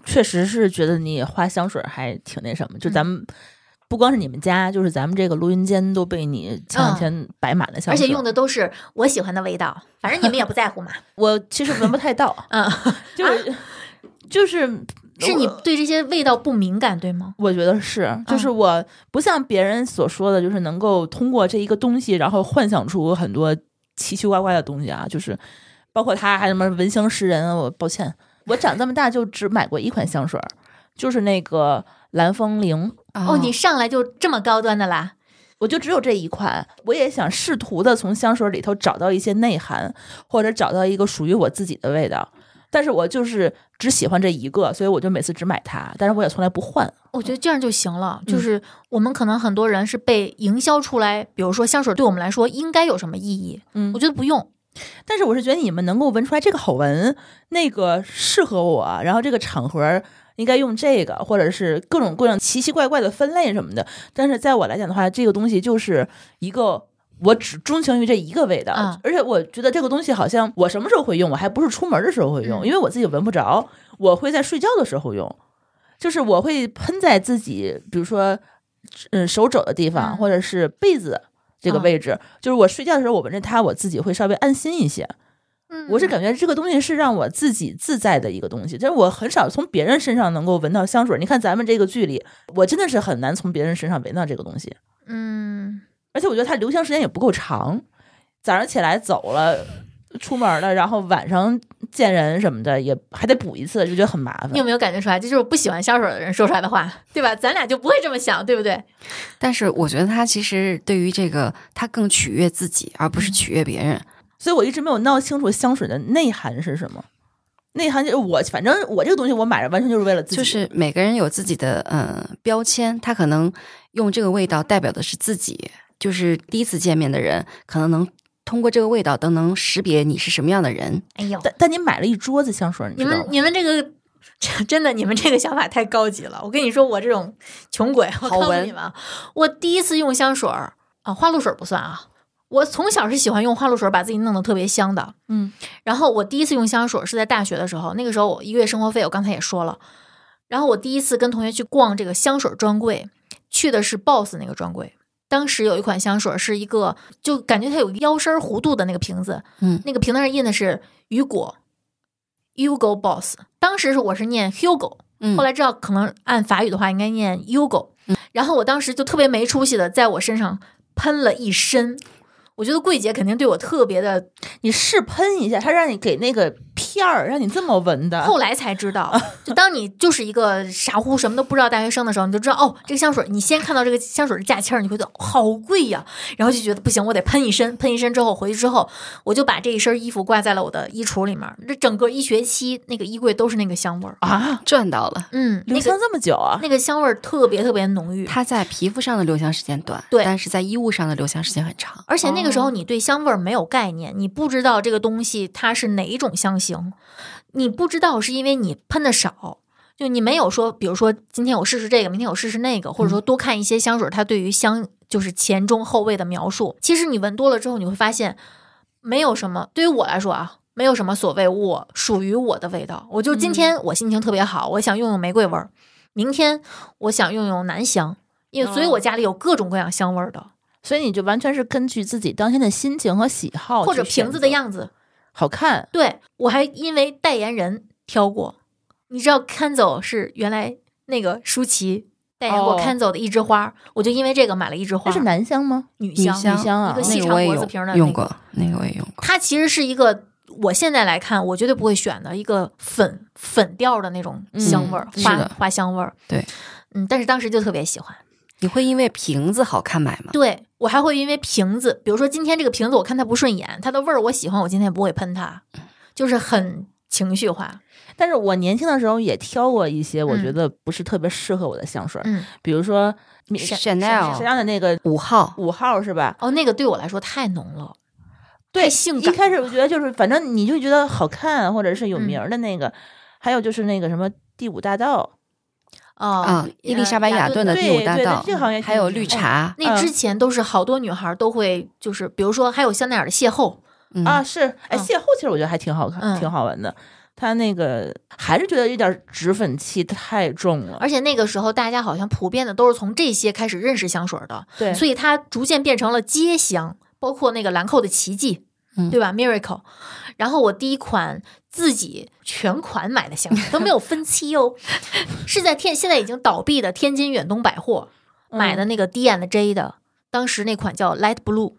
[SPEAKER 2] 确实是觉得你花香水还挺那什么，就
[SPEAKER 3] 嗯
[SPEAKER 2] 咱们。不光是你们家，就是咱们这个录音间都被你前两
[SPEAKER 3] 嗯
[SPEAKER 2] 天摆满了香
[SPEAKER 3] 而
[SPEAKER 2] 水，
[SPEAKER 3] 且用的都是我喜欢的味道，反正你们也不在乎嘛。
[SPEAKER 2] 我其实闻不太到，
[SPEAKER 3] 嗯，
[SPEAKER 2] 就是、就是
[SPEAKER 3] 是 你
[SPEAKER 2] 我
[SPEAKER 3] 对这些味道不敏感，对吗？
[SPEAKER 2] 我觉得
[SPEAKER 3] 嗯
[SPEAKER 2] 是，就是我不像别人所说的，就是能够通过这一个东西，然后幻想出很多奇奇怪怪的东西啊，就是包括他还什么闻香识人啊。我抱歉，我长这么大就只买过一款香水儿，就是那个蓝风铃，
[SPEAKER 4] 啊
[SPEAKER 3] 哦，你上来就这么高端的啦？
[SPEAKER 2] 我就只有这一款。我也想试图的从香水里头找到一些内涵，或者找到一个属于我自己的味道。但是我就是只喜欢这一个，所以我就每次只买它，但是我也从来不换。
[SPEAKER 3] 我觉得这样就行了。
[SPEAKER 2] 嗯
[SPEAKER 3] 就是我们可能很多人是被营销出来，比如说香水对我们来说应该有什么意义，
[SPEAKER 2] 嗯
[SPEAKER 3] 我觉得不用。
[SPEAKER 2] 但是我是觉得你们能够闻出来这个好闻，那个适合我，啊然后这个场合应该用这个，或者是各种各样奇奇怪怪的分类什么的。但是在我来讲的话，这个东西就是一个。我只钟情于这一个味道，
[SPEAKER 3] 啊
[SPEAKER 2] 而且我觉得这个东西好像我什么时候会用，我还不是出门的时候会用，
[SPEAKER 3] 嗯
[SPEAKER 2] 因为我自己闻不着，我会在睡觉的时候用，就是我会喷在自己，比如说，嗯，手肘的地方，
[SPEAKER 3] 嗯
[SPEAKER 2] 或者是被子这个
[SPEAKER 3] 啊
[SPEAKER 2] 位置，就是我睡觉的时候，我闻着它，我自己会稍微安心一些。
[SPEAKER 3] 嗯
[SPEAKER 2] 我是感觉这个东西是让我自己自在的一个东西，但是我很少从别人身上能够闻到香水。你看咱们这个剧里，我真的是很难从别人身上闻到这个东西，
[SPEAKER 3] 嗯，
[SPEAKER 2] 而且我觉得它留香时间也不够长，早上起来走了。出门了，然后晚上见人什么的也还得补一次，就觉得很麻烦
[SPEAKER 3] 你。有没有感觉出来？这就是不喜欢香水的人说出来的话，对吧？咱俩就不会这么想，对不对？
[SPEAKER 4] 但是我觉得他其实对于这个，他更取悦自己，而不是取悦别人。
[SPEAKER 2] 所以我一直没有闹清楚香水的内涵是什么。内涵就是我，反正我这个东西我买了完全就是为了自己。
[SPEAKER 4] 就是每个人有自己的呃标签，他可能用这个味道代表的是自己，就是第一次见面的人可能能通过这个味道都能识别你是什么样的人。
[SPEAKER 3] 哎呦，
[SPEAKER 2] 但但你买了一桌子香水，你
[SPEAKER 3] 你
[SPEAKER 2] 知道吗？
[SPEAKER 3] 们你们这个。真的，你们这个想法太高级了。我跟你说，我这种穷鬼，我
[SPEAKER 4] 好
[SPEAKER 3] 告诉
[SPEAKER 4] 闻
[SPEAKER 3] 你们啊，我第一次用香水儿啊，花露水不算啊。我从小是喜欢用花露水把自己弄得特别香的，
[SPEAKER 2] 嗯，
[SPEAKER 3] 然后我第一次用香水是在大学的时候，那个时候我一个月生活费，我刚才也说了。然后我第一次跟同学去逛这个香水专柜，去的是 BOSS 那个专柜。当时有一款香水是一个，就感觉它有腰身弧度的那个瓶子，
[SPEAKER 4] 嗯，
[SPEAKER 3] 那个瓶子上印的是雨果，Hugo Boss。当时是我是念 Hugo，
[SPEAKER 4] 嗯
[SPEAKER 3] 后来知道可能按法语的话应该念 Hugo，、然后我当时就特别没出息的在我身上喷了一身，我觉得柜姐肯定对我特别的
[SPEAKER 2] 你试喷一下，他让你给那个片儿，让你这么闻的。
[SPEAKER 3] 后来才知道，就当你就是一个傻乎什么都不知道大学生的时候，你就知道哦，这个香水，你先看到这个香水的价签儿，你会觉得哦好贵呀、然后就觉得不行，我得喷一身，喷一身之后回去之后，我就把这一身衣服挂在了我的衣橱里面儿，这整个一学期那个衣柜都是那个香味儿，
[SPEAKER 2] 啊，
[SPEAKER 4] 赚到了。
[SPEAKER 3] 嗯，
[SPEAKER 2] 留
[SPEAKER 3] 那
[SPEAKER 2] 香
[SPEAKER 3] 个
[SPEAKER 2] 这么久啊？
[SPEAKER 3] 那个香味儿特别特别浓郁，
[SPEAKER 4] 他在皮肤上的留香时间短，
[SPEAKER 3] 对
[SPEAKER 4] 但是在衣物上的留香时间很长。
[SPEAKER 3] 而且那个时
[SPEAKER 2] 哦
[SPEAKER 3] 候你对香味儿没有概念，你不知道这个东西它是哪一种香型，你不知道是因为你喷的少，就你没有说，比如说今天我试试这个，明天我试试那个，或
[SPEAKER 2] 嗯
[SPEAKER 3] 者说多看一些香水，它对于香就是前中后味的描述。其实你闻多了之后，你会发现没有什么，对于我来说啊。没有什么所谓我属于我的味道，我就
[SPEAKER 2] 嗯
[SPEAKER 3] 今天我心情特别好，我想用用玫瑰味儿，明天我想用用南香，因为所以
[SPEAKER 2] 哦
[SPEAKER 3] 我家里有各种各样香味儿的，
[SPEAKER 2] 所以你就完全是根据自己当天的心情和喜好，
[SPEAKER 3] 或者瓶子的样子，
[SPEAKER 2] 好看，
[SPEAKER 3] 对我还因为代言人挑过，你知道 Kenzo 是原来那个舒淇代言过
[SPEAKER 2] 哦
[SPEAKER 3] Kenzo 的一枝花，我就因为这个买了一枝花，
[SPEAKER 2] 这是男香吗？
[SPEAKER 3] 女
[SPEAKER 4] 女
[SPEAKER 3] 香
[SPEAKER 4] 香
[SPEAKER 2] 啊
[SPEAKER 3] 一个细
[SPEAKER 4] 那个
[SPEAKER 3] 长
[SPEAKER 4] 我也
[SPEAKER 3] 脖
[SPEAKER 4] 有
[SPEAKER 3] 子瓶的、那个
[SPEAKER 4] 用，过，那个我也用过。
[SPEAKER 3] 它其实是一个。我现在来看，我绝对不会选的一个粉粉调的那种香味儿，
[SPEAKER 4] 嗯
[SPEAKER 3] 花
[SPEAKER 4] 是的
[SPEAKER 3] 花香味儿。
[SPEAKER 4] 对，
[SPEAKER 3] 嗯，但是当时就特别喜欢。
[SPEAKER 4] 你会因为瓶子好看买吗？
[SPEAKER 3] 对我还会因为瓶子，比如说今天这个瓶子我
[SPEAKER 4] 嗯
[SPEAKER 3] 看它不顺眼，它的味儿我喜欢，我今天不会喷它，就是很情绪化。
[SPEAKER 2] 但是我年轻的时候也挑过一些我
[SPEAKER 3] 嗯
[SPEAKER 2] 觉得不是特别适合我的香水儿，
[SPEAKER 3] 嗯，
[SPEAKER 2] 比如说米
[SPEAKER 4] Chanel
[SPEAKER 2] 沈阳的那个
[SPEAKER 4] 五号，
[SPEAKER 2] 五号是吧？
[SPEAKER 3] 哦，那个对我来说太浓了，
[SPEAKER 2] 对，
[SPEAKER 3] 太性感嗯
[SPEAKER 2] 一开始我觉得就是，反正你就觉得好看，或者是有名儿的那个，还有就是那个什么第五大道，
[SPEAKER 3] 啊
[SPEAKER 4] 嗯，，伊丽莎白雅顿的
[SPEAKER 2] 对
[SPEAKER 4] 第五大
[SPEAKER 2] 对
[SPEAKER 4] 道
[SPEAKER 2] 这个好像也，挺
[SPEAKER 4] 还有
[SPEAKER 2] 有名
[SPEAKER 4] 绿
[SPEAKER 2] 的
[SPEAKER 4] 茶，
[SPEAKER 3] 呃那之
[SPEAKER 2] 嗯
[SPEAKER 3] 前都是好多女孩都会，就是比如说还有香奈儿的邂逅，
[SPEAKER 4] 嗯
[SPEAKER 2] 啊，是哎，
[SPEAKER 3] 嗯
[SPEAKER 2] 邂逅其实我觉得还挺好看，
[SPEAKER 3] 嗯
[SPEAKER 2] 挺好闻的。他那个还是觉得有点脂粉气太重了，
[SPEAKER 3] 而且那个时候大家好像普遍的都是从这些开始认识香水的，
[SPEAKER 2] 对，
[SPEAKER 3] 所以它逐渐变成了街香，包括那个兰蔻的奇迹，
[SPEAKER 4] 嗯
[SPEAKER 3] 对吧？Miracle。然后我第一款自己全款买的香水都没有分期哦， 是在天现在已经倒闭的天津远东百货
[SPEAKER 2] 嗯
[SPEAKER 3] 买的那个 D and J 的，当时那款叫 Light Blue。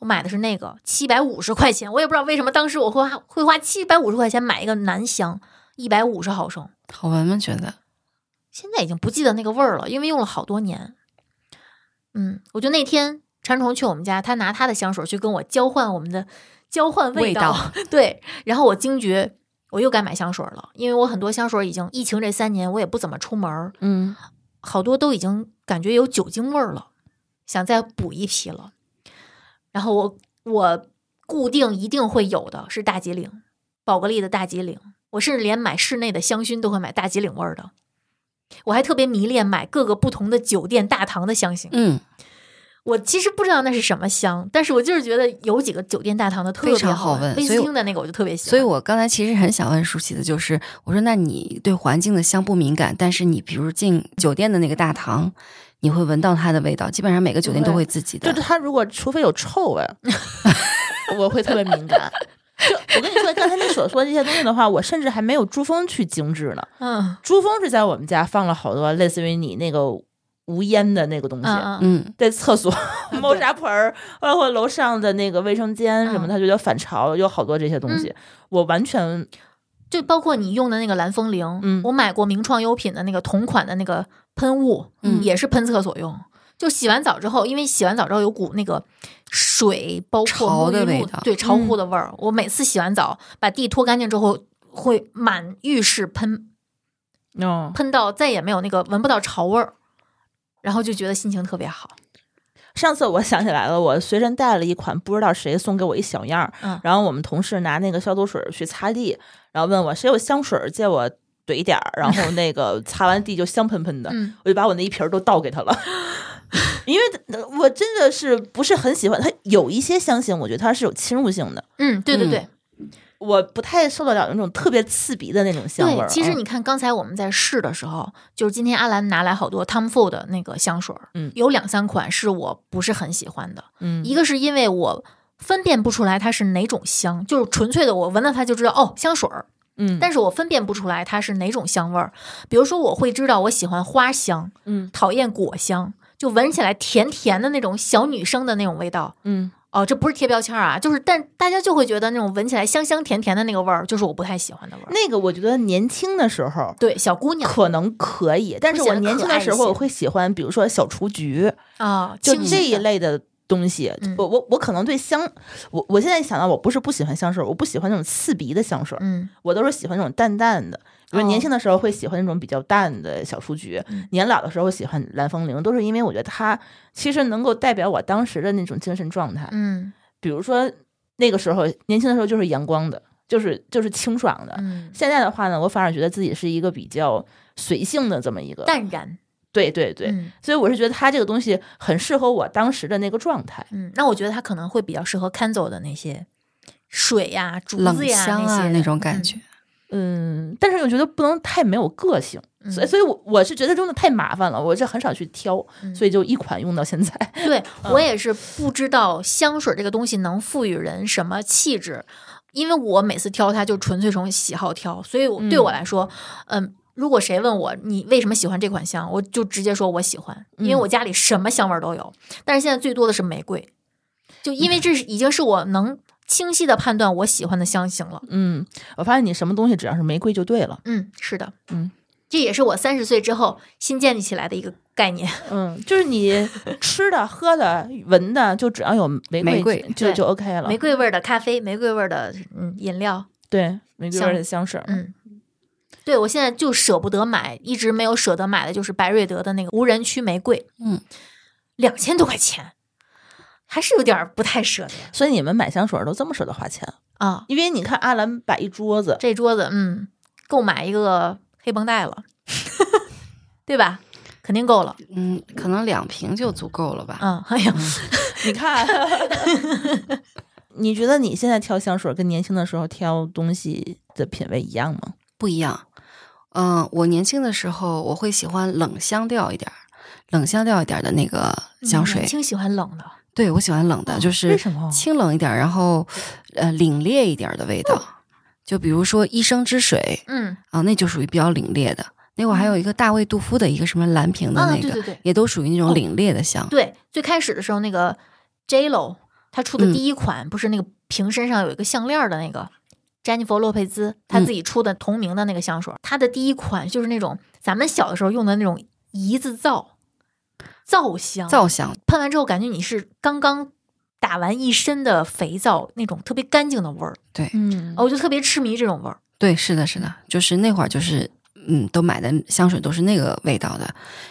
[SPEAKER 3] 我买的是那个七百五十块钱，我也不知道为什么当时我会花会花七百五十块钱买一个男香，一百五十毫升，
[SPEAKER 4] 好闻吗？觉得
[SPEAKER 3] 现在已经不记得那个味儿了，因为用了好多年。嗯，我就那天馋虫去我们家，他拿他的香水去跟我交换我们的交换味道， 对，然后我惊觉我又该买香水了，因为我很多香水已经疫情这三年我也不怎么出门儿，
[SPEAKER 2] 嗯，
[SPEAKER 3] 好多都已经感觉有酒精味儿了，想再补一批了。然后我我固定一定会有的是大吉岭，宝格丽的大吉岭，我甚至连买室内的香薰都会买大吉岭味儿的。我还特别迷恋买各个不同的酒店大堂的香型，
[SPEAKER 4] 嗯，
[SPEAKER 3] 我其实不知道那是什么香，但是我就是觉得有几个酒店大堂的特别
[SPEAKER 4] 非常好
[SPEAKER 3] 闻，
[SPEAKER 4] 闻
[SPEAKER 3] 微
[SPEAKER 4] 所以
[SPEAKER 3] 星的那个我就特别喜欢。
[SPEAKER 4] 所以我刚才其实很想问舒淇的，就是我说，那你对环境的香不敏感，但是你比如进酒店的那个大堂，你会闻到它的味道，基本上每个酒店都会自己
[SPEAKER 2] 就
[SPEAKER 4] 的
[SPEAKER 2] 是。他如果除非有臭 味儿，我会特别敏感。就我跟你说，刚才你所说的这些东西的话，我甚至还没有珠峰去精致呢。
[SPEAKER 3] 嗯
[SPEAKER 2] 珠峰是在我们家放了好多类似于你那个无烟的那个东西，
[SPEAKER 3] 嗯嗯
[SPEAKER 4] 嗯，
[SPEAKER 2] 在厕所、
[SPEAKER 3] 对
[SPEAKER 2] 猫砂盆儿，包括楼上的那个卫生间什么，
[SPEAKER 3] 嗯
[SPEAKER 2] 他觉得反潮，有好多这些东西，我完全
[SPEAKER 3] 就包括你用的那个蓝风铃，
[SPEAKER 2] 嗯
[SPEAKER 3] 我买过名创优品的那个同款的那个喷雾，
[SPEAKER 4] 嗯
[SPEAKER 3] 也是喷厕所用。就洗完澡之后，因为洗完澡之后有股那个水，包括
[SPEAKER 4] 潮的
[SPEAKER 3] 沐浴露
[SPEAKER 4] 味道嗯
[SPEAKER 3] 对潮乎的味儿。我每次洗完澡，把地拖干净之后，会满浴室喷，
[SPEAKER 2] 哦，
[SPEAKER 3] 喷到再也没有那个闻不到潮味儿，然后就觉得心情特别好。
[SPEAKER 2] 上次我想起来了，我随身带了一款不知道谁送给我一小样儿，
[SPEAKER 3] 嗯
[SPEAKER 2] 然后我们同事拿那个消毒水去擦地，然后问我谁有香水儿借我怼一点儿，然后那 个擦完地就香喷喷的，
[SPEAKER 3] 嗯
[SPEAKER 2] 我就把我那一瓶儿都倒给他 了。因为呃我真的是不是很喜欢它，有一些香型，我觉得它是有侵入性的，
[SPEAKER 3] 嗯，对对
[SPEAKER 4] 嗯
[SPEAKER 3] 对，
[SPEAKER 2] 我不太受得了那种特别刺鼻的那种香味儿
[SPEAKER 3] 对，
[SPEAKER 2] 啊。
[SPEAKER 3] 其实你看，刚才我们在试的时候，就是今天阿兰拿来好多 Tom Ford 的那个香水儿，
[SPEAKER 2] 嗯
[SPEAKER 3] 有两三款是我不是很喜欢的，
[SPEAKER 2] 嗯
[SPEAKER 3] 一个是因为我分辨不出来它是哪种香，就是纯粹的我闻到它就知道哦香水儿，
[SPEAKER 2] 嗯，
[SPEAKER 3] 但是我分辨不出来它是哪种香味儿。比如说，我会知道我喜欢花香，
[SPEAKER 2] 嗯
[SPEAKER 3] 讨厌果香，就闻起来甜甜的那种小女生的那种味道。
[SPEAKER 2] 嗯
[SPEAKER 3] 哦，这不是贴标签儿啊，就是但大家就会觉得那种闻起来香香甜甜的那个味儿，就是我不太喜欢的味儿。
[SPEAKER 2] 那个我觉得年轻的时候
[SPEAKER 3] 对，小姑娘
[SPEAKER 2] 可能可以，但是
[SPEAKER 3] 会
[SPEAKER 2] 我
[SPEAKER 3] 显得
[SPEAKER 2] 年
[SPEAKER 3] 可
[SPEAKER 2] 轻的
[SPEAKER 3] 爱
[SPEAKER 2] 时
[SPEAKER 3] 一
[SPEAKER 2] 候
[SPEAKER 3] 些
[SPEAKER 2] 我会喜欢，比如说小雏菊，
[SPEAKER 3] 啊，
[SPEAKER 2] 就
[SPEAKER 3] 清
[SPEAKER 2] 这
[SPEAKER 3] 新
[SPEAKER 2] 一
[SPEAKER 3] 的，
[SPEAKER 2] 类的东西。
[SPEAKER 3] 嗯
[SPEAKER 2] 我我我可能对香，我我现在想到，我不是不喜欢香水，我不喜欢那种刺鼻的香水，
[SPEAKER 3] 嗯
[SPEAKER 2] 我都是喜欢那种淡淡的。比如
[SPEAKER 3] 哦
[SPEAKER 2] 年轻的时候会喜欢那种比较淡的小雏菊，
[SPEAKER 3] 嗯
[SPEAKER 2] 年老的时候喜欢蓝风铃，都是因为我觉得它其实能够代表我当时的那种精神状态。
[SPEAKER 3] 嗯
[SPEAKER 2] 比如说那个时候年轻的时候就是阳光的，就是就是清爽的。
[SPEAKER 3] 嗯，
[SPEAKER 2] 现在的话呢，我反而觉得自己是一个比较随性的这么一个，
[SPEAKER 3] 淡然，
[SPEAKER 2] 对对对，
[SPEAKER 3] 嗯
[SPEAKER 2] 所以我是觉得它这个东西很适合我当时的那个状态。
[SPEAKER 3] 嗯，那我觉得它可能会比较适合 Kenzo 的那些水呀、竹
[SPEAKER 4] 冷
[SPEAKER 3] 子呀
[SPEAKER 4] 香
[SPEAKER 3] 那
[SPEAKER 4] 啊
[SPEAKER 3] 些嗯
[SPEAKER 4] 那
[SPEAKER 3] 的
[SPEAKER 4] 种感觉，，
[SPEAKER 2] 嗯，但是我觉得不能太没有个性，
[SPEAKER 3] 嗯
[SPEAKER 2] 所以所以我我是觉得真的太麻烦了，我是很少去挑，
[SPEAKER 3] 嗯
[SPEAKER 2] 所以就一款用到现在。
[SPEAKER 3] 嗯对我也是不知道香水这个东西能赋予人什么气质，因为我每次挑它就纯粹从喜好挑，所以我对
[SPEAKER 2] 嗯
[SPEAKER 3] 我来说，嗯。如果谁问我你为什么喜欢这款香，我就直接说我喜欢，因为
[SPEAKER 2] 嗯
[SPEAKER 3] 我家里什么香味儿都有。但是现在最多的是玫瑰，就因为这是已经是我能清晰的判断我喜欢的香型了。
[SPEAKER 2] 嗯，我发现你什么东西只要是玫瑰就对了。
[SPEAKER 3] 嗯，是的，
[SPEAKER 2] 嗯，
[SPEAKER 3] 这也是我三十岁之后新建立起来的一个概念。
[SPEAKER 2] 嗯，就是 你吃的、喝的、闻的，就只要有玫瑰
[SPEAKER 4] 玫瑰
[SPEAKER 2] 就
[SPEAKER 3] 对
[SPEAKER 2] 就 OK 了
[SPEAKER 3] 玫。瑰味儿的咖啡，玫瑰味儿的嗯饮料，
[SPEAKER 2] 对，玫瑰味儿的香水儿。
[SPEAKER 3] 嗯，对我现在就舍不得买，一直没有舍得买的就是白瑞德的那个无人区玫瑰，
[SPEAKER 4] 嗯，
[SPEAKER 3] 两千多块钱，还是有点儿不太舍得呀
[SPEAKER 2] 所以你们买香水都这么舍得花钱，
[SPEAKER 3] 啊。
[SPEAKER 2] 因为你看阿兰摆一桌子，
[SPEAKER 3] 这桌子，嗯，够买一个黑绷带了， 对吧？肯定够了，
[SPEAKER 4] 嗯，可能两瓶就足够了吧。
[SPEAKER 3] 嗯，哎呀，
[SPEAKER 2] 你看， 你觉得你现在挑香水跟年轻的时候挑东西的品味一样吗？
[SPEAKER 4] 不一样。嗯、我年轻的时候我会喜欢冷香调一点儿，冷香调一点儿的那个
[SPEAKER 3] 嗯
[SPEAKER 4] 香水。
[SPEAKER 3] 挺喜欢冷的，
[SPEAKER 4] 对我喜欢冷
[SPEAKER 3] 哦
[SPEAKER 4] 的，就
[SPEAKER 2] 为
[SPEAKER 4] 是
[SPEAKER 2] 什么
[SPEAKER 4] 清冷一点儿，然后呃凛冽一点儿的味
[SPEAKER 3] 哦
[SPEAKER 4] 道。就比如说一生之水
[SPEAKER 3] 嗯
[SPEAKER 4] 啊、那就属于比较凛冽的。那会儿还有一个大卫杜夫的一个什么蓝瓶的
[SPEAKER 3] 啊
[SPEAKER 4] 那
[SPEAKER 3] 对
[SPEAKER 4] 个，
[SPEAKER 3] 对对
[SPEAKER 4] 也都属于那种凛冽的香。
[SPEAKER 3] 对，最开始的时候那个 J Lo 她出
[SPEAKER 4] 嗯
[SPEAKER 3] 的第一款、不是那个瓶身上有一个项链儿的那个詹妮弗洛佩兹她
[SPEAKER 4] 嗯
[SPEAKER 3] 自己出的同名的那个香水儿，她的第一款就是那种咱们小的时候用的那种姨子皂皂香，
[SPEAKER 4] 皂香，
[SPEAKER 3] 喷完之后感觉你是刚刚打完一身的肥皂那种特别干净的味儿，
[SPEAKER 2] 嗯
[SPEAKER 3] 哦，我就特别痴迷这种味儿。
[SPEAKER 4] 对，是的，是的，就是那会儿就是。嗯，都买的香水都是那个味道的，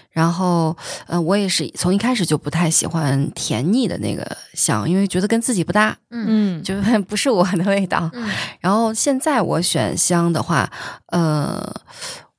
[SPEAKER 4] 然后，呃，我也是从一开始就不太喜欢甜腻的那个香，因为觉得跟自己不搭，
[SPEAKER 3] 嗯
[SPEAKER 2] 嗯，
[SPEAKER 4] 就是 不是我的味道。
[SPEAKER 3] 嗯
[SPEAKER 4] 然后现在我选香的话，呃，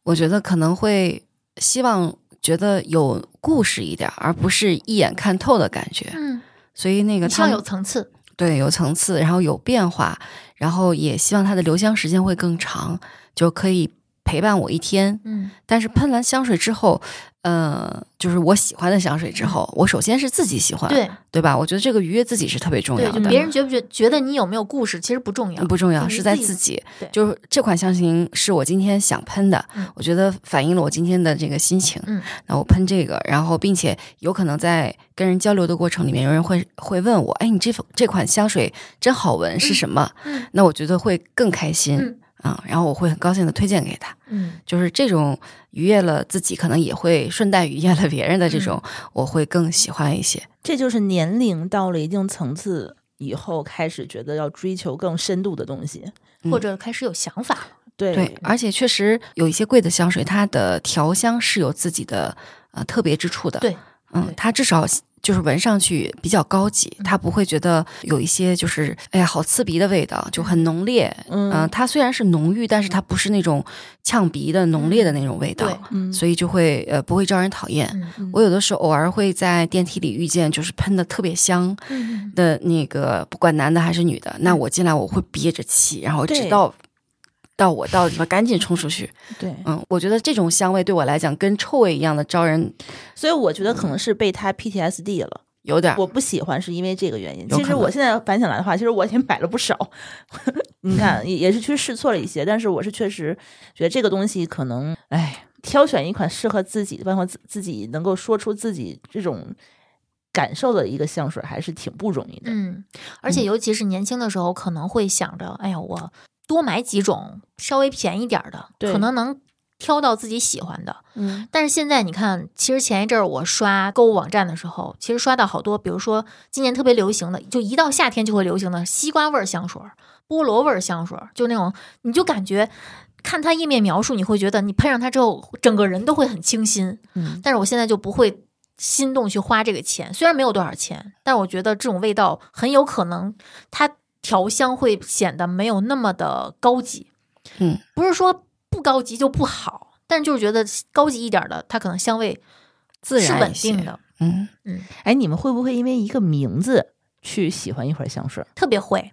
[SPEAKER 4] 我觉得可能会希望觉得有故事一点儿，而不是一眼看透的感觉。
[SPEAKER 3] 嗯，
[SPEAKER 4] 所以那个
[SPEAKER 3] 你
[SPEAKER 4] 它
[SPEAKER 3] 上有层次，
[SPEAKER 4] 对有层次，然后有变化，然后也希望它的留香时间会更长，就可以陪伴我一天。
[SPEAKER 3] 嗯
[SPEAKER 4] 但是喷完香水之后，呃，就是我喜欢的香水之后，我首先是自己喜欢，
[SPEAKER 3] 嗯对
[SPEAKER 4] 对吧？我觉得这个愉悦自己是特别重
[SPEAKER 3] 对，
[SPEAKER 4] 要
[SPEAKER 3] 就
[SPEAKER 4] 的。嗯
[SPEAKER 3] 别人觉不觉觉得你有没有故事，其实不重要，
[SPEAKER 4] 不重要，
[SPEAKER 3] 你
[SPEAKER 4] 是在
[SPEAKER 3] 自
[SPEAKER 4] 自
[SPEAKER 3] 己
[SPEAKER 4] 己
[SPEAKER 3] 对。
[SPEAKER 4] 就是这款香型是我今天想喷的，
[SPEAKER 3] 嗯
[SPEAKER 4] 我觉得反映了我今天的这个心情。
[SPEAKER 3] 嗯
[SPEAKER 4] 那我喷这个，然后并且有可能在跟人交流的过程里面，有人会会问我：“哎，你这这款香水真好闻，是什么？”
[SPEAKER 3] 嗯
[SPEAKER 4] 那我觉得会更开心
[SPEAKER 3] 嗯
[SPEAKER 4] 啊、然后我会很高兴的推荐给他。
[SPEAKER 3] 嗯
[SPEAKER 4] 就是这种愉悦了自己，可能也会顺带愉悦了别人的
[SPEAKER 3] 嗯
[SPEAKER 4] 这种，我会更喜欢一些。
[SPEAKER 2] 这就是年龄到了一定层次以后，开始觉得要追求更深度的东西。
[SPEAKER 4] 嗯
[SPEAKER 3] 或者开始有想法了。
[SPEAKER 2] 对
[SPEAKER 4] 对，而且确实有一些贵的香水，它的调香是有自己的呃特别之处的。
[SPEAKER 3] 对，
[SPEAKER 4] 嗯
[SPEAKER 3] 对，
[SPEAKER 4] 它至少就是闻上去比较高级，它不会觉得有一些就是哎呀好刺鼻的味道，就很浓烈。
[SPEAKER 2] 嗯
[SPEAKER 4] 呃它虽然是浓郁，但是它不是那种呛鼻的浓烈的那种味道，
[SPEAKER 3] 对
[SPEAKER 2] 嗯
[SPEAKER 4] 所以就会呃不会招人讨厌。
[SPEAKER 3] 嗯
[SPEAKER 2] 嗯
[SPEAKER 4] 我有的时候偶尔会在电梯里遇见，就是喷的特别香
[SPEAKER 3] 嗯
[SPEAKER 4] 的那个，不管男的还是女的，那我进来我会憋着气，然后
[SPEAKER 2] 对
[SPEAKER 4] 直到到我到的地方赶紧冲出去。
[SPEAKER 2] 对，
[SPEAKER 4] 嗯，我觉得这种香味对我来讲跟臭味一样的招人
[SPEAKER 2] 所以我觉得
[SPEAKER 4] 嗯
[SPEAKER 2] 可能是被他 PTSD 了。
[SPEAKER 4] 有点儿
[SPEAKER 2] 我不喜欢是因为这个原因。
[SPEAKER 4] 有
[SPEAKER 2] 其
[SPEAKER 4] 可
[SPEAKER 2] 实我
[SPEAKER 4] 能
[SPEAKER 2] 现在反想来的话，其实我也买了不少。 你看，也也是去试错了一些，但是我是确实觉得这个东西可能，哎，挑选一款适合自己，包括自自己能够说出自己这种感受的一个香水，还是挺不容易的。
[SPEAKER 3] 嗯，而且尤其是年轻的时候，可能会想着，哎呀，我多买几种稍微便宜点儿的，
[SPEAKER 2] 对
[SPEAKER 3] 可能能挑到自己喜欢的。
[SPEAKER 2] 嗯
[SPEAKER 3] 但是现在你看，其实前一阵儿我刷购物网站的时候，其实刷到好多，比如说今年特别流行的，就一到夏天就会流行的西瓜味儿香水儿、菠萝味儿香水儿，就那种你就感觉看它页面描述，你会觉得你喷上它之后，整个人都会很清新。
[SPEAKER 2] 嗯，
[SPEAKER 3] 但是我现在就不会心动去花这个钱，虽然没有多少钱，但我觉得这种味道很有可能它调香会显得没有那么的高级。
[SPEAKER 4] 嗯，
[SPEAKER 3] 不是说不高级就不好，但就是觉得高级一点的，它可能香味
[SPEAKER 4] 自
[SPEAKER 3] 是
[SPEAKER 4] 然
[SPEAKER 3] 稳
[SPEAKER 4] 一些
[SPEAKER 3] 定的，
[SPEAKER 4] 嗯，
[SPEAKER 2] 哎，你们会不会因为一个名字去喜欢一款香水？
[SPEAKER 3] 特别会。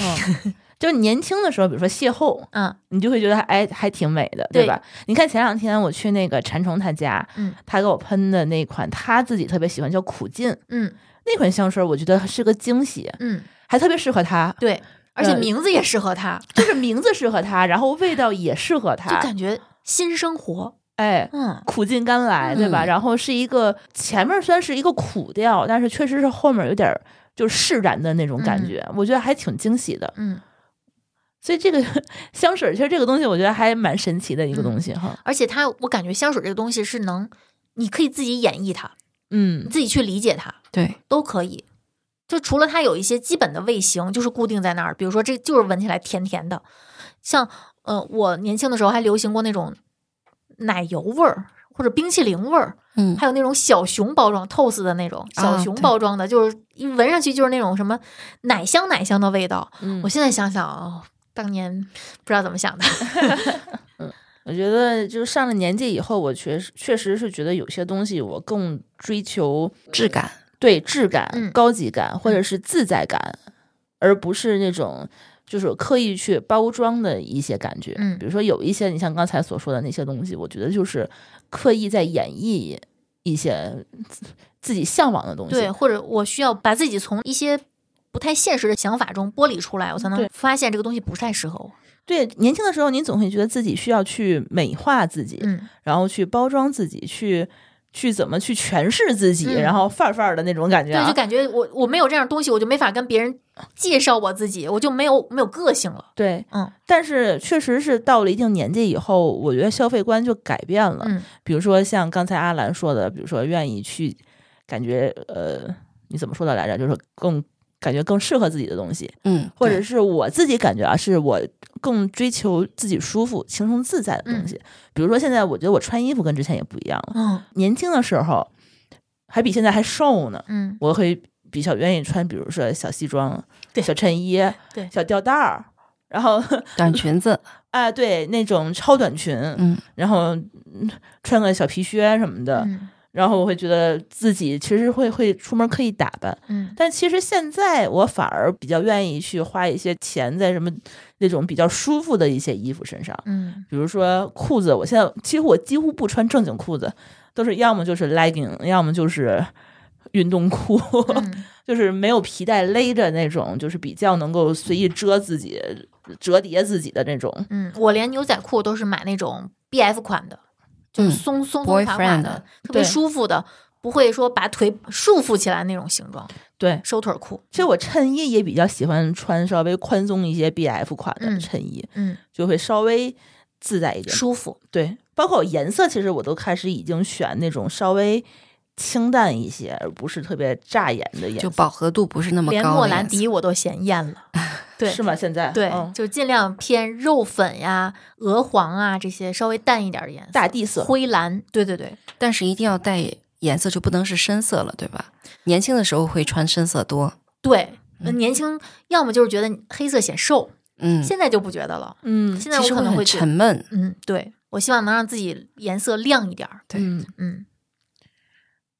[SPEAKER 2] 嗯， 就是年轻的时候，比如说邂逅，
[SPEAKER 3] 嗯
[SPEAKER 2] 你就会觉得哎还挺美的，
[SPEAKER 3] 对
[SPEAKER 2] 对吧？你看前两天我去那个馋虫他家，
[SPEAKER 3] 嗯
[SPEAKER 2] 他给我喷的那款他自己特别喜欢叫苦尽
[SPEAKER 3] 嗯
[SPEAKER 2] 那款香水，我觉得是个惊喜，
[SPEAKER 3] 嗯，
[SPEAKER 2] 还特别适合他，
[SPEAKER 3] 对，而且
[SPEAKER 2] 呃
[SPEAKER 3] 名字也适合它，
[SPEAKER 2] 就是名字适合他，然后味道也适合
[SPEAKER 3] 就
[SPEAKER 2] 他，
[SPEAKER 3] 感觉新生活。
[SPEAKER 2] 哎。
[SPEAKER 3] 嗯
[SPEAKER 2] 苦尽甘来，对吧？
[SPEAKER 4] 嗯
[SPEAKER 2] 然后是一个前面虽然是一个苦调，但是确实是后面有点儿就是释然的那种感觉，我觉得还挺惊喜的。
[SPEAKER 3] 嗯，
[SPEAKER 2] 所以这个 香水，其实这个东西我觉得还蛮神奇的一个东西哈。
[SPEAKER 3] 而且它，我感觉香水这个东西是能，你可以自己演绎它，你
[SPEAKER 2] 嗯
[SPEAKER 3] 自己去理解它。
[SPEAKER 4] 对，
[SPEAKER 3] 都可以。就除了它有一些基本的味型，就是固定在那儿，比如说这就是闻起来甜甜的，像呃，我年轻的时候还流行过那种奶油味儿或者冰淇淋味儿，
[SPEAKER 4] 嗯，
[SPEAKER 3] 还有那种小熊包装 Toast 的那种小
[SPEAKER 4] 啊
[SPEAKER 3] 熊
[SPEAKER 4] 对
[SPEAKER 3] 包装的，就是一闻上去就是那种什么奶香奶香的味道。
[SPEAKER 2] 嗯
[SPEAKER 3] 我现在想想哦，当年不知道怎么想的。
[SPEAKER 2] 我觉得就是上了年纪以后，我确实确实是觉得有些东西我更追求
[SPEAKER 4] 质感，
[SPEAKER 2] 对质感、
[SPEAKER 3] 嗯
[SPEAKER 2] 高级感或者是自在感，而不是那种就是刻意去包装的一些感觉。
[SPEAKER 3] 嗯
[SPEAKER 2] 比如说有一些你像刚才所说的那些东西，我觉得就是刻意在演绎一些自自己向往的东西。
[SPEAKER 3] 对，或者我需要把自己从一些不太现实的想法中剥离出来，我才能
[SPEAKER 2] 对
[SPEAKER 3] 发现这个东西不太适合我。
[SPEAKER 2] 对年轻的时候你总会觉得自己需要去美化自己，
[SPEAKER 3] 嗯，
[SPEAKER 2] 然后去包装自己，去去怎么去诠释自己，
[SPEAKER 3] 嗯
[SPEAKER 2] 然后范儿范儿的那种感觉、啊。
[SPEAKER 3] 对，就感觉我我没有这样的东西，我就没法跟别人介绍我自己，我就没有没有个性了。
[SPEAKER 2] 对，
[SPEAKER 3] 嗯，
[SPEAKER 2] 但是确实是到了一定年纪以后，我觉得消费观就改变了。
[SPEAKER 3] 嗯
[SPEAKER 2] 比如说像刚才阿兰说的，比如说愿意去感觉呃，你怎么说的来着？就是更感觉更适合自己的东西，
[SPEAKER 4] 嗯，
[SPEAKER 2] 或
[SPEAKER 4] 对
[SPEAKER 2] 者是我自己感觉啊，是我更追求自己舒服、轻松自在的东西。比如说现在，我觉得我穿衣服跟之前也不一样了。
[SPEAKER 3] 嗯
[SPEAKER 2] 年轻的时候还比现在还瘦呢，
[SPEAKER 3] 嗯，
[SPEAKER 2] 我会比较愿意穿，比如说小西装、
[SPEAKER 3] 对
[SPEAKER 2] 小衬衣、
[SPEAKER 3] 对
[SPEAKER 2] 小吊带儿，然后
[SPEAKER 4] 短裙子，
[SPEAKER 2] 啊，对那种超短裙，
[SPEAKER 4] 嗯，
[SPEAKER 2] 然后嗯穿个小皮靴什么的，
[SPEAKER 3] 嗯
[SPEAKER 2] 然后我会觉得自己其实会会出门刻意打扮。
[SPEAKER 3] 嗯
[SPEAKER 2] 但其实现在我反而比较愿意去花一些钱在什么那种比较舒服的一些衣服身上，
[SPEAKER 3] 嗯
[SPEAKER 2] 比如说裤子，我现在几乎我几乎不穿正经裤子，都是要么就是 legging，要么就是运动裤，
[SPEAKER 3] 嗯
[SPEAKER 2] 就是没有皮带勒着那种，就是比较能够随意遮自己、折叠自己的那种。
[SPEAKER 3] 嗯，我连牛仔裤都是买那种 B F 款的，就是
[SPEAKER 4] 嗯
[SPEAKER 3] 松松松垮垮的
[SPEAKER 4] boyfriend 的，
[SPEAKER 3] 特别
[SPEAKER 2] 对
[SPEAKER 3] 舒服的，不会说把腿束缚起来那种形状，
[SPEAKER 2] 对，
[SPEAKER 3] 收腿裤。
[SPEAKER 2] 其实我衬衣也比较喜欢穿稍微宽松一些 B F 款的
[SPEAKER 3] 嗯
[SPEAKER 2] 衬衣，
[SPEAKER 3] 嗯，
[SPEAKER 2] 就会稍微自在一点。
[SPEAKER 3] 舒服。
[SPEAKER 2] 对，包括颜色，其实我都开始已经选那种稍微清淡一些，而不是特别扎眼的颜
[SPEAKER 4] 就
[SPEAKER 2] 色，
[SPEAKER 4] 饱和度不是那么
[SPEAKER 3] 连
[SPEAKER 4] 高
[SPEAKER 3] 莫
[SPEAKER 4] 的
[SPEAKER 3] 兰
[SPEAKER 4] 颜色，
[SPEAKER 3] 迪我都嫌厌了。对，
[SPEAKER 2] 是吗？现在
[SPEAKER 3] 对，
[SPEAKER 2] 嗯
[SPEAKER 3] 就尽量偏肉粉呀、鹅黄啊这些稍微淡一点的颜色，
[SPEAKER 2] 大地色
[SPEAKER 3] 灰蓝。对对对，
[SPEAKER 4] 但是一定要带颜色，就不能是深色了，对吧？年轻的时候会穿深色多，
[SPEAKER 3] 对。呃年轻要么就是觉得黑色显瘦，
[SPEAKER 4] 嗯，
[SPEAKER 3] 现在就不觉得了。
[SPEAKER 2] 嗯
[SPEAKER 3] 现在
[SPEAKER 4] 其
[SPEAKER 3] 我
[SPEAKER 4] 实
[SPEAKER 3] 可能
[SPEAKER 4] 很
[SPEAKER 3] 会觉得
[SPEAKER 4] 沉闷，
[SPEAKER 3] 嗯，对，我希望能让自己颜色亮一点儿。
[SPEAKER 4] 对
[SPEAKER 2] 嗯
[SPEAKER 3] 嗯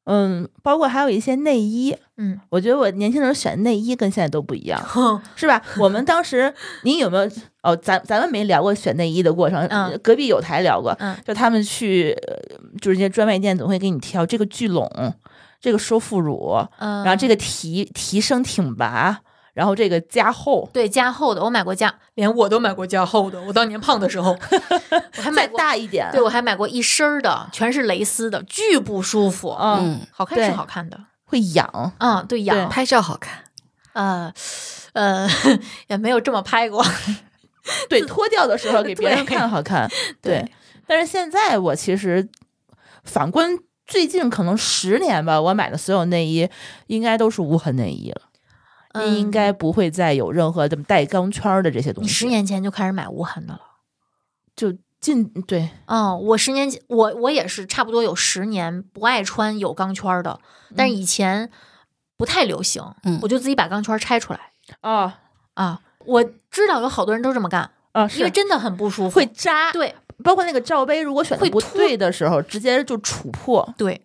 [SPEAKER 2] 嗯，包括还有一些内衣，
[SPEAKER 3] 嗯，
[SPEAKER 2] 我觉得我年轻的时候选内衣跟现在都不一样， 是吧？我们当时，你有没有？哦，咱咱们没聊过选内衣的过程，
[SPEAKER 3] 嗯
[SPEAKER 2] 隔壁有台聊过，
[SPEAKER 3] 嗯
[SPEAKER 2] 就他们去，呃就是那些专卖店总会给你挑这个聚拢，这个收副乳，
[SPEAKER 3] 嗯，
[SPEAKER 2] 然后这个提提升挺拔，然后这个加厚，
[SPEAKER 3] 对加厚的，我买过加，连我都买过加厚的。我当年胖的时候，我还
[SPEAKER 2] 再
[SPEAKER 3] 买过，
[SPEAKER 2] 大一点，
[SPEAKER 3] 对我还买过一身儿的，全是蕾丝的，巨不舒服。
[SPEAKER 2] 嗯，
[SPEAKER 4] 嗯，
[SPEAKER 3] 好看是
[SPEAKER 2] 对
[SPEAKER 3] 好看的，
[SPEAKER 2] 会痒。
[SPEAKER 3] 嗯，对，痒，
[SPEAKER 4] 拍照好看，
[SPEAKER 3] 呃呃， 也没有这么拍过。
[SPEAKER 2] 对，脱掉的时候给别人
[SPEAKER 3] 对
[SPEAKER 2] 看好看。对，
[SPEAKER 3] 对
[SPEAKER 2] 但是现在我其实反观最近可能十年吧，我买的所有内衣应该都是无痕内衣了，应该不会再有任何这么带钢圈儿的这些东
[SPEAKER 3] 嗯你
[SPEAKER 2] 西。
[SPEAKER 3] 十年前就开始买无痕的了。
[SPEAKER 2] 就近对，
[SPEAKER 3] 嗯，我十年前，我我也是差不多有十年不爱穿有钢圈儿的，但是以前不太流行，
[SPEAKER 4] 嗯
[SPEAKER 3] 我就自己把钢圈儿拆出来
[SPEAKER 2] 啊
[SPEAKER 3] 啊。我知道有好多人都这么干，
[SPEAKER 2] 啊，
[SPEAKER 3] 因为
[SPEAKER 2] 是
[SPEAKER 3] 真的很不舒服。
[SPEAKER 2] 会扎，，
[SPEAKER 3] 对
[SPEAKER 2] 包括那个罩杯，如果选的
[SPEAKER 3] 会
[SPEAKER 2] 不
[SPEAKER 3] 凸
[SPEAKER 2] 对的时候，直接就杵破，
[SPEAKER 3] 对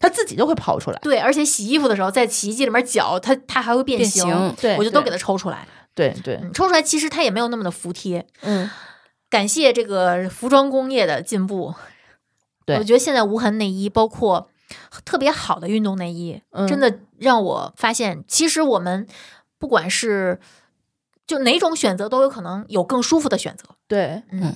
[SPEAKER 2] 它自己就会跑出来。
[SPEAKER 3] 对，而且洗衣服的时候在洗衣机里面搅，它它还会变
[SPEAKER 4] 变
[SPEAKER 3] 形，
[SPEAKER 4] 形
[SPEAKER 2] 对
[SPEAKER 3] 我就都
[SPEAKER 2] 对
[SPEAKER 3] 给它抽出来。
[SPEAKER 2] 对对，
[SPEAKER 3] 嗯，抽出来其实它也没有那么的服帖。
[SPEAKER 2] 嗯，
[SPEAKER 3] 感谢这个服装工业的进步，
[SPEAKER 2] 对
[SPEAKER 3] 我觉得现在无痕内衣，包括特别好的运动内衣，
[SPEAKER 2] 嗯
[SPEAKER 3] 真的让我发现，其实我们不管是就哪种选择，都有可能有更舒服的选择。
[SPEAKER 2] 对，
[SPEAKER 3] 嗯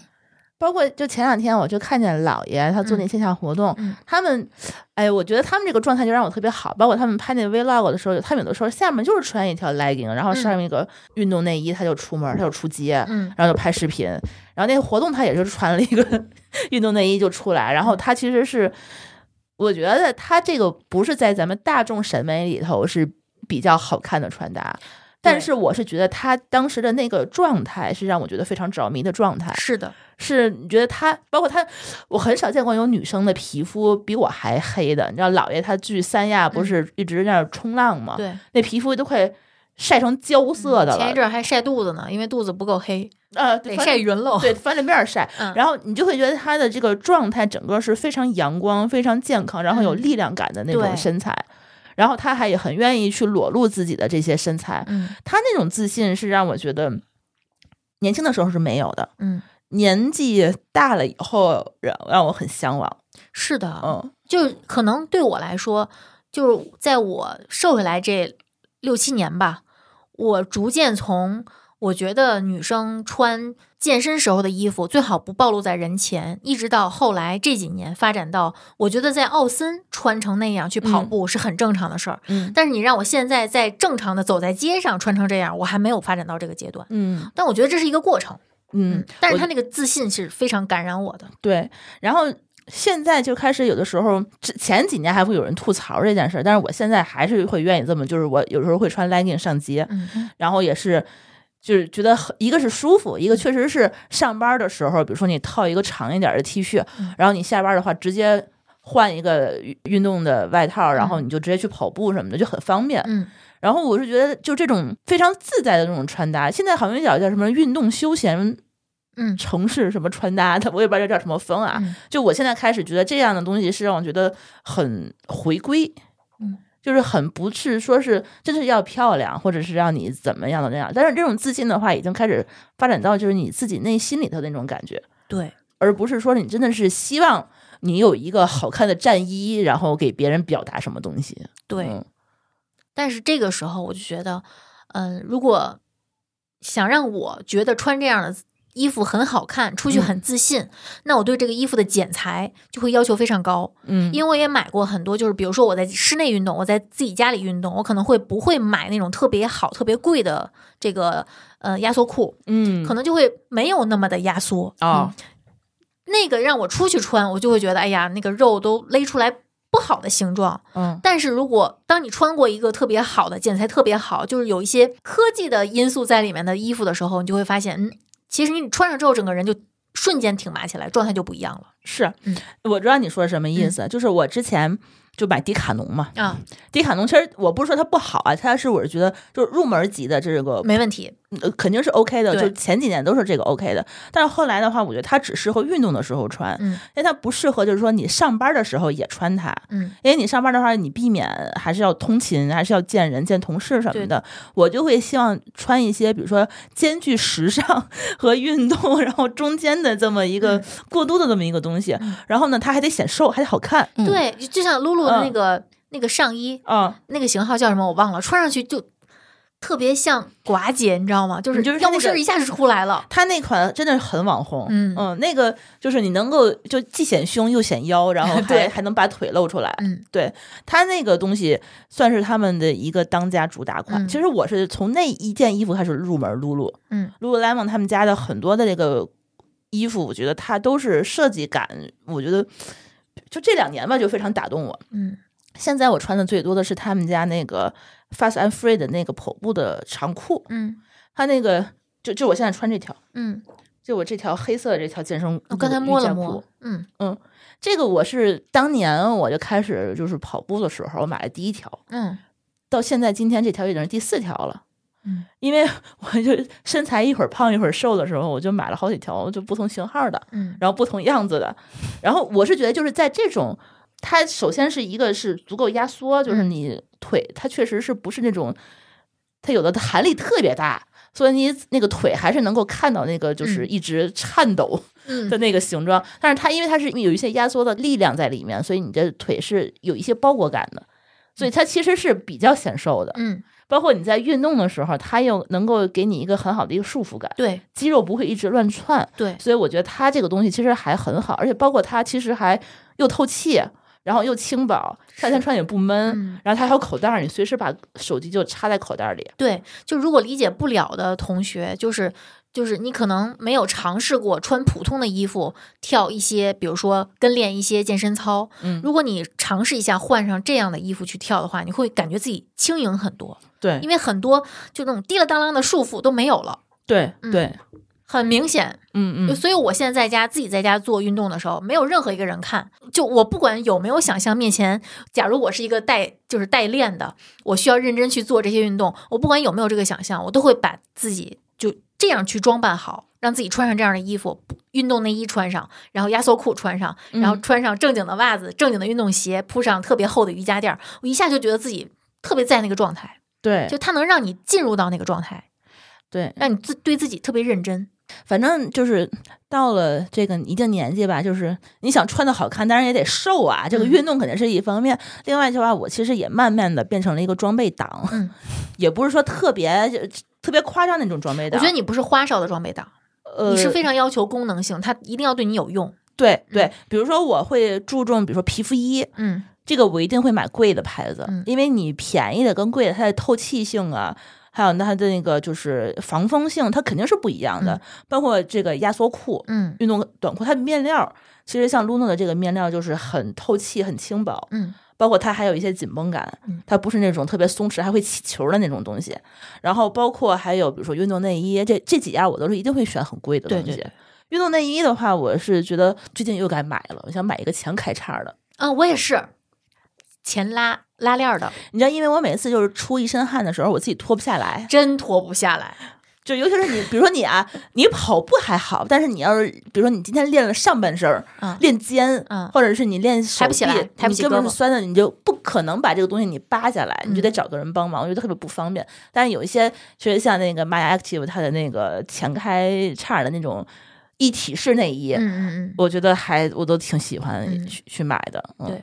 [SPEAKER 2] 包括就前两天我就看见姥爷他做那线下活动，
[SPEAKER 3] 嗯嗯
[SPEAKER 2] 他们，哎，我觉得他们这个状态就让我特别好。包括他们拍那 vlog 的时候，他们有的时候下面就是穿一条 legging，然后
[SPEAKER 3] 嗯
[SPEAKER 2] 上面一个运动内衣，他就出门，他就出街，
[SPEAKER 3] 嗯
[SPEAKER 2] 然后就拍视频。然后那个活动他也是穿了一个 运动内衣就出来，然后他其实是，我觉得他这个不是在咱们大众审美里头是比较好看的穿搭。但是我是觉得他当时的那个状态是让我觉得非常着迷的状态，
[SPEAKER 3] 是的，
[SPEAKER 2] 是你觉得他，包括他，我很少见过有女生的皮肤比我还黑的。你知道，姥爷他去三亚不是一直在那儿冲浪吗？
[SPEAKER 3] 嗯对，嗯
[SPEAKER 2] 那皮肤都快晒成焦啊色的
[SPEAKER 3] 前
[SPEAKER 2] 了
[SPEAKER 3] 一，阵儿还晒肚子呢，因为肚子不够黑，
[SPEAKER 2] 呃，
[SPEAKER 3] 得
[SPEAKER 2] 翻
[SPEAKER 3] 晒匀喽。
[SPEAKER 2] 对，翻着面儿晒，
[SPEAKER 3] 哦嗯
[SPEAKER 2] 然后你就会觉得他的这个状态整个是非常阳光、非常健康，然后有
[SPEAKER 3] 嗯
[SPEAKER 2] 力量感的那种
[SPEAKER 3] 对
[SPEAKER 2] 身材。然后他还也很愿意去裸露自己的这些身材，
[SPEAKER 3] 嗯
[SPEAKER 2] 他那种自信是让我觉得年轻的时候是没有的，
[SPEAKER 3] 嗯，
[SPEAKER 2] 年纪大了以后让让我很向往。
[SPEAKER 3] 是的，
[SPEAKER 2] 嗯
[SPEAKER 3] 就可能对我来说，就是在我瘦回来这六七年吧，我逐渐从我觉得女生穿健身时候的衣服最好不暴露在人前，一直到后来这几年发展到，我觉得在奥森穿成那样去跑
[SPEAKER 2] 嗯
[SPEAKER 3] 步是很正常的事儿。
[SPEAKER 2] 嗯
[SPEAKER 3] 但是你让我现在在正常的走在街上穿成这样，我还没有发展到这个阶段。
[SPEAKER 2] 嗯
[SPEAKER 3] 但我觉得这是一个过程，
[SPEAKER 2] 嗯，
[SPEAKER 3] 但是
[SPEAKER 2] 我
[SPEAKER 3] 他那个自信是非常感染我的，
[SPEAKER 2] 对，然后现在就开始有的时候，之前几年还会有人吐槽这件事儿，但是我现在还是会愿意这么，就是我有时候会穿 legging 上街，
[SPEAKER 3] 嗯，
[SPEAKER 2] 然后也是。就是觉得很一个是舒服，一个确实是上班的时候，比如说你套一个长一点儿的 T 恤，
[SPEAKER 3] 嗯
[SPEAKER 2] 然后你下班的话直接换一个运运动的外套，然后
[SPEAKER 3] 嗯
[SPEAKER 2] 你就直接去跑步什么的，就很方便。
[SPEAKER 3] 嗯，
[SPEAKER 2] 然后我是觉得就这种非常自在的这种穿搭，现在好像叫叫什么运动休闲
[SPEAKER 3] 嗯
[SPEAKER 2] 城市什么穿搭的，我也不知道这叫什么风啊。
[SPEAKER 3] 嗯
[SPEAKER 2] 就我现在开始觉得这样的东西是让我觉得很回归，
[SPEAKER 3] 嗯，
[SPEAKER 2] 就是很不是说是真是要漂亮，或者是让你怎么样的那样。但是这种自信的话，已经开始发展到就是你自己内心里头的那种感觉，
[SPEAKER 3] 对，
[SPEAKER 2] 而不是说你真的是希望你有一个好看的战衣，然后给别人表达什么东西。
[SPEAKER 3] 对，
[SPEAKER 2] 嗯
[SPEAKER 3] 但是这个时候我就觉得，嗯，如果想让我觉得穿这样的衣服很好看，出去
[SPEAKER 2] 嗯
[SPEAKER 3] 很自信，那我对这个衣服的剪裁就会要求非常高。
[SPEAKER 2] 嗯，
[SPEAKER 3] 因为我也买过很多，就是比如说我在室内运动，我在自己家里运动，我可能会不会买那种特别好、特别贵的这个呃压缩裤，
[SPEAKER 2] 嗯
[SPEAKER 3] 可能就会没有那么的压缩
[SPEAKER 2] 哦，
[SPEAKER 3] 那个让我出去穿，我就会觉得哎呀，那个肉都勒出来不好的形状。
[SPEAKER 2] 嗯
[SPEAKER 3] 但是如果当你穿过一个特别好的剪裁特别好，就是有一些科技的因素在里面的衣服的时候，你就会发现，嗯，其实你穿上之后，整个人就瞬间挺拔起来，状态就不一样了
[SPEAKER 2] 是
[SPEAKER 3] 嗯，
[SPEAKER 2] 我知道你说什么意思，就是我之前就买迪卡侬嘛，
[SPEAKER 3] 啊，
[SPEAKER 2] 迪卡侬其实我不是说它不好啊，它是我是觉得就是入门级的这个
[SPEAKER 3] 没问题。
[SPEAKER 2] 呃肯定是 OK 的，
[SPEAKER 3] 对
[SPEAKER 2] 就前几年都是这个 OK 的，但是后来的话，我觉得它只适合运动的时候穿，
[SPEAKER 3] 嗯
[SPEAKER 2] 因为它不适合就是说你上班的时候也穿它。
[SPEAKER 3] 嗯
[SPEAKER 2] 因为你上班的话，你避免还是要通勤，还是要见人、见同事什么的。我就会希望穿一些，比如说兼具时尚和运动，然后中间的这么一个
[SPEAKER 3] 嗯
[SPEAKER 2] 过渡的这么一个东西。然后呢，它还得显瘦，还得好看
[SPEAKER 4] 嗯
[SPEAKER 3] 对，就就像露露的
[SPEAKER 2] 嗯
[SPEAKER 3] 那个、那个上衣，
[SPEAKER 2] 啊、
[SPEAKER 3] 那个型号叫什么我忘了，穿上去就特别像寡姐，你知道吗？就是
[SPEAKER 2] 你就是
[SPEAKER 3] 腰
[SPEAKER 2] 看那
[SPEAKER 3] 部
[SPEAKER 2] 个
[SPEAKER 3] 线儿一下就出 来了。
[SPEAKER 2] 它那款真的是很网红，
[SPEAKER 3] 嗯
[SPEAKER 2] 那个就是你能够就既显胸又显腰，然后 还
[SPEAKER 3] 对
[SPEAKER 2] 还能把腿露出来。
[SPEAKER 3] 嗯
[SPEAKER 2] 对它那个东西算是他们的一个当家主打款。
[SPEAKER 3] 嗯
[SPEAKER 2] 其实我是从那一件衣服开始入门露露，
[SPEAKER 3] 嗯
[SPEAKER 2] ，Lululemon 他们家的很多的这个衣服，我觉得它都是设计感，我觉得就这两年吧，就非常打动我。
[SPEAKER 3] 嗯
[SPEAKER 2] 现在我穿的最多的是他们家那个 Fast and Free 的那个跑步的长裤，
[SPEAKER 3] 嗯
[SPEAKER 2] 它那个就就我现在穿这条，
[SPEAKER 3] 嗯，
[SPEAKER 2] 就我这条黑色的这条健身，
[SPEAKER 3] 我哦刚才
[SPEAKER 2] 那个
[SPEAKER 3] 摸了
[SPEAKER 2] 瑜伽裤
[SPEAKER 3] 摸，嗯
[SPEAKER 2] 这个我是当年我就开始就是跑步的时候我买的第一条，
[SPEAKER 3] 嗯
[SPEAKER 2] 到现在今天这条已经是第四条了。
[SPEAKER 3] 嗯，
[SPEAKER 2] 因为 我就身材一会儿胖一会儿瘦的时候，我就买了好几条就不同型号的，
[SPEAKER 3] 嗯
[SPEAKER 2] 然后不同样子的。然后我是觉得就是在这种，它首先是一个是足够压缩，就是
[SPEAKER 3] 嗯
[SPEAKER 2] 你腿它确实是不是那种，它有的弹力特别大。所以你那个腿还是能够看到那个，就是
[SPEAKER 3] 嗯
[SPEAKER 2] 一直颤抖的
[SPEAKER 3] 嗯
[SPEAKER 2] 那个形状，但是它因为它是有一些压缩的力量在里面，所以你的腿是有一些包裹感的，所以它其实是比较显瘦的。
[SPEAKER 3] 嗯，
[SPEAKER 2] 包括你在运动的时候，它又能够给你一个很好的一个束缚感，
[SPEAKER 3] 对
[SPEAKER 2] 肌肉不会一直乱窜。
[SPEAKER 3] 对，
[SPEAKER 2] 所以我觉得它这个东西其实还很好，而且包括它其实还又透气，然后又轻薄，夏天穿也不闷，
[SPEAKER 3] 嗯
[SPEAKER 2] 然后它还有口袋儿，你随时把手机就插在口袋里。
[SPEAKER 3] 对，就如果理解不了的同学，就是就是你可能没有尝试过穿普通的衣服跳一些，比如说跟练一些健身操。
[SPEAKER 2] 嗯
[SPEAKER 3] 如果你尝试一下换上这样的衣服去跳的话，你会感觉自己轻盈很多，
[SPEAKER 2] 对
[SPEAKER 3] 因为很多就那种滴了当啷的束缚都没有了，
[SPEAKER 2] 对
[SPEAKER 3] 嗯
[SPEAKER 2] 对，
[SPEAKER 3] 很明显。
[SPEAKER 2] 嗯嗯，
[SPEAKER 3] 所以我现在在家自己在家做运动的时候，没有任何一个人看。就我不管有没有想象，面前假如我是一个代就是代练的，我需要认真去做这些运动，我不管有没有这个想象，我都会把自己就这样去装扮好，让自己穿上这样的衣服，运动内衣穿上，然后压缩裤穿上，
[SPEAKER 2] 嗯
[SPEAKER 3] 然后穿上正经的袜子、正经的运动鞋，铺上特别厚的瑜伽垫儿，我一下就觉得自己特别在那个状态，
[SPEAKER 2] 对
[SPEAKER 3] 就它能让你进入到那个状态，
[SPEAKER 2] 对，
[SPEAKER 3] 让你自对自己特别认真。
[SPEAKER 2] 反正就是到了这个一定年纪吧，就是你想穿的好看，当然也得瘦啊。这个
[SPEAKER 3] 嗯
[SPEAKER 2] 运动肯定是一方面，另外的话，我其实也慢慢的变成了一个装备党，
[SPEAKER 3] 嗯
[SPEAKER 2] 也不是说特别就特别夸张那种装备
[SPEAKER 3] 我
[SPEAKER 2] 党。
[SPEAKER 3] 觉得你不是花哨的装备党。
[SPEAKER 2] 呃，
[SPEAKER 3] 你是非常嗯要求功能性，它一定要对你有用。
[SPEAKER 2] 对对，比如说我会注重，比如说皮肤衣。
[SPEAKER 3] 嗯
[SPEAKER 2] 这个我一定会买贵的牌子，
[SPEAKER 3] 嗯
[SPEAKER 2] 因为你便宜的跟贵的，它的透气性啊，还有它的那个就是防风性，它肯定是不一样的。
[SPEAKER 3] 嗯
[SPEAKER 2] 包括这个压缩裤，
[SPEAKER 3] 嗯
[SPEAKER 2] 运动短裤，它的面料其实像 Luno 的这个面料就是很透气、很轻薄，
[SPEAKER 3] 嗯
[SPEAKER 2] 包括它还有一些紧绷感
[SPEAKER 3] 嗯，
[SPEAKER 2] 它不是那种特别松弛还会起球的那种东西。然后包括还有比如说运动内衣，这这几样我都是一定会选很贵的东西。
[SPEAKER 3] 对对对
[SPEAKER 2] 运动内衣的话，我是觉得最近又该买了，我想买一个前开叉的。
[SPEAKER 3] 啊，我也是前拉拉链儿的，
[SPEAKER 2] 你知道，因为我每次就是出一身汗的时候，我自己脱不下来。
[SPEAKER 3] 真脱不下来。
[SPEAKER 2] 就尤其是你，比如说你啊，你跑步还好，但是你要是比如说你今天练了上半身儿，
[SPEAKER 3] 嗯
[SPEAKER 2] 练肩，
[SPEAKER 3] 嗯
[SPEAKER 2] 或者是你练手
[SPEAKER 3] 抬不起来
[SPEAKER 2] 臂
[SPEAKER 3] 抬不
[SPEAKER 2] 你
[SPEAKER 3] 起
[SPEAKER 2] 根本
[SPEAKER 3] 胳膊
[SPEAKER 2] 是酸的，你就不可能把这个东西你扒下来，你就
[SPEAKER 3] 嗯
[SPEAKER 2] 得找个人帮忙，我觉得特别不方便。但是有一些确实像那个 My Active 它的那个前开叉的那种一体式内衣，
[SPEAKER 3] 嗯嗯嗯，
[SPEAKER 2] 我觉得还我都挺喜欢
[SPEAKER 3] 嗯
[SPEAKER 2] 去、去买的。嗯、
[SPEAKER 3] 对，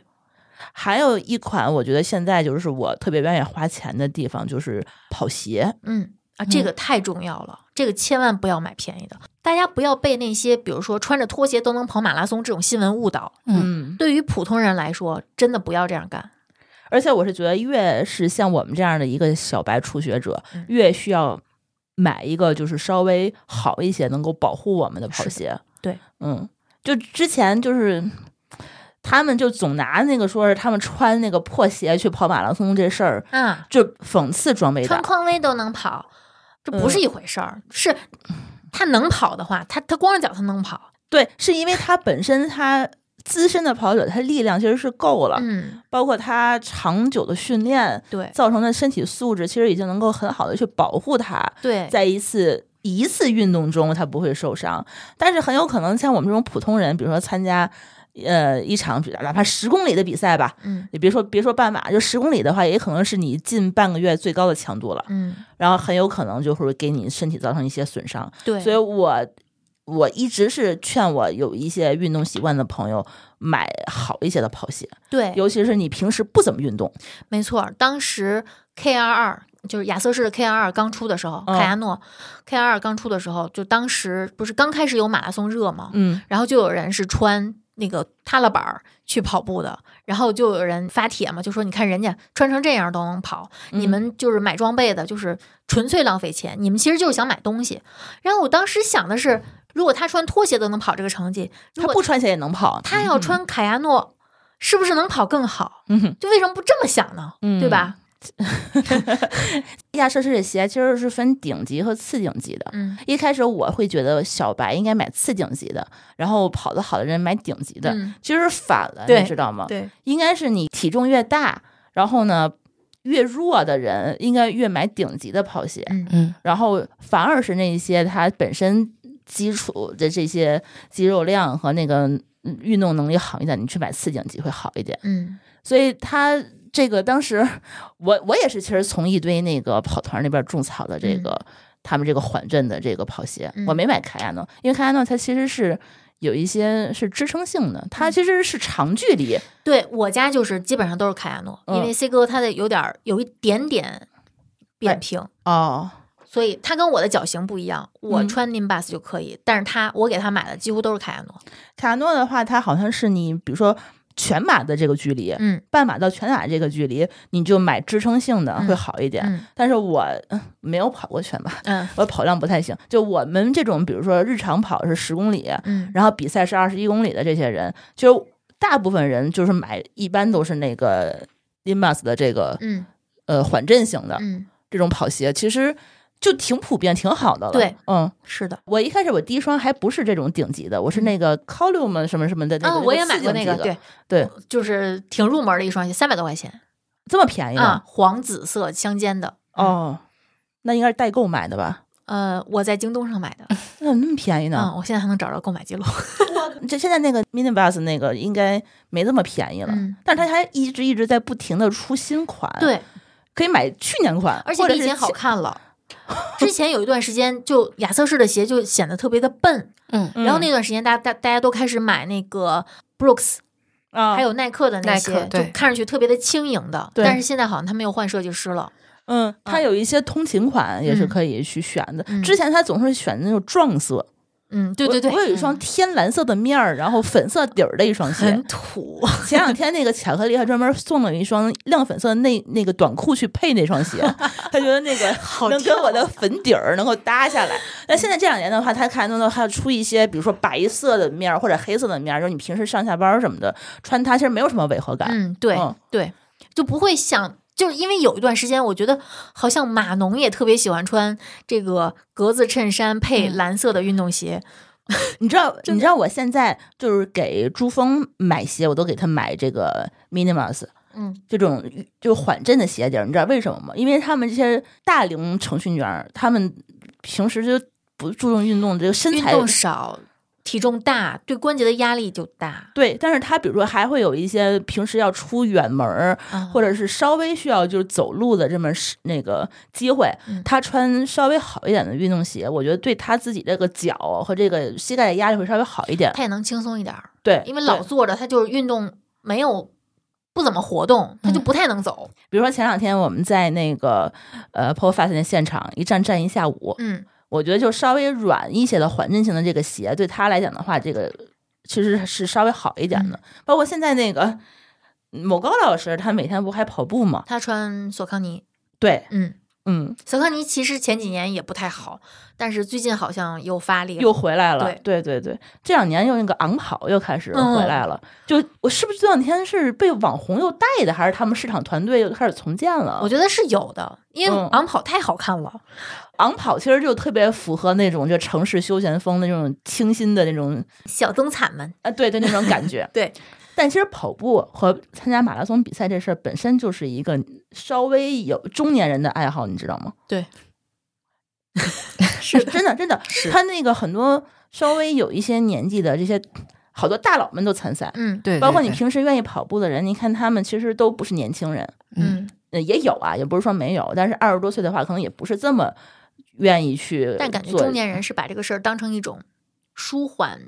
[SPEAKER 2] 还有一款我觉得现在就是我特别愿意花钱的地方就是跑鞋。
[SPEAKER 3] 嗯啊，这个太重要了，这个千万不要买便宜的。大家不要被那些比如说穿着拖鞋都能跑马拉松这种新闻误导。
[SPEAKER 2] 嗯，
[SPEAKER 3] 对于普通人来说，真的不要这样干。
[SPEAKER 2] 而且我是觉得越是像我们这样的一个小白初学者
[SPEAKER 3] 嗯，
[SPEAKER 2] 越需要买一个就是稍微好一些、能够保护我们的跑鞋。
[SPEAKER 3] 对，
[SPEAKER 2] 嗯，就之前就是。他们就总拿那个说是他们穿那个破鞋去跑马拉松这事儿，
[SPEAKER 3] 啊，
[SPEAKER 2] 就讽刺装备党。
[SPEAKER 3] 穿匡威都能跑，这不是一回事儿。是他能跑的话，他他光着脚他能跑。
[SPEAKER 2] 对，是因为他本身他资深的跑者，他力量其实是够了，
[SPEAKER 3] 嗯，
[SPEAKER 2] 包括他长久的训练
[SPEAKER 3] 对
[SPEAKER 2] 造成的身体素质，其实已经能够很好的去保护他，
[SPEAKER 3] 对，
[SPEAKER 2] 在一次一次运动中他不会受伤。但是很有可能像我们这种普通人，比如说参加呃一场比哪怕十公里的比赛吧，
[SPEAKER 3] 嗯
[SPEAKER 2] 你别说别说半马，就十公里的话，也可能是你近半个月最高的强度了，
[SPEAKER 3] 嗯，
[SPEAKER 2] 然后很有可能就会给你身体造成一些损伤。
[SPEAKER 3] 对，
[SPEAKER 2] 所以我我一直是劝我有一些运动习惯的朋友买好一些的跑鞋，
[SPEAKER 3] 对，
[SPEAKER 2] 尤其是你平时不怎么运动，
[SPEAKER 3] 没错儿，当时 K R 二就是亚瑟士的 K R 二刚出的时候，
[SPEAKER 2] 嗯
[SPEAKER 3] 凯亚诺 K R 二刚出的时候，就当时不是刚开始有马拉松热吗？
[SPEAKER 2] 嗯，
[SPEAKER 3] 然后就有人是穿那个踏拉板儿去跑步的，然后就有人发帖嘛，就说你看人家穿成这样都能跑，
[SPEAKER 2] 嗯
[SPEAKER 3] 你们就是买装备的，就是纯粹浪费钱，你们其实就是想买东西。然后我当时想的是，如果他穿拖鞋都能跑这个成绩，如
[SPEAKER 2] 他
[SPEAKER 3] 果
[SPEAKER 2] 不穿鞋也能跑，
[SPEAKER 3] 他要穿凯亚诺，是不是能跑更好？
[SPEAKER 2] 嗯哼
[SPEAKER 3] 就为什么不这么想呢？
[SPEAKER 2] 嗯
[SPEAKER 3] 对吧？
[SPEAKER 2] 亚瑟士的鞋其实是分顶级和次顶级的。
[SPEAKER 3] 嗯
[SPEAKER 2] 一开始我会觉得小白应该买次顶级的，然后跑得好的人买顶级的，
[SPEAKER 3] 嗯
[SPEAKER 2] 其实是反了，
[SPEAKER 3] 对
[SPEAKER 2] 你知道吗？
[SPEAKER 3] 对，
[SPEAKER 2] 应该是你体重越大，然后呢越弱的人应该越买顶级的跑鞋。
[SPEAKER 3] 嗯
[SPEAKER 4] 嗯
[SPEAKER 2] 然后反而是那些他本身基础的这些肌肉量和那个嗯运动能力好一点，你去买次顶级会好一点。
[SPEAKER 3] 嗯
[SPEAKER 2] 所以他这个当时我我也是，其实从一堆那个跑团那边种草的这个、他们这个缓震的这个跑鞋，
[SPEAKER 3] 嗯
[SPEAKER 2] 我没买凯亚诺，因为凯亚诺它其实是。有一些是支撑性的，它其实是长距离，
[SPEAKER 3] 对我家就是基本上都是凯亚诺，
[SPEAKER 2] 嗯
[SPEAKER 3] 因为 C 哥他的有点儿有一点点扁平，
[SPEAKER 2] 哦，
[SPEAKER 3] 所以他跟我的脚型不一样，我
[SPEAKER 2] 嗯
[SPEAKER 3] 穿 Nimbus 就可以，但是他我给他买的几乎都是凯亚诺，
[SPEAKER 2] 卡诺的话，它好像是你比如说全码的这个距离，
[SPEAKER 3] 嗯
[SPEAKER 2] 半马到全马这个距离，你就买支撑性的
[SPEAKER 3] 嗯
[SPEAKER 2] 会好一点。
[SPEAKER 3] 嗯
[SPEAKER 2] 但是我嗯没有跑过全马，
[SPEAKER 3] 嗯
[SPEAKER 2] 我跑量不太行。就我们这种，比如说日常跑是十公里，
[SPEAKER 3] 嗯
[SPEAKER 2] 然后比赛是二十一公里的这些人，就大部分人就是买，一般都是那个 Limas 的这个
[SPEAKER 3] 嗯
[SPEAKER 2] 呃缓震型的
[SPEAKER 3] 嗯，
[SPEAKER 2] 这种跑鞋，其实就挺普遍、挺好的了。
[SPEAKER 3] 对，
[SPEAKER 2] 嗯，
[SPEAKER 3] 是的。
[SPEAKER 2] 我一开始我第一双还不是这种顶级的，我是那个 Column 什么什么的那个，
[SPEAKER 3] 啊，
[SPEAKER 2] 那个
[SPEAKER 3] 嗯我也买
[SPEAKER 2] 四
[SPEAKER 3] 过
[SPEAKER 2] 顶
[SPEAKER 3] 那
[SPEAKER 2] 级
[SPEAKER 3] 个，
[SPEAKER 2] 的，
[SPEAKER 3] 对，
[SPEAKER 2] 对，
[SPEAKER 3] 就是挺入门的一双鞋，三百多块钱
[SPEAKER 2] 这么便宜呢
[SPEAKER 3] 啊，黄紫色相间的。
[SPEAKER 2] 哦，那应该是代购买的吧？
[SPEAKER 3] 呃，我在京东上买的，
[SPEAKER 2] 那怎么那么便宜呢？
[SPEAKER 3] 嗯，我现在还能找着购买记录。
[SPEAKER 2] 这现在那个 Minibus 那个应该没那么便宜了，
[SPEAKER 3] 嗯
[SPEAKER 2] 但是它还一直一直在不停的出新款，，
[SPEAKER 3] 对，
[SPEAKER 2] 可以买去年款，
[SPEAKER 3] 而且
[SPEAKER 2] 或者
[SPEAKER 3] 比以
[SPEAKER 2] 是
[SPEAKER 3] 前好
[SPEAKER 2] 前，
[SPEAKER 3] 看了。之前有一段时间，就亚瑟士的鞋就显得特别的笨，
[SPEAKER 4] 嗯，
[SPEAKER 2] 嗯
[SPEAKER 3] 然后那段时间大家大大家都开始买那个 Brooks，
[SPEAKER 2] 啊，
[SPEAKER 3] 还有耐克的那
[SPEAKER 4] 耐
[SPEAKER 3] 些，
[SPEAKER 4] 克对
[SPEAKER 3] 就看上去特别的轻盈的。
[SPEAKER 2] 对
[SPEAKER 3] 但是现在好像他们又换设计师了。
[SPEAKER 2] 嗯，它
[SPEAKER 3] 啊
[SPEAKER 2] 有一些通勤款也是
[SPEAKER 3] 嗯
[SPEAKER 2] 可以去选的。
[SPEAKER 3] 嗯
[SPEAKER 2] 之前它总是选那种撞色，
[SPEAKER 3] 嗯，对对对
[SPEAKER 2] 我，我有一双天蓝色的面儿，然后粉色底儿的一双鞋
[SPEAKER 3] 很。土。
[SPEAKER 2] 前两天那个巧克力还专门送了一双亮粉色的那那个短裤去配那 双鞋，他觉得那个
[SPEAKER 3] 好
[SPEAKER 2] 能跟
[SPEAKER 3] 跳啊
[SPEAKER 2] 我的粉底儿能够搭下 来。那现在这两年的话，他看到还要出一些，比如说白色的面儿或者黑色的面儿，就是你平时上下班儿什么的穿它，其实没有什么违和感。
[SPEAKER 3] 嗯，对
[SPEAKER 2] 嗯
[SPEAKER 3] 对，就不会想，就是因为有一段时间，我觉得好像码农也特别喜欢穿这个格子衬衫配
[SPEAKER 2] 嗯
[SPEAKER 3] 蓝色的运动鞋。
[SPEAKER 2] 你知道，你知道我现在就是给珠峰买鞋，我都给他买这个 Minimus
[SPEAKER 3] 嗯
[SPEAKER 2] 这种就缓震的鞋底儿，你知道为什么吗？因为他们这些大龄程序员儿，他们平时就不注重运动，这个身
[SPEAKER 3] 运
[SPEAKER 2] 材
[SPEAKER 3] 动少，体重大，对关节的压力就大，
[SPEAKER 2] 对，但是他比如说还会有一些平时要出远门儿，
[SPEAKER 3] 啊
[SPEAKER 2] 或者是稍微需要就是走路的这么是那个机会
[SPEAKER 3] 嗯，
[SPEAKER 2] 他穿稍微好一点的运动鞋，我觉得对他自己这个脚和这个膝盖的压力会稍微好一点。
[SPEAKER 3] 他也能轻松一点儿，
[SPEAKER 2] 对，
[SPEAKER 3] 因为
[SPEAKER 2] 对
[SPEAKER 3] 老坐着，他就是运动没有不怎么活动，他就不太能走。
[SPEAKER 2] 比如说前两天我们在那个呃 p o Fast 的现场一站站一下午，
[SPEAKER 3] 嗯
[SPEAKER 2] 我觉得就稍微软一些的缓震型的这个鞋，对他来讲的话，这个其实是稍微好一点的。
[SPEAKER 3] 嗯
[SPEAKER 2] 包括现在那个某高老师，他每天不还跑步吗？
[SPEAKER 3] 他穿索康尼，
[SPEAKER 2] 对，
[SPEAKER 3] 嗯，
[SPEAKER 2] 嗯，
[SPEAKER 3] 索康尼其实前几年也不太好，但是最近好像又发力了，
[SPEAKER 2] 又回来了。
[SPEAKER 3] 对
[SPEAKER 2] 对对对这两年又那个昂跑又开始回
[SPEAKER 3] 嗯
[SPEAKER 2] 来了。就我是不是这两天是被网红又带的，还是他们市场团队又开始重建了？
[SPEAKER 3] 我觉得是有的，因为
[SPEAKER 2] 嗯
[SPEAKER 3] 昂跑太好看了。
[SPEAKER 2] 昂跑其实就特别符合那种就城市休闲风的那种清新的那种
[SPEAKER 3] 小灯惨们，。
[SPEAKER 2] 啊，对对，那种感觉
[SPEAKER 3] 对，
[SPEAKER 2] 但其实跑步和参加马拉松比赛这事儿本身就是一个稍微有中年人的爱好，你知道吗？
[SPEAKER 3] 对，
[SPEAKER 2] 是真的真的，他那个很多稍微有一些年纪的这些好多大佬们都参赛，
[SPEAKER 3] 嗯，
[SPEAKER 4] 对，
[SPEAKER 2] 包括你
[SPEAKER 4] 对
[SPEAKER 2] 平时愿意跑步的人，你看他们其实都不是年轻人，
[SPEAKER 3] 嗯，
[SPEAKER 2] 呃也有啊，也不是说没有，但是二十多岁的话，可能也不是这么愿意去。
[SPEAKER 3] 但感觉中。年人是把这个事儿当成一种舒缓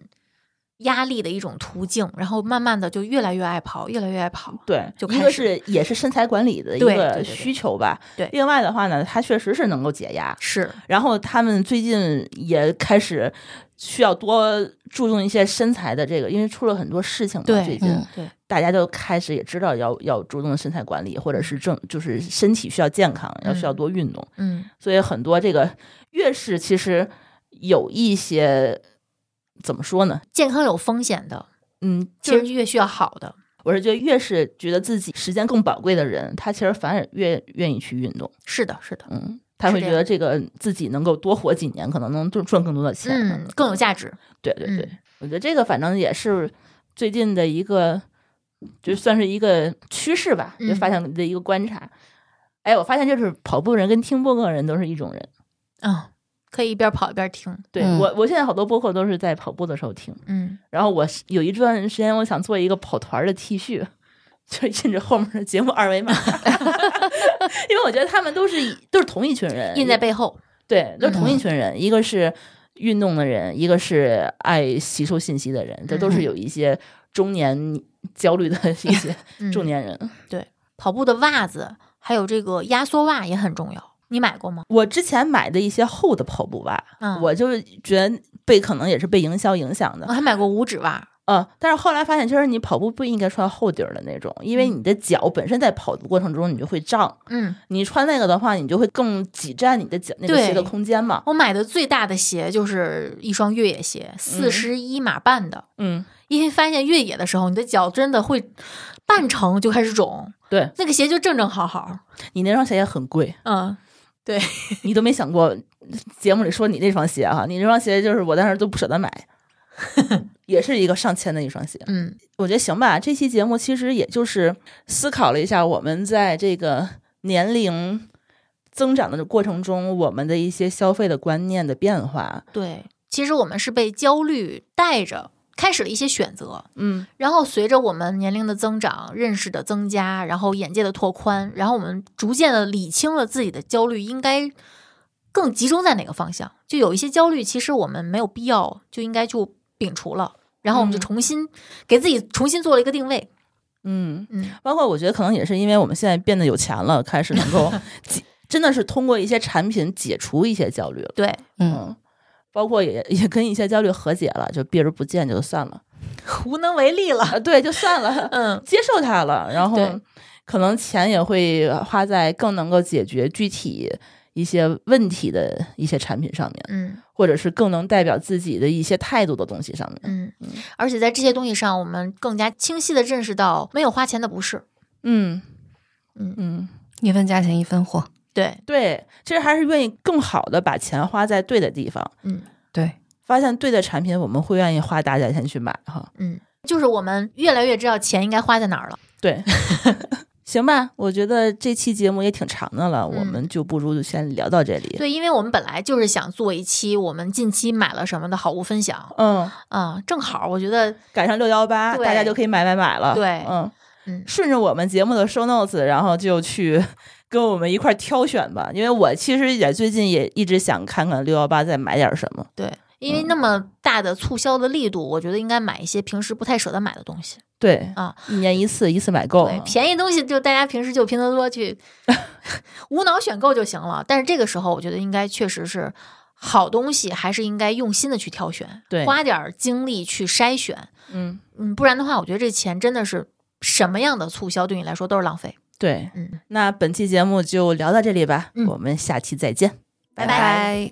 [SPEAKER 3] 压力的一种途径，然后慢慢的就越来越爱跑，越来越爱跑。
[SPEAKER 2] 对，
[SPEAKER 3] 就
[SPEAKER 2] 一
[SPEAKER 3] 开
[SPEAKER 2] 个
[SPEAKER 3] 始
[SPEAKER 2] 是也是身材管理 的一
[SPEAKER 3] 对对对
[SPEAKER 2] 个
[SPEAKER 3] 对
[SPEAKER 2] 需求吧，
[SPEAKER 3] 对
[SPEAKER 2] 另外的话呢，它确实是能够解压，
[SPEAKER 3] 是，
[SPEAKER 2] 然后他们最近也开始需要多注重一些身材的这个，因为出了很多事情嘛，
[SPEAKER 3] 对
[SPEAKER 2] 最近、
[SPEAKER 4] 嗯
[SPEAKER 3] 对，
[SPEAKER 2] 大家都开始也知道要要注重身材管理，或者是正就是身体需要健康，要需要多运动，
[SPEAKER 3] 嗯，
[SPEAKER 2] 所以很多这个越是其实有一些怎么说呢，
[SPEAKER 3] 健康有风险的，
[SPEAKER 2] 嗯，
[SPEAKER 3] 其
[SPEAKER 2] 就
[SPEAKER 3] 实
[SPEAKER 2] 是
[SPEAKER 3] 越需要好的。
[SPEAKER 2] 我是觉得越是觉得自己时间更宝贵的人，他其实反而越愿意去运动，
[SPEAKER 3] 是的，是的，
[SPEAKER 2] 嗯。他
[SPEAKER 3] 是
[SPEAKER 2] 会
[SPEAKER 3] 这
[SPEAKER 2] 觉
[SPEAKER 3] 样
[SPEAKER 2] 得这个自己能够多活几年，可能能赚赚更多的钱，
[SPEAKER 3] 嗯，更有价值。
[SPEAKER 2] 对对
[SPEAKER 3] 嗯
[SPEAKER 2] 对，我觉得这个反正也是最近的一个，就算是一个趋势吧，
[SPEAKER 3] 嗯
[SPEAKER 2] 就发现的一个观察。哎，我发现就是跑步人跟听播客人都是一种人。
[SPEAKER 3] 嗯，可以一边跑一边听。
[SPEAKER 2] 对、
[SPEAKER 4] 嗯
[SPEAKER 2] 我，我现在好多播客都是在跑步的时候听。
[SPEAKER 3] 嗯，
[SPEAKER 2] 然后我是有一段时间，我想做一个跑团儿的 T 恤，就是印着后面的节目二维码， 因为我觉得他们都是一都是同一群人，
[SPEAKER 3] 印在背后。
[SPEAKER 2] 对，都是同一
[SPEAKER 4] 嗯
[SPEAKER 2] 群人，一个是运动的人，一个是爱吸收信息的人，这都是
[SPEAKER 4] 嗯
[SPEAKER 2] 有一些中年焦虑的一些
[SPEAKER 3] 嗯，
[SPEAKER 2] 中年人。
[SPEAKER 3] 跑步的袜子，还有这个压缩袜也很重要。你买过吗？
[SPEAKER 2] 我之前买的一些厚的跑步袜，
[SPEAKER 3] 嗯
[SPEAKER 2] 我就是觉得被可能也是被营销影响
[SPEAKER 3] 我
[SPEAKER 2] 的。
[SPEAKER 3] 还买过五指袜。
[SPEAKER 2] 呃，但是后来发现，其实你跑步不应该穿厚底儿的那种，因为你的脚本身在跑的过程中你就会胀，
[SPEAKER 3] 嗯，
[SPEAKER 2] 你穿那个的话，你就会更挤占你的脚那个
[SPEAKER 3] 对
[SPEAKER 2] 鞋的空间嘛。
[SPEAKER 3] 我买的最大的鞋就是一双越野鞋，四十一码半的。
[SPEAKER 2] 嗯，
[SPEAKER 3] 因为发现越野的时候，你的脚真的会半程就开始肿，
[SPEAKER 2] 对
[SPEAKER 3] 那个鞋就正正好好。
[SPEAKER 2] 你那双鞋也很贵，
[SPEAKER 3] 嗯，对，
[SPEAKER 2] 你都没想过节目里说你那双鞋哈、你那双鞋就是我当时都不舍得买，也是一个上千的一双鞋。
[SPEAKER 3] 嗯
[SPEAKER 2] 我觉得行吧，这期节目其实也就是思考了一下我们在这个年龄增长的过程中，我们的一些消费的观念的变化。
[SPEAKER 3] 对。其实我们是被焦虑带着开始了一些选择，
[SPEAKER 2] 嗯，
[SPEAKER 3] 然后随着我们年龄的增长、认识的增加，然后眼界的拓宽，然后我们逐渐的理清了自己的焦虑应该更集中在哪个方向。就有一些焦虑，其实我们没有必要就应该就摒除了，然后我们就
[SPEAKER 2] 嗯
[SPEAKER 3] 重新、给自己重新做了一个定位。
[SPEAKER 2] 嗯，
[SPEAKER 3] 嗯，
[SPEAKER 2] 包括我觉得可能也是因为我们现在变得有钱了，开始能够解，真的是通过一些产品解除一些焦虑了。
[SPEAKER 3] 对，
[SPEAKER 4] 嗯，
[SPEAKER 2] 嗯，包括也也跟一些焦虑和解了，就避而不见就算了
[SPEAKER 3] 无能为力了。
[SPEAKER 2] 啊，对，就算了。
[SPEAKER 3] 嗯，
[SPEAKER 2] 接受它了，然后
[SPEAKER 3] 对
[SPEAKER 2] 可能钱也会花在更能够解决具体一些问题的一些产品上面，
[SPEAKER 3] 嗯
[SPEAKER 2] 或者是更能代表自己的一些态度的东西上面。
[SPEAKER 3] 嗯，而且在这些东西上，我们更加清晰的认识到没有花钱的不是。
[SPEAKER 2] 嗯
[SPEAKER 3] 嗯
[SPEAKER 2] 嗯，
[SPEAKER 4] 一分价钱一分货，
[SPEAKER 3] 对，
[SPEAKER 2] 对，其实还是愿意更好的把钱花在对的地方，
[SPEAKER 3] 嗯
[SPEAKER 4] 对，
[SPEAKER 2] 发现对的产品，我们会愿意花大价钱去买哈。
[SPEAKER 3] 嗯，就是我们越来越知道钱应该花在哪儿了。
[SPEAKER 2] 对。 行吧，我觉得这期节目也挺长的了，我
[SPEAKER 3] 嗯
[SPEAKER 2] 们就不如就先聊到这里。
[SPEAKER 3] 对，因为我们本来就是想做一期我们近期买了什么的好物分享
[SPEAKER 2] 嗯，
[SPEAKER 3] 啊、正好我觉得
[SPEAKER 2] 赶上六幺八，
[SPEAKER 3] 对
[SPEAKER 2] 大家就可以买买买了。
[SPEAKER 3] 对
[SPEAKER 2] 嗯
[SPEAKER 3] 嗯
[SPEAKER 2] 顺着我们节目的 show notes，然后就去 跟我们一块儿挑选吧。因为我其实也最近也一直想看看六幺八再买点什么。
[SPEAKER 3] 对，因为那么大的促销的力度，我觉得应该买一些平时不太舍得买的东西。
[SPEAKER 2] 对
[SPEAKER 3] 啊，
[SPEAKER 2] 一年一次，一次买够
[SPEAKER 3] 对，。便宜东西就大家平时就拼多多去无脑选购就行了。但是这个时候，我觉得应该确实是好东西，还是应该用心的去挑选，
[SPEAKER 2] 对
[SPEAKER 3] 花点儿精力去筛选。
[SPEAKER 2] 嗯，
[SPEAKER 3] 嗯，不然的话，我觉得这钱真的是什么样的促销对你来说都是浪费。
[SPEAKER 2] 对。
[SPEAKER 3] 嗯，
[SPEAKER 2] 那本期节目就聊到这里吧，
[SPEAKER 3] 嗯
[SPEAKER 2] 我们下期再见。
[SPEAKER 3] 拜
[SPEAKER 4] 拜